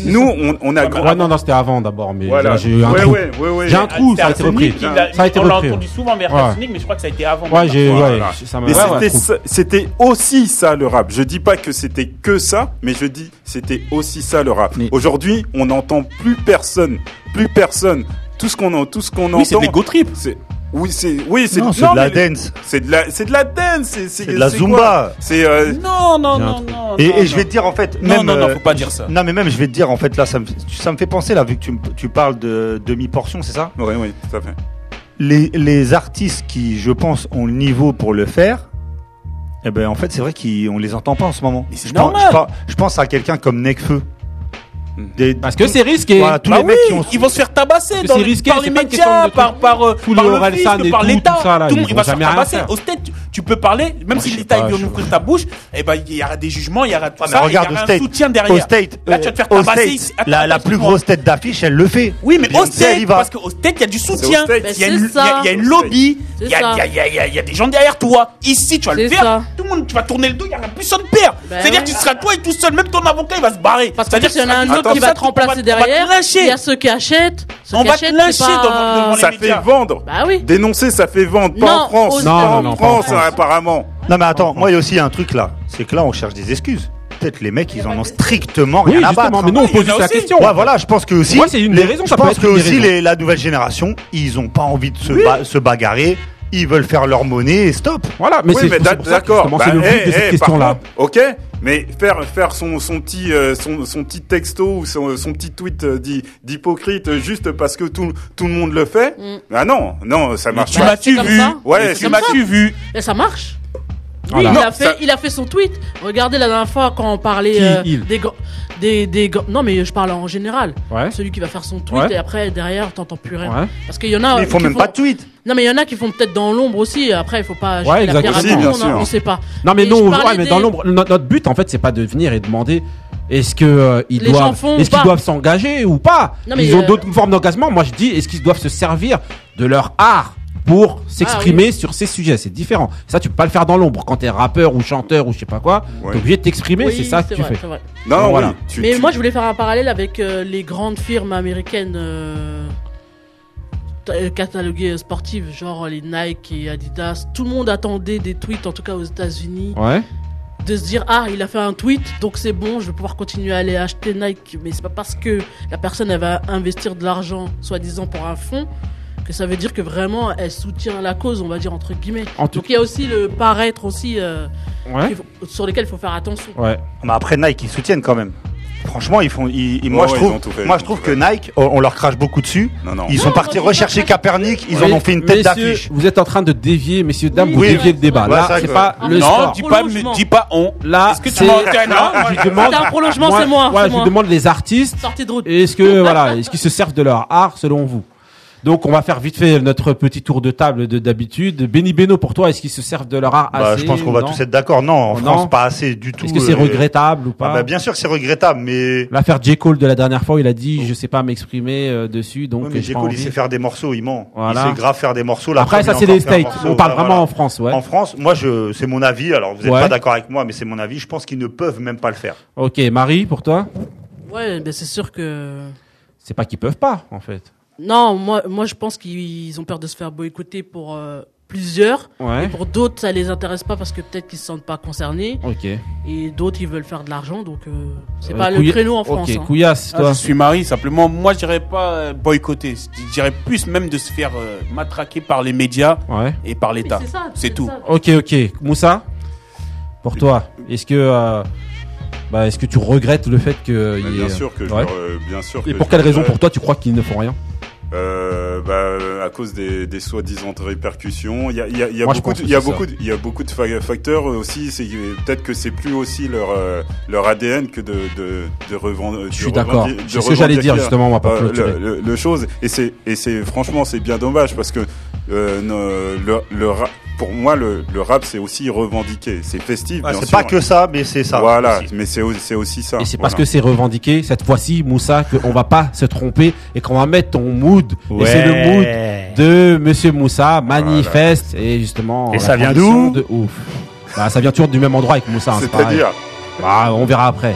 Speaker 3: nous on, on a
Speaker 1: Ouais, non, non, c'était avant d'abord, mais
Speaker 3: Voilà.
Speaker 1: là, j'ai eu un
Speaker 3: Ouais,
Speaker 1: trou.
Speaker 3: ouais, ouais, ouais.
Speaker 1: J'ai un trou, ça a été
Speaker 2: Arsenic,
Speaker 1: repris.
Speaker 2: il a-
Speaker 1: Ça a été
Speaker 2: On l'a
Speaker 1: repris.
Speaker 2: entendu souvent vers
Speaker 1: Ouais.
Speaker 2: Arsenic, mais je crois que ça a été avant.
Speaker 1: Ouais, j'ai, ouais,
Speaker 3: Voilà.
Speaker 1: ça m'a.
Speaker 3: Mais
Speaker 1: ouais, ouais,
Speaker 3: c'était
Speaker 1: trou.
Speaker 3: ça- c'était aussi ça le rap. Je dis pas que c'était que ça, mais je dis c'était aussi ça le rap.
Speaker 1: Mais-
Speaker 3: Aujourd'hui, on n'entend plus personne, plus personne. Tout ce qu'on en- tout ce qu'on
Speaker 2: Oui, c'est
Speaker 3: entend.
Speaker 2: des go trip.
Speaker 3: c'est- oui, c'est oui, c'est
Speaker 4: Non, c'est de la
Speaker 3: mais-
Speaker 4: dance.
Speaker 3: C'est de la c'est de la dance, c'est
Speaker 4: C'est de la
Speaker 3: c'est
Speaker 4: zumba.
Speaker 3: quoi C'est euh,
Speaker 2: Non, non,
Speaker 1: Il y a un
Speaker 2: non,
Speaker 1: truc.
Speaker 2: non.
Speaker 4: Et,
Speaker 2: non,
Speaker 4: et je
Speaker 2: non.
Speaker 4: vais te dire en fait.
Speaker 2: Non,
Speaker 4: même,
Speaker 2: non, non,
Speaker 4: euh,
Speaker 2: faut pas dire ça.
Speaker 4: Non, mais même, je vais te dire en fait, là, ça me, ça me fait penser, là, vu que tu, me- tu parles de demi-portion, c'est ça
Speaker 3: Oui, oui, tout à fait.
Speaker 4: les, les artistes qui, je pense, ont le niveau pour le faire, eh ben, en fait, c'est vrai qu'on les entend pas en ce moment.
Speaker 2: c'est
Speaker 4: je, pense,
Speaker 2: normal.
Speaker 4: je pense- je pense à quelqu'un comme Necfeu. Des-
Speaker 1: Parce que c'est risqué.
Speaker 4: Voilà, tous
Speaker 2: Bah
Speaker 4: les mecs qui
Speaker 2: oui,
Speaker 4: ont.
Speaker 2: ils vont se faire tabasser
Speaker 1: que
Speaker 2: dans
Speaker 1: c'est
Speaker 2: les-
Speaker 1: risqué,
Speaker 2: par
Speaker 1: c'est
Speaker 2: les
Speaker 1: pas une question
Speaker 2: médias,
Speaker 1: de
Speaker 2: par,
Speaker 1: truc.
Speaker 2: par, euh,
Speaker 1: Tous les
Speaker 2: par le
Speaker 1: Orelsan
Speaker 2: fisc,
Speaker 1: et
Speaker 2: par
Speaker 1: tout,
Speaker 2: l'État.
Speaker 1: tout ça, là,
Speaker 2: Tout le
Speaker 1: ils
Speaker 2: monde, il
Speaker 1: vont
Speaker 2: va se faire
Speaker 1: jamais rien
Speaker 2: tabasser.
Speaker 1: faire.
Speaker 2: Au States, tu- tu peux parler, même
Speaker 1: Moi, je
Speaker 2: si
Speaker 1: sais
Speaker 2: l'État
Speaker 1: pas,
Speaker 2: vient
Speaker 1: je-
Speaker 2: ouvrir ta bouche, eh ben, il y aura des jugements, il y aura tout
Speaker 4: Ah,
Speaker 2: ça,
Speaker 4: mais
Speaker 2: et il y
Speaker 4: regarde au
Speaker 2: aura un
Speaker 4: State.
Speaker 2: soutien
Speaker 4: Au
Speaker 2: derrière.
Speaker 4: State,
Speaker 2: Là, tu vas te faire
Speaker 4: euh, au
Speaker 2: tabasser
Speaker 4: State,
Speaker 2: ici. Attends,
Speaker 4: la, la
Speaker 2: attends,
Speaker 4: plus
Speaker 2: excuse-moi.
Speaker 4: grosse tête d'affiche, elle le fait.
Speaker 2: Oui, mais au
Speaker 4: Beyoncé, elle y
Speaker 2: State,
Speaker 4: va.
Speaker 2: parce qu'au State, il y a du soutien,
Speaker 3: au State.
Speaker 2: il y a
Speaker 5: Mais
Speaker 2: une-
Speaker 5: c'est
Speaker 2: il y a- il y a une
Speaker 3: ça.
Speaker 2: lobby,
Speaker 5: C'est
Speaker 2: il y a-
Speaker 5: ça.
Speaker 2: il y a- il y a- il y a- il y a des gens derrière toi. Ici, tu vas le
Speaker 5: C'est
Speaker 2: faire,
Speaker 5: ça.
Speaker 2: tout le monde, tu vas tourner le dos, il n'y a personne père.
Speaker 5: Ben
Speaker 2: C'est-à-dire que
Speaker 5: oui.
Speaker 2: tu seras toi et tout seul, même ton avocat, il va se barrer.
Speaker 5: Parce que
Speaker 2: C'est-à-dire
Speaker 5: s'il y en
Speaker 2: tu
Speaker 5: a un
Speaker 2: seras-
Speaker 5: autre qui
Speaker 2: Attends,
Speaker 5: va
Speaker 2: ça,
Speaker 5: te
Speaker 2: on te-
Speaker 5: remplacer
Speaker 2: on va te
Speaker 5: derrière,
Speaker 2: lyncher.
Speaker 5: il y a ceux qui achètent. Ceux
Speaker 2: On
Speaker 5: qui
Speaker 2: va te
Speaker 5: achètent,
Speaker 2: lyncher
Speaker 5: c'est pas-
Speaker 2: devant- devant les-
Speaker 3: Ça
Speaker 2: médias.
Speaker 3: fait vendre.
Speaker 5: Bah oui.
Speaker 3: Dénoncer, ça fait vendre. Pas
Speaker 5: Non,
Speaker 3: en France.
Speaker 5: aux-
Speaker 3: pas
Speaker 1: Non,
Speaker 3: en
Speaker 1: non, non, pas en
Speaker 3: France,
Speaker 1: France.
Speaker 3: apparemment.
Speaker 4: Non, mais
Speaker 1: Ah
Speaker 4: attends, moi, il y a aussi un truc là. C'est que là, on cherche des excuses. Peut-être les mecs, ils en ont strictement rien
Speaker 1: Oui,
Speaker 4: à battre.
Speaker 1: justement, mais
Speaker 4: hein.
Speaker 1: nous, on
Speaker 2: Ouais, il y en
Speaker 1: pose
Speaker 2: a
Speaker 1: juste la
Speaker 2: aussi.
Speaker 1: question.
Speaker 4: Ouais, voilà, je pense que aussi.
Speaker 1: Moi, c'est une des
Speaker 4: les-
Speaker 1: raisons,
Speaker 4: Je
Speaker 1: ça peut
Speaker 4: pense
Speaker 1: être
Speaker 4: que
Speaker 1: une des
Speaker 4: aussi
Speaker 1: raisons.
Speaker 4: les- la nouvelle génération, ils ont pas envie de se, ba- se bagarrer. Ils veulent faire leur monnaie et stop.
Speaker 1: Voilà, mais
Speaker 3: oui,
Speaker 1: c'est
Speaker 3: mais
Speaker 1: c'est
Speaker 3: d'ac-
Speaker 1: pour ça que
Speaker 3: d'accord.
Speaker 1: justement, c'est
Speaker 3: Bah,
Speaker 1: le but
Speaker 3: eh,
Speaker 1: de
Speaker 3: eh,
Speaker 1: cette
Speaker 3: par
Speaker 1: question-là.
Speaker 3: contre, Ok, mais faire faire son son petit euh, son son petit texto ou son, son petit tweet euh, d'hy- d'hypocrite euh, juste parce que tout tout le monde le fait.
Speaker 5: Mm.
Speaker 3: Bah non, non, ça
Speaker 2: Mais
Speaker 3: marche
Speaker 2: tu
Speaker 3: pas.
Speaker 2: m'as-tu
Speaker 5: comme
Speaker 2: vu
Speaker 5: ça.
Speaker 3: Ouais,
Speaker 2: Mais
Speaker 3: c'est
Speaker 2: tu
Speaker 3: comme
Speaker 2: m'as-tu vu
Speaker 5: Et ça marche. Oui,
Speaker 1: Voilà.
Speaker 5: il,
Speaker 1: Non,
Speaker 5: a fait,
Speaker 1: ça-
Speaker 5: il a fait son tweet. Regardez la dernière fois quand on parlait
Speaker 1: Qui,
Speaker 5: euh,
Speaker 1: il
Speaker 5: des, gr- des, des gr- Non, mais je parle en général.
Speaker 1: Ouais.
Speaker 5: Celui qui va faire son tweet
Speaker 1: Ouais.
Speaker 5: et après, derrière, t'entends plus rien.
Speaker 1: Ouais.
Speaker 5: Parce qu'il y en a.
Speaker 1: Mais ils font
Speaker 5: qui
Speaker 1: même pas de tweet.
Speaker 5: Non, mais il y en a qui font peut-être dans l'ombre aussi. Après, il faut pas. jeter
Speaker 1: Ouais,
Speaker 5: Ah, la pierre
Speaker 1: exactement.
Speaker 5: à tout le monde, hein, On sait pas.
Speaker 1: Non, mais
Speaker 5: Et
Speaker 1: non,
Speaker 5: je
Speaker 1: ouais,
Speaker 5: parlais
Speaker 1: mais
Speaker 5: des-
Speaker 1: dans l'ombre, no- notre but en fait, c'est pas de venir et demander est-ce que euh, ils
Speaker 5: Les gens
Speaker 1: doivent,
Speaker 5: font ou
Speaker 1: est-ce qu'ils
Speaker 5: pas
Speaker 1: doivent s'engager ou pas.
Speaker 5: Non, mais,
Speaker 1: Ils ont
Speaker 5: euh,
Speaker 1: d'autres formes d'engagement. Moi, je dis est-ce qu'ils doivent se servir de leur art
Speaker 5: Ah
Speaker 1: pour s'exprimer sur ces sujets, c'est différent. Ça, tu peux pas le faire dans l'ombre. Quand t'es rappeur ou chanteur ou je sais pas quoi, t'es obligé de t'exprimer,
Speaker 5: Oui,
Speaker 1: c'est ça que tu
Speaker 5: vrai,
Speaker 1: fais.
Speaker 5: c'est vrai.
Speaker 1: Donc, voilà.
Speaker 5: mais moi, je voulais faire un parallèle avec euh, les grandes firmes américaines euh, t- euh, cataloguées sportives, genre les Nike et Adidas. Tout le monde attendait des tweets, en tout cas aux États-Unis,
Speaker 1: Ouais.
Speaker 5: de se dire Ah, il a fait un tweet, donc c'est bon, je vais pouvoir continuer à aller acheter Nike. Mais c'est pas parce que la personne elle va investir de l'argent, soi-disant pour un fonds, que ça veut dire que vraiment elle soutient la cause, on va dire entre guillemets.
Speaker 4: En tout-
Speaker 5: Donc il y a aussi le paraître aussi euh,
Speaker 4: Ouais.
Speaker 5: qu'il faut- sur lesquels il faut faire attention.
Speaker 1: Ouais.
Speaker 4: Mais après Nike, ils soutiennent quand même. Franchement, ils font. ils- ils- moi,
Speaker 3: Ouais,
Speaker 4: je
Speaker 3: ouais, ils ont tout
Speaker 4: trouve,
Speaker 3: fait, ils
Speaker 4: moi,
Speaker 3: ont
Speaker 4: je trouve que Nike, on, on leur crache beaucoup dessus.
Speaker 3: non.
Speaker 4: Ils sont partis rechercher Capernic. Ils en ont fait une tête
Speaker 1: Messieurs,
Speaker 4: d'affiche.
Speaker 1: Vous êtes en train de dévier, messieurs, dames,
Speaker 4: Oui,
Speaker 1: vous
Speaker 4: c'est
Speaker 1: déviez
Speaker 4: vrai.
Speaker 1: le débat.
Speaker 4: Ouais,
Speaker 1: Là,
Speaker 4: c'est vrai
Speaker 1: c'est
Speaker 4: que-
Speaker 1: pas
Speaker 2: Ah,
Speaker 1: le
Speaker 2: non,
Speaker 1: sport.
Speaker 2: dis pas- Prolongement. dis pas on.
Speaker 1: Là,
Speaker 2: Est-ce que tu
Speaker 1: Ah, c'est-
Speaker 2: m'enterres Non,
Speaker 1: je
Speaker 2: ouais.
Speaker 1: demande.
Speaker 2: C'est un prolongement,
Speaker 1: Moi-
Speaker 2: c'est moi,
Speaker 1: voilà,
Speaker 2: c'est
Speaker 1: je
Speaker 2: moi.
Speaker 1: demande les artistes.
Speaker 5: Sortie de route.
Speaker 1: Est-ce que voilà, est-ce qu'ils se servent de leur art selon vous Donc, on va faire vite fait notre petit tour de table de d'habitude. Benny Beno, pour toi, est-ce qu'ils se servent de leur art
Speaker 4: Bah,
Speaker 1: assez
Speaker 4: je pense qu'on va
Speaker 1: Non
Speaker 4: tous être d'accord. Non, en
Speaker 1: Non.
Speaker 4: France, pas assez du tout.
Speaker 1: Est-ce que c'est
Speaker 4: euh,
Speaker 1: regrettable ou pas
Speaker 4: Ah bah, bien sûr que c'est regrettable, mais.
Speaker 1: L'affaire J Cole de la dernière fois, il a dit, je sais pas m'exprimer euh, dessus, donc
Speaker 4: Ouais, mais
Speaker 1: j'ai
Speaker 4: J.
Speaker 1: pas
Speaker 4: Cole, il
Speaker 1: envie.
Speaker 4: sait faire des morceaux, il ment.
Speaker 1: Voilà.
Speaker 4: Il sait grave faire des morceaux. La
Speaker 1: Après,
Speaker 4: preuve,
Speaker 1: ça,
Speaker 4: il a
Speaker 1: c'est
Speaker 4: encore
Speaker 1: les
Speaker 4: fait un
Speaker 1: States.
Speaker 4: morceau. bah,
Speaker 1: On parle vraiment en France, ouais.
Speaker 4: En France, moi, je, c'est mon avis. Alors, vous n'êtes
Speaker 1: Ouais.
Speaker 4: pas d'accord avec moi, mais c'est mon avis. Je pense qu'ils ne peuvent même pas le faire.
Speaker 1: Ok, Marie, pour toi,
Speaker 5: Ouais, ben c'est sûr que.
Speaker 1: c'est pas qu'ils peuvent pas, en fait.
Speaker 5: Non, moi, moi je pense qu'ils ont peur de se faire boycotter pour euh, plusieurs.
Speaker 1: Ouais.
Speaker 5: Et pour d'autres, ça les intéresse pas parce que peut-être qu'ils se sentent pas concernés.
Speaker 1: Ok.
Speaker 5: Et d'autres, ils veulent faire de l'argent, donc euh, c'est
Speaker 2: Euh,
Speaker 5: pas le
Speaker 2: Couilla-
Speaker 5: créneau en
Speaker 2: Ok,
Speaker 5: France. hein.
Speaker 1: Couillasse,
Speaker 2: Ah,
Speaker 1: toi.
Speaker 2: je suis Marie, simplement. Moi, je dirais pas euh, boycotter. Je dirais plus même de se faire euh, matraquer par les médias
Speaker 1: Ouais.
Speaker 2: et par l'État.
Speaker 5: c'est ça,
Speaker 2: C'est tout.
Speaker 1: Ok, ok. Moussa, pour toi, est-ce que, euh, bah, est-ce que tu regrettes le fait que. il y
Speaker 3: Bah, bien
Speaker 1: ait-
Speaker 3: sûr que je le re- bien sûr
Speaker 1: Et
Speaker 3: que
Speaker 1: pour
Speaker 3: je
Speaker 1: quelle
Speaker 3: le
Speaker 1: raison,
Speaker 3: regrette.
Speaker 1: pour toi, tu crois qu'ils ne font rien
Speaker 3: Euh, bah, à cause des, des soi-disant répercussions, il y a, il y a- il y a
Speaker 1: Moi, je
Speaker 3: beaucoup,
Speaker 1: pense
Speaker 3: de-
Speaker 1: que
Speaker 3: il y a
Speaker 1: c'est ça.
Speaker 3: beaucoup, de- il y a beaucoup de fa- facteurs aussi. C'est peut-être que c'est plus aussi leur euh, leur ADN que de de, de revendre.
Speaker 1: Je suis d'accord. C'est ce que j'allais dire, justement, moi, pour clôturer.
Speaker 3: euh, le, le- le chose et c'est et c'est franchement c'est bien dommage parce que euh, ne- le, le ra- pour moi le, le rap c'est aussi revendiqué, c'est festif.
Speaker 4: Ouais,
Speaker 3: bien
Speaker 4: Ah, c'est
Speaker 3: sûr.
Speaker 4: pas que ça, mais c'est ça.
Speaker 3: Voilà,
Speaker 4: Aussi.
Speaker 3: mais c'est au- c'est aussi ça.
Speaker 1: Et c'est parce que c'est revendiqué, cette fois-ci, Moussa, qu'on va pas se tromper et qu'on va mettre ton mood. Et
Speaker 4: Ouais.
Speaker 1: c'est le mood de Monsieur Moussa, manifeste, et justement.
Speaker 4: Et
Speaker 1: la
Speaker 4: ça vient
Speaker 1: transition
Speaker 4: d'où
Speaker 1: De ouf. Bah, ça vient toujours du même endroit avec Moussa. hein, pareil.
Speaker 3: C'est-à-dire
Speaker 1: Bah, on verra après.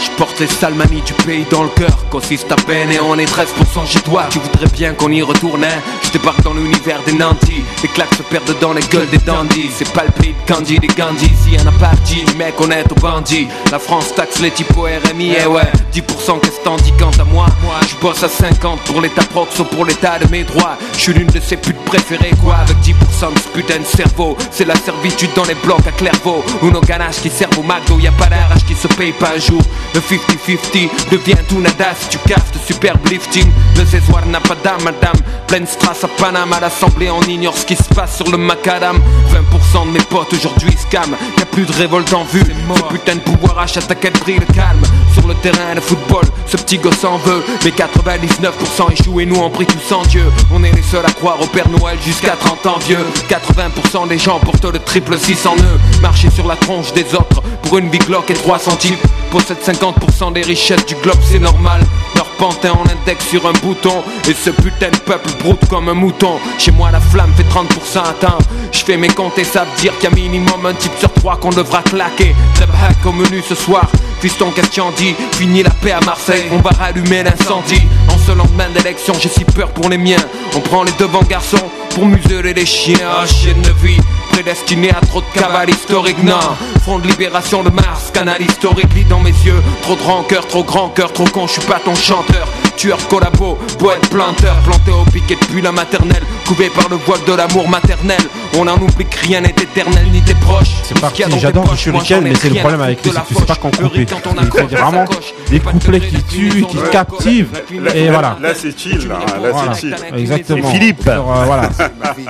Speaker 14: Je porte les sales manies du pays dans le cœur Consiste à peine et on est 13% chez toi Tu voudrais bien qu'on y retourne hein Je débarque dans l'univers des nantis Les claques se perdent dans les gueules des dandies C'est pas le prix de Candy des Gandhi Si y'en a pas petit, mec on est au bandit La France taxe les types au RMI Et eh ouais, 10% qu'est-ce t'en dis quant à moi Je bosse à 50 pour l'état proxo pour l'état de mes droits Je suis l'une de ces putes préférées quoi Avec 10% de ce putain de cerveau C'est la servitude dans les blocs à Clairvaux Ou nos ganaches qui servent au McDo Y'a pas d'arrache qui se paye pas un jour Le 50-50 devient tout nada Si tu casses le superbe lifting Le César n'a pas d'âme madame Pleine strasse à Paname à l'assemblée On ignore ce qui se passe sur le macadam 20% de mes potes aujourd'hui scam Y'a plus de révolte en vue Ce putain de pouvoir achat à quel prix le calme Sur le terrain de football Ce petit gosse en veut Mais 99% échouent et nous on prie tous en Dieu On est les seuls à croire au Père Noël jusqu'à 30 ans vieux 80% des gens portent le triple 6 en eux Marcher sur la tronche des autres Pour une big lock et 3 centimes Possède 50% des richesses du globe c'est normal Leur pantin en index sur un bouton Et ce putain de peuple broute comme un mouton Chez moi la flamme fait 30% atteint Je fais mes comptes et ça veut dire qu'il y a minimum un type sur 3 qu'on devra claquer Club hack au menu ce soir Fiston qu'est-ce qu'il en dit Fini la paix à Marseille On va rallumer l'incendie En ce lendemain d'élection j'ai si peur pour les miens On prend les devants garçons pour museler les chiens Ah, chaîne de vie Prédestiné à trop de cavales historiques, non Front de libération de Mars, canal historique lit dans mes yeux Trop de rancœur, trop grand cœur, trop con, je suis pas ton chanteur tueur, collabo, poète, planteur, planté au piquet depuis la maternelle, coupé par le voile de l'amour maternel. On en oublie que rien n'est éternel ni tes proches.
Speaker 1: C'est parti, j'adore le shuriken, mais c'est le problème avec lui, c'est que tu sais pas quand couper. Il faut vraiment des couplets qui tuent, qui captivent,
Speaker 3: Là-
Speaker 1: et
Speaker 3: là-
Speaker 1: voilà.
Speaker 3: Là, c'est chill. Là, hein, là,
Speaker 1: Voilà,
Speaker 3: c'est chill.
Speaker 1: Exactement.
Speaker 3: Et Philippe.
Speaker 1: Sur, euh, voilà.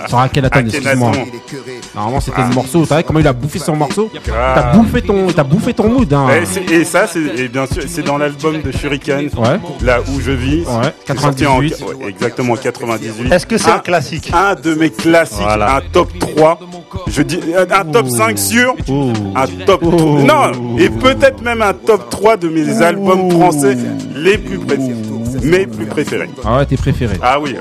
Speaker 1: Sur Akhenaton,
Speaker 3: Akhenaton.
Speaker 1: excuse-moi. Normalement, c'était
Speaker 3: Ah.
Speaker 1: le morceau. T'as vu comment il a bouffé son morceau
Speaker 3: Grave.
Speaker 1: T'as bouffé ton, t'as bouffé ton mood. Hein.
Speaker 3: Et, c'est- et ça, c'est et bien sûr, c'est dans l'album de Shuriken, là où je vis,
Speaker 1: Ouais,
Speaker 3: qui est sorti en-
Speaker 1: 98.
Speaker 3: ouais, exactement 98.
Speaker 4: Est-ce que c'est un
Speaker 3: classique Un de mes classiques, un top 3. Je dis un- un top 5 sûr, un top non, et peut-être même un top 3 de mes albums français les plus préférés, mes plus préférés.
Speaker 1: Ah ouais, tes préférés.
Speaker 3: Ah oui, ouais,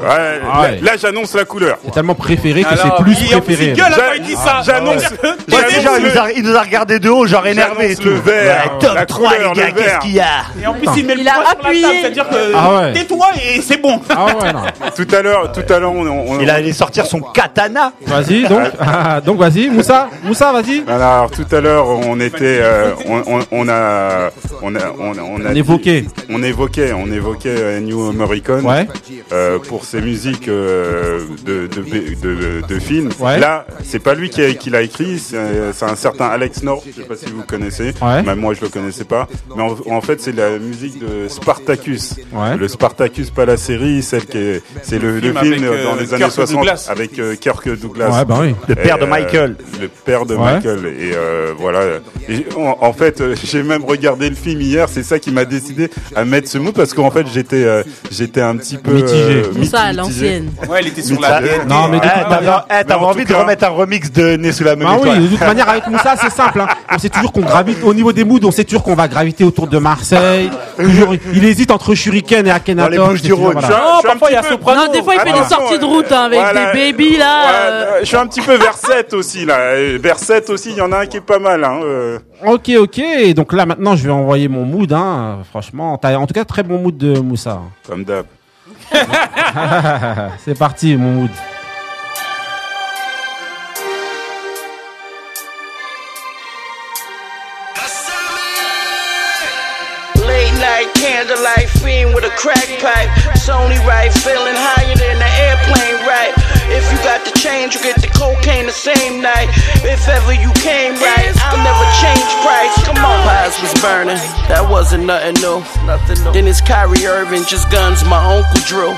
Speaker 3: là-
Speaker 1: Ah ouais.
Speaker 3: là j'annonce la couleur.
Speaker 1: C'est tellement préféré que
Speaker 3: Alors,
Speaker 1: c'est plus
Speaker 4: Ah,
Speaker 3: il y a-
Speaker 1: préféré.
Speaker 3: il gueule
Speaker 4: hein,
Speaker 3: après, il dit ça. J'annonce-
Speaker 4: Ouais, déjà, il nous, a, il nous a regardé de haut, genre énervé. et
Speaker 3: J'annonce
Speaker 4: tout.
Speaker 3: le vert,
Speaker 4: Ouais, top
Speaker 3: la
Speaker 4: 3,
Speaker 3: couleur,
Speaker 4: les gars,
Speaker 3: le vert.
Speaker 4: qu'est-ce qu'il y a
Speaker 2: Et en plus, il met le
Speaker 5: Il a
Speaker 2: poing sur la
Speaker 5: appuyé.
Speaker 2: table, c'est-à-dire que
Speaker 4: Ah ouais.
Speaker 2: tais-toi et c'est bon.
Speaker 1: Ah
Speaker 3: Tout à l'heure, tout à l'heure, on, on-
Speaker 4: Il allait sortir son katana. Eh,
Speaker 1: Vas-y, donc, Ah, donc vas-y, Moussa, Moussa, vas-y.
Speaker 3: Voilà, alors tout à l'heure, on était, euh, on, on- on a, on a, on, a- on a
Speaker 1: On évoquait.
Speaker 3: dit- on évoquait, on évoquait euh, New Morricone
Speaker 1: Ouais.
Speaker 3: euh, pour ses musiques euh, de, de, de, de films.
Speaker 1: Ouais.
Speaker 3: Là, c'est pas lui qui, a- qui l'a écrit, c'est euh, c'est un certain Alex North. Je sais pas si vous connaissez.
Speaker 1: Ouais.
Speaker 3: Même moi, je le connaissais pas. Mais en, en fait, c'est la musique de Spartacus.
Speaker 1: Ouais.
Speaker 3: Le Spartacus, pas la série, celle qui, est- c'est le, le
Speaker 1: film
Speaker 3: film,
Speaker 1: avec,
Speaker 3: euh, dans
Speaker 1: euh,
Speaker 3: les
Speaker 1: Kirk
Speaker 3: années 60
Speaker 1: Douglas.
Speaker 3: avec euh, Kirk Douglas. euh,
Speaker 1: Ouais,
Speaker 5: ben
Speaker 1: bah oui. Le père de Michael.
Speaker 3: Le père de
Speaker 1: Ouais.
Speaker 3: Michael. Et euh, voilà. Et en, en fait, euh, j'ai même regardé le film hier. C'est ça qui m'a décidé à mettre ce mot parce qu'en fait, j'étais, euh, j'étais un petit peu
Speaker 1: Mitigé.
Speaker 3: euh,
Speaker 5: Tout ça
Speaker 3: mitigé.
Speaker 5: à l'ancienne.
Speaker 2: Ouais, il était
Speaker 3: sur la
Speaker 1: Mitigé.
Speaker 2: Ah,
Speaker 1: Non, mais de
Speaker 4: Eh,
Speaker 1: toute
Speaker 4: t'avais-
Speaker 1: manière-
Speaker 4: eh, t'avais envie de remettre un remix de Né sous la même
Speaker 1: Ah oui,
Speaker 4: étoile.
Speaker 1: de toute manière, avec Moussa, c'est simple. hein. On sait toujours qu'on gravite au niveau des moods, on sait toujours qu'on va graviter autour de Marseille. Toujours, il hésite entre Shuriken et Akhenaton.
Speaker 4: Dans les Bouches
Speaker 1: c'est
Speaker 4: du
Speaker 1: toujours,
Speaker 4: Rhône.
Speaker 1: voilà.
Speaker 3: Je suis un- je suis un
Speaker 5: parfois,
Speaker 3: petit
Speaker 5: il y a
Speaker 3: peu-
Speaker 5: Soprano. Non, des fois, il fait des
Speaker 3: Attention,
Speaker 5: sorties de route, hein, avec des babies, là,
Speaker 3: Ouais,
Speaker 5: euh.
Speaker 3: Je suis un petit peu versette aussi là. Versette aussi, il y en a un qui est pas mal. Hein. euh.
Speaker 1: Ok, ok. Donc là, maintenant, je vais envoyer mon mood. Hein. Franchement, t'as en tout cas très bon mood de Moussa.
Speaker 3: Comme d'hab.
Speaker 1: c'est parti, mon mood.
Speaker 15: Late night candlelight fiend with a crack pipe. It's only right, feeling higher than an airplane right. If you got the change, you get the cocaine the same night. If ever you came right, I'll never change price. Come on, pies was burning. That wasn't nothing new. Nothing new. Then it's Kyrie Irving, just guns my uncle drew.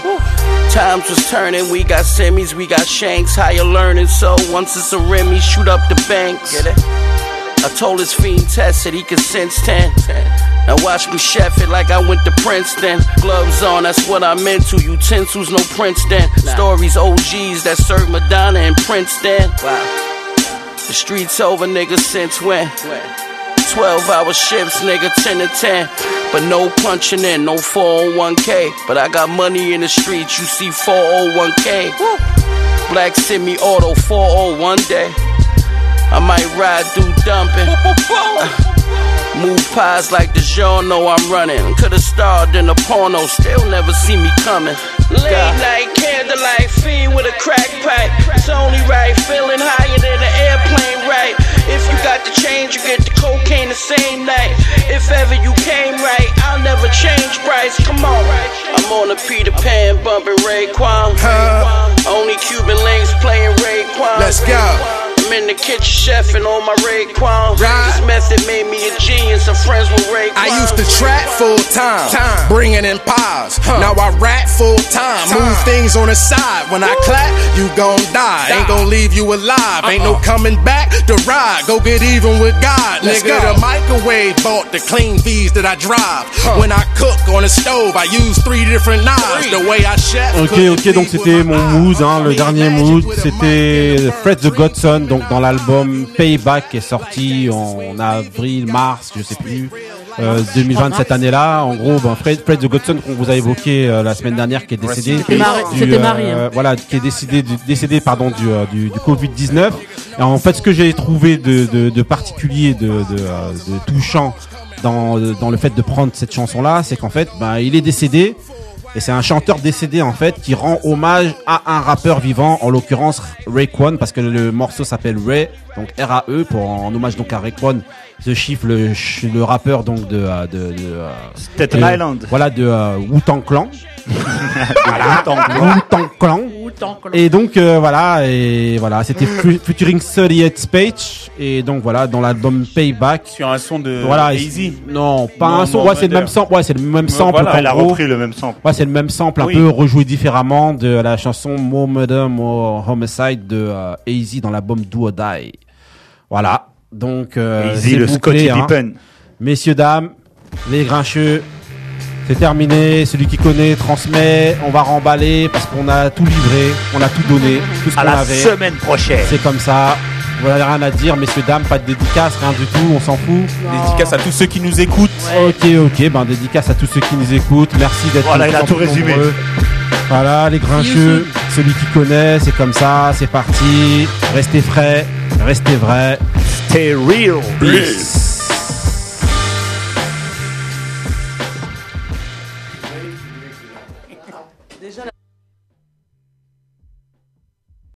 Speaker 15: Times was turning, we got semis, we got shanks, higher learning. So once it's a Remy, shoot up the banks. Get it? I told his fiend test that he could sense 10. Now watch me chef it like I went to Princeton. Gloves on, that's what I'm into. Utensils, no Princeton. Stories, OGs that served Madonna and Princeton. Wow. The streets over, nigga, since when? 12 hour shifts, nigga, 10 to 10. But no punching in, no 401k. But I got money in the streets, you see 401k. Black semi auto 401 day. I might ride through dumping. Uh, Move pies like the know I'm running. Could've starred in a porno, still never see me coming.
Speaker 11: God.
Speaker 15: Late night candlelight fiend with a crack pipe. It's only right, feeling higher than an airplane right. If you got the change, you get the cocaine the same night. If ever you came right, I'll never change price. Come on, I'm on a Peter Pan bumping Raekwon. Only Cuban links playing Raekwon.
Speaker 7: Let's go.
Speaker 15: I'm in the kitchen chef and on my Raekwon. This method made me a genius. I'm friends with Raekwon.
Speaker 7: I used to trap full time, bringing in pies. Now I rap full time, move things on the side. When I clap, you gon' die. Ain't gon' leave you alive. Ain't no coming back to ride. Go get even with God,
Speaker 6: Let's
Speaker 7: nigga.
Speaker 6: go.
Speaker 7: The microwave bought the clean fees that I drive. When I cook on the stove, I use three different knives. The way I chef,
Speaker 1: Ok,
Speaker 7: cook
Speaker 1: ok, donc c'était mon mood, hein, le dernier mood, c'était Fred the Godson, donc dans l'album Payback qui est sorti en avril, mars, je sais plus, euh, 2020 cette année-là. En gros, ben, Fred, Fred the Godson qu'on vous a évoqué euh, la semaine dernière, qui est décédé,
Speaker 5: C'était Marie-
Speaker 1: du, euh,
Speaker 5: c'était Marie, hein.
Speaker 1: voilà, qui est décédé, du, décédé pardon, du, euh, du, du Covid 19. Et en fait, ce que j'ai trouvé de, de, de particulier, de, de, euh, de touchant dans, dans le fait de prendre cette chanson-là, c'est qu'en fait, ben, il est décédé. Et c'est un chanteur décédé en fait qui rend hommage à un rappeur vivant, en l'occurrence Raekwon, parce que le morceau s'appelle Ray, donc R-A-E, pour, en hommage donc à Raekwon, ce chiffre, le, ch- le rappeur donc de... euh, de, de, euh,
Speaker 4: Staten
Speaker 1: de-
Speaker 4: Island.
Speaker 1: Voilà, de euh, Wu-Tang Clan. voilà,
Speaker 4: Wu-Tang Clan.
Speaker 1: Wu-Tang Clan. Mm. Et donc euh, voilà, et voilà, c'était fu- featuring 38 Page, et donc voilà, dans l'album Payback.
Speaker 2: Sur un son de
Speaker 1: Voilà, et-
Speaker 2: Easy.
Speaker 1: Non, pas un son, ouais, c'est le même sample, ouais, c'est le même sample.
Speaker 2: Euh, voilà.
Speaker 1: qu'en
Speaker 2: Elle a
Speaker 1: gros.
Speaker 2: repris le
Speaker 4: même sample.
Speaker 1: Ouais, c'est le même sample, un
Speaker 2: Oui.
Speaker 1: peu rejoué différemment de la chanson More Murder, More Homicide de euh, Easy dans l'album Do or Die. Voilà. Donc, euh,
Speaker 4: Easy,
Speaker 1: c'est
Speaker 4: le
Speaker 1: bouclé,
Speaker 4: Scottie Pippen.
Speaker 1: Messieurs, dames, les grincheux, c'est terminé. Celui qui connaît transmet. On va remballer parce qu'on a tout livré, on a tout donné. Tout ce
Speaker 4: À
Speaker 1: qu'on
Speaker 4: la
Speaker 1: avait.
Speaker 4: semaine prochaine.
Speaker 1: C'est comme ça. Vous n'avez rien à dire, messieurs, dames, pas de dédicace, rien du tout, on s'en fout.
Speaker 2: Dédicace à tous ceux qui nous écoutent.
Speaker 1: Ok, ok, ben dédicace à tous ceux qui nous écoutent. Merci d'être
Speaker 4: Voilà, il a
Speaker 1: autant
Speaker 4: tout
Speaker 1: plus
Speaker 4: résumé.
Speaker 1: nombreux. Voilà, les grincheux, celui qui connaît, c'est comme ça, c'est parti. Restez frais, restez vrais.
Speaker 4: Stay real.
Speaker 1: Peace.
Speaker 5: Déjà, la-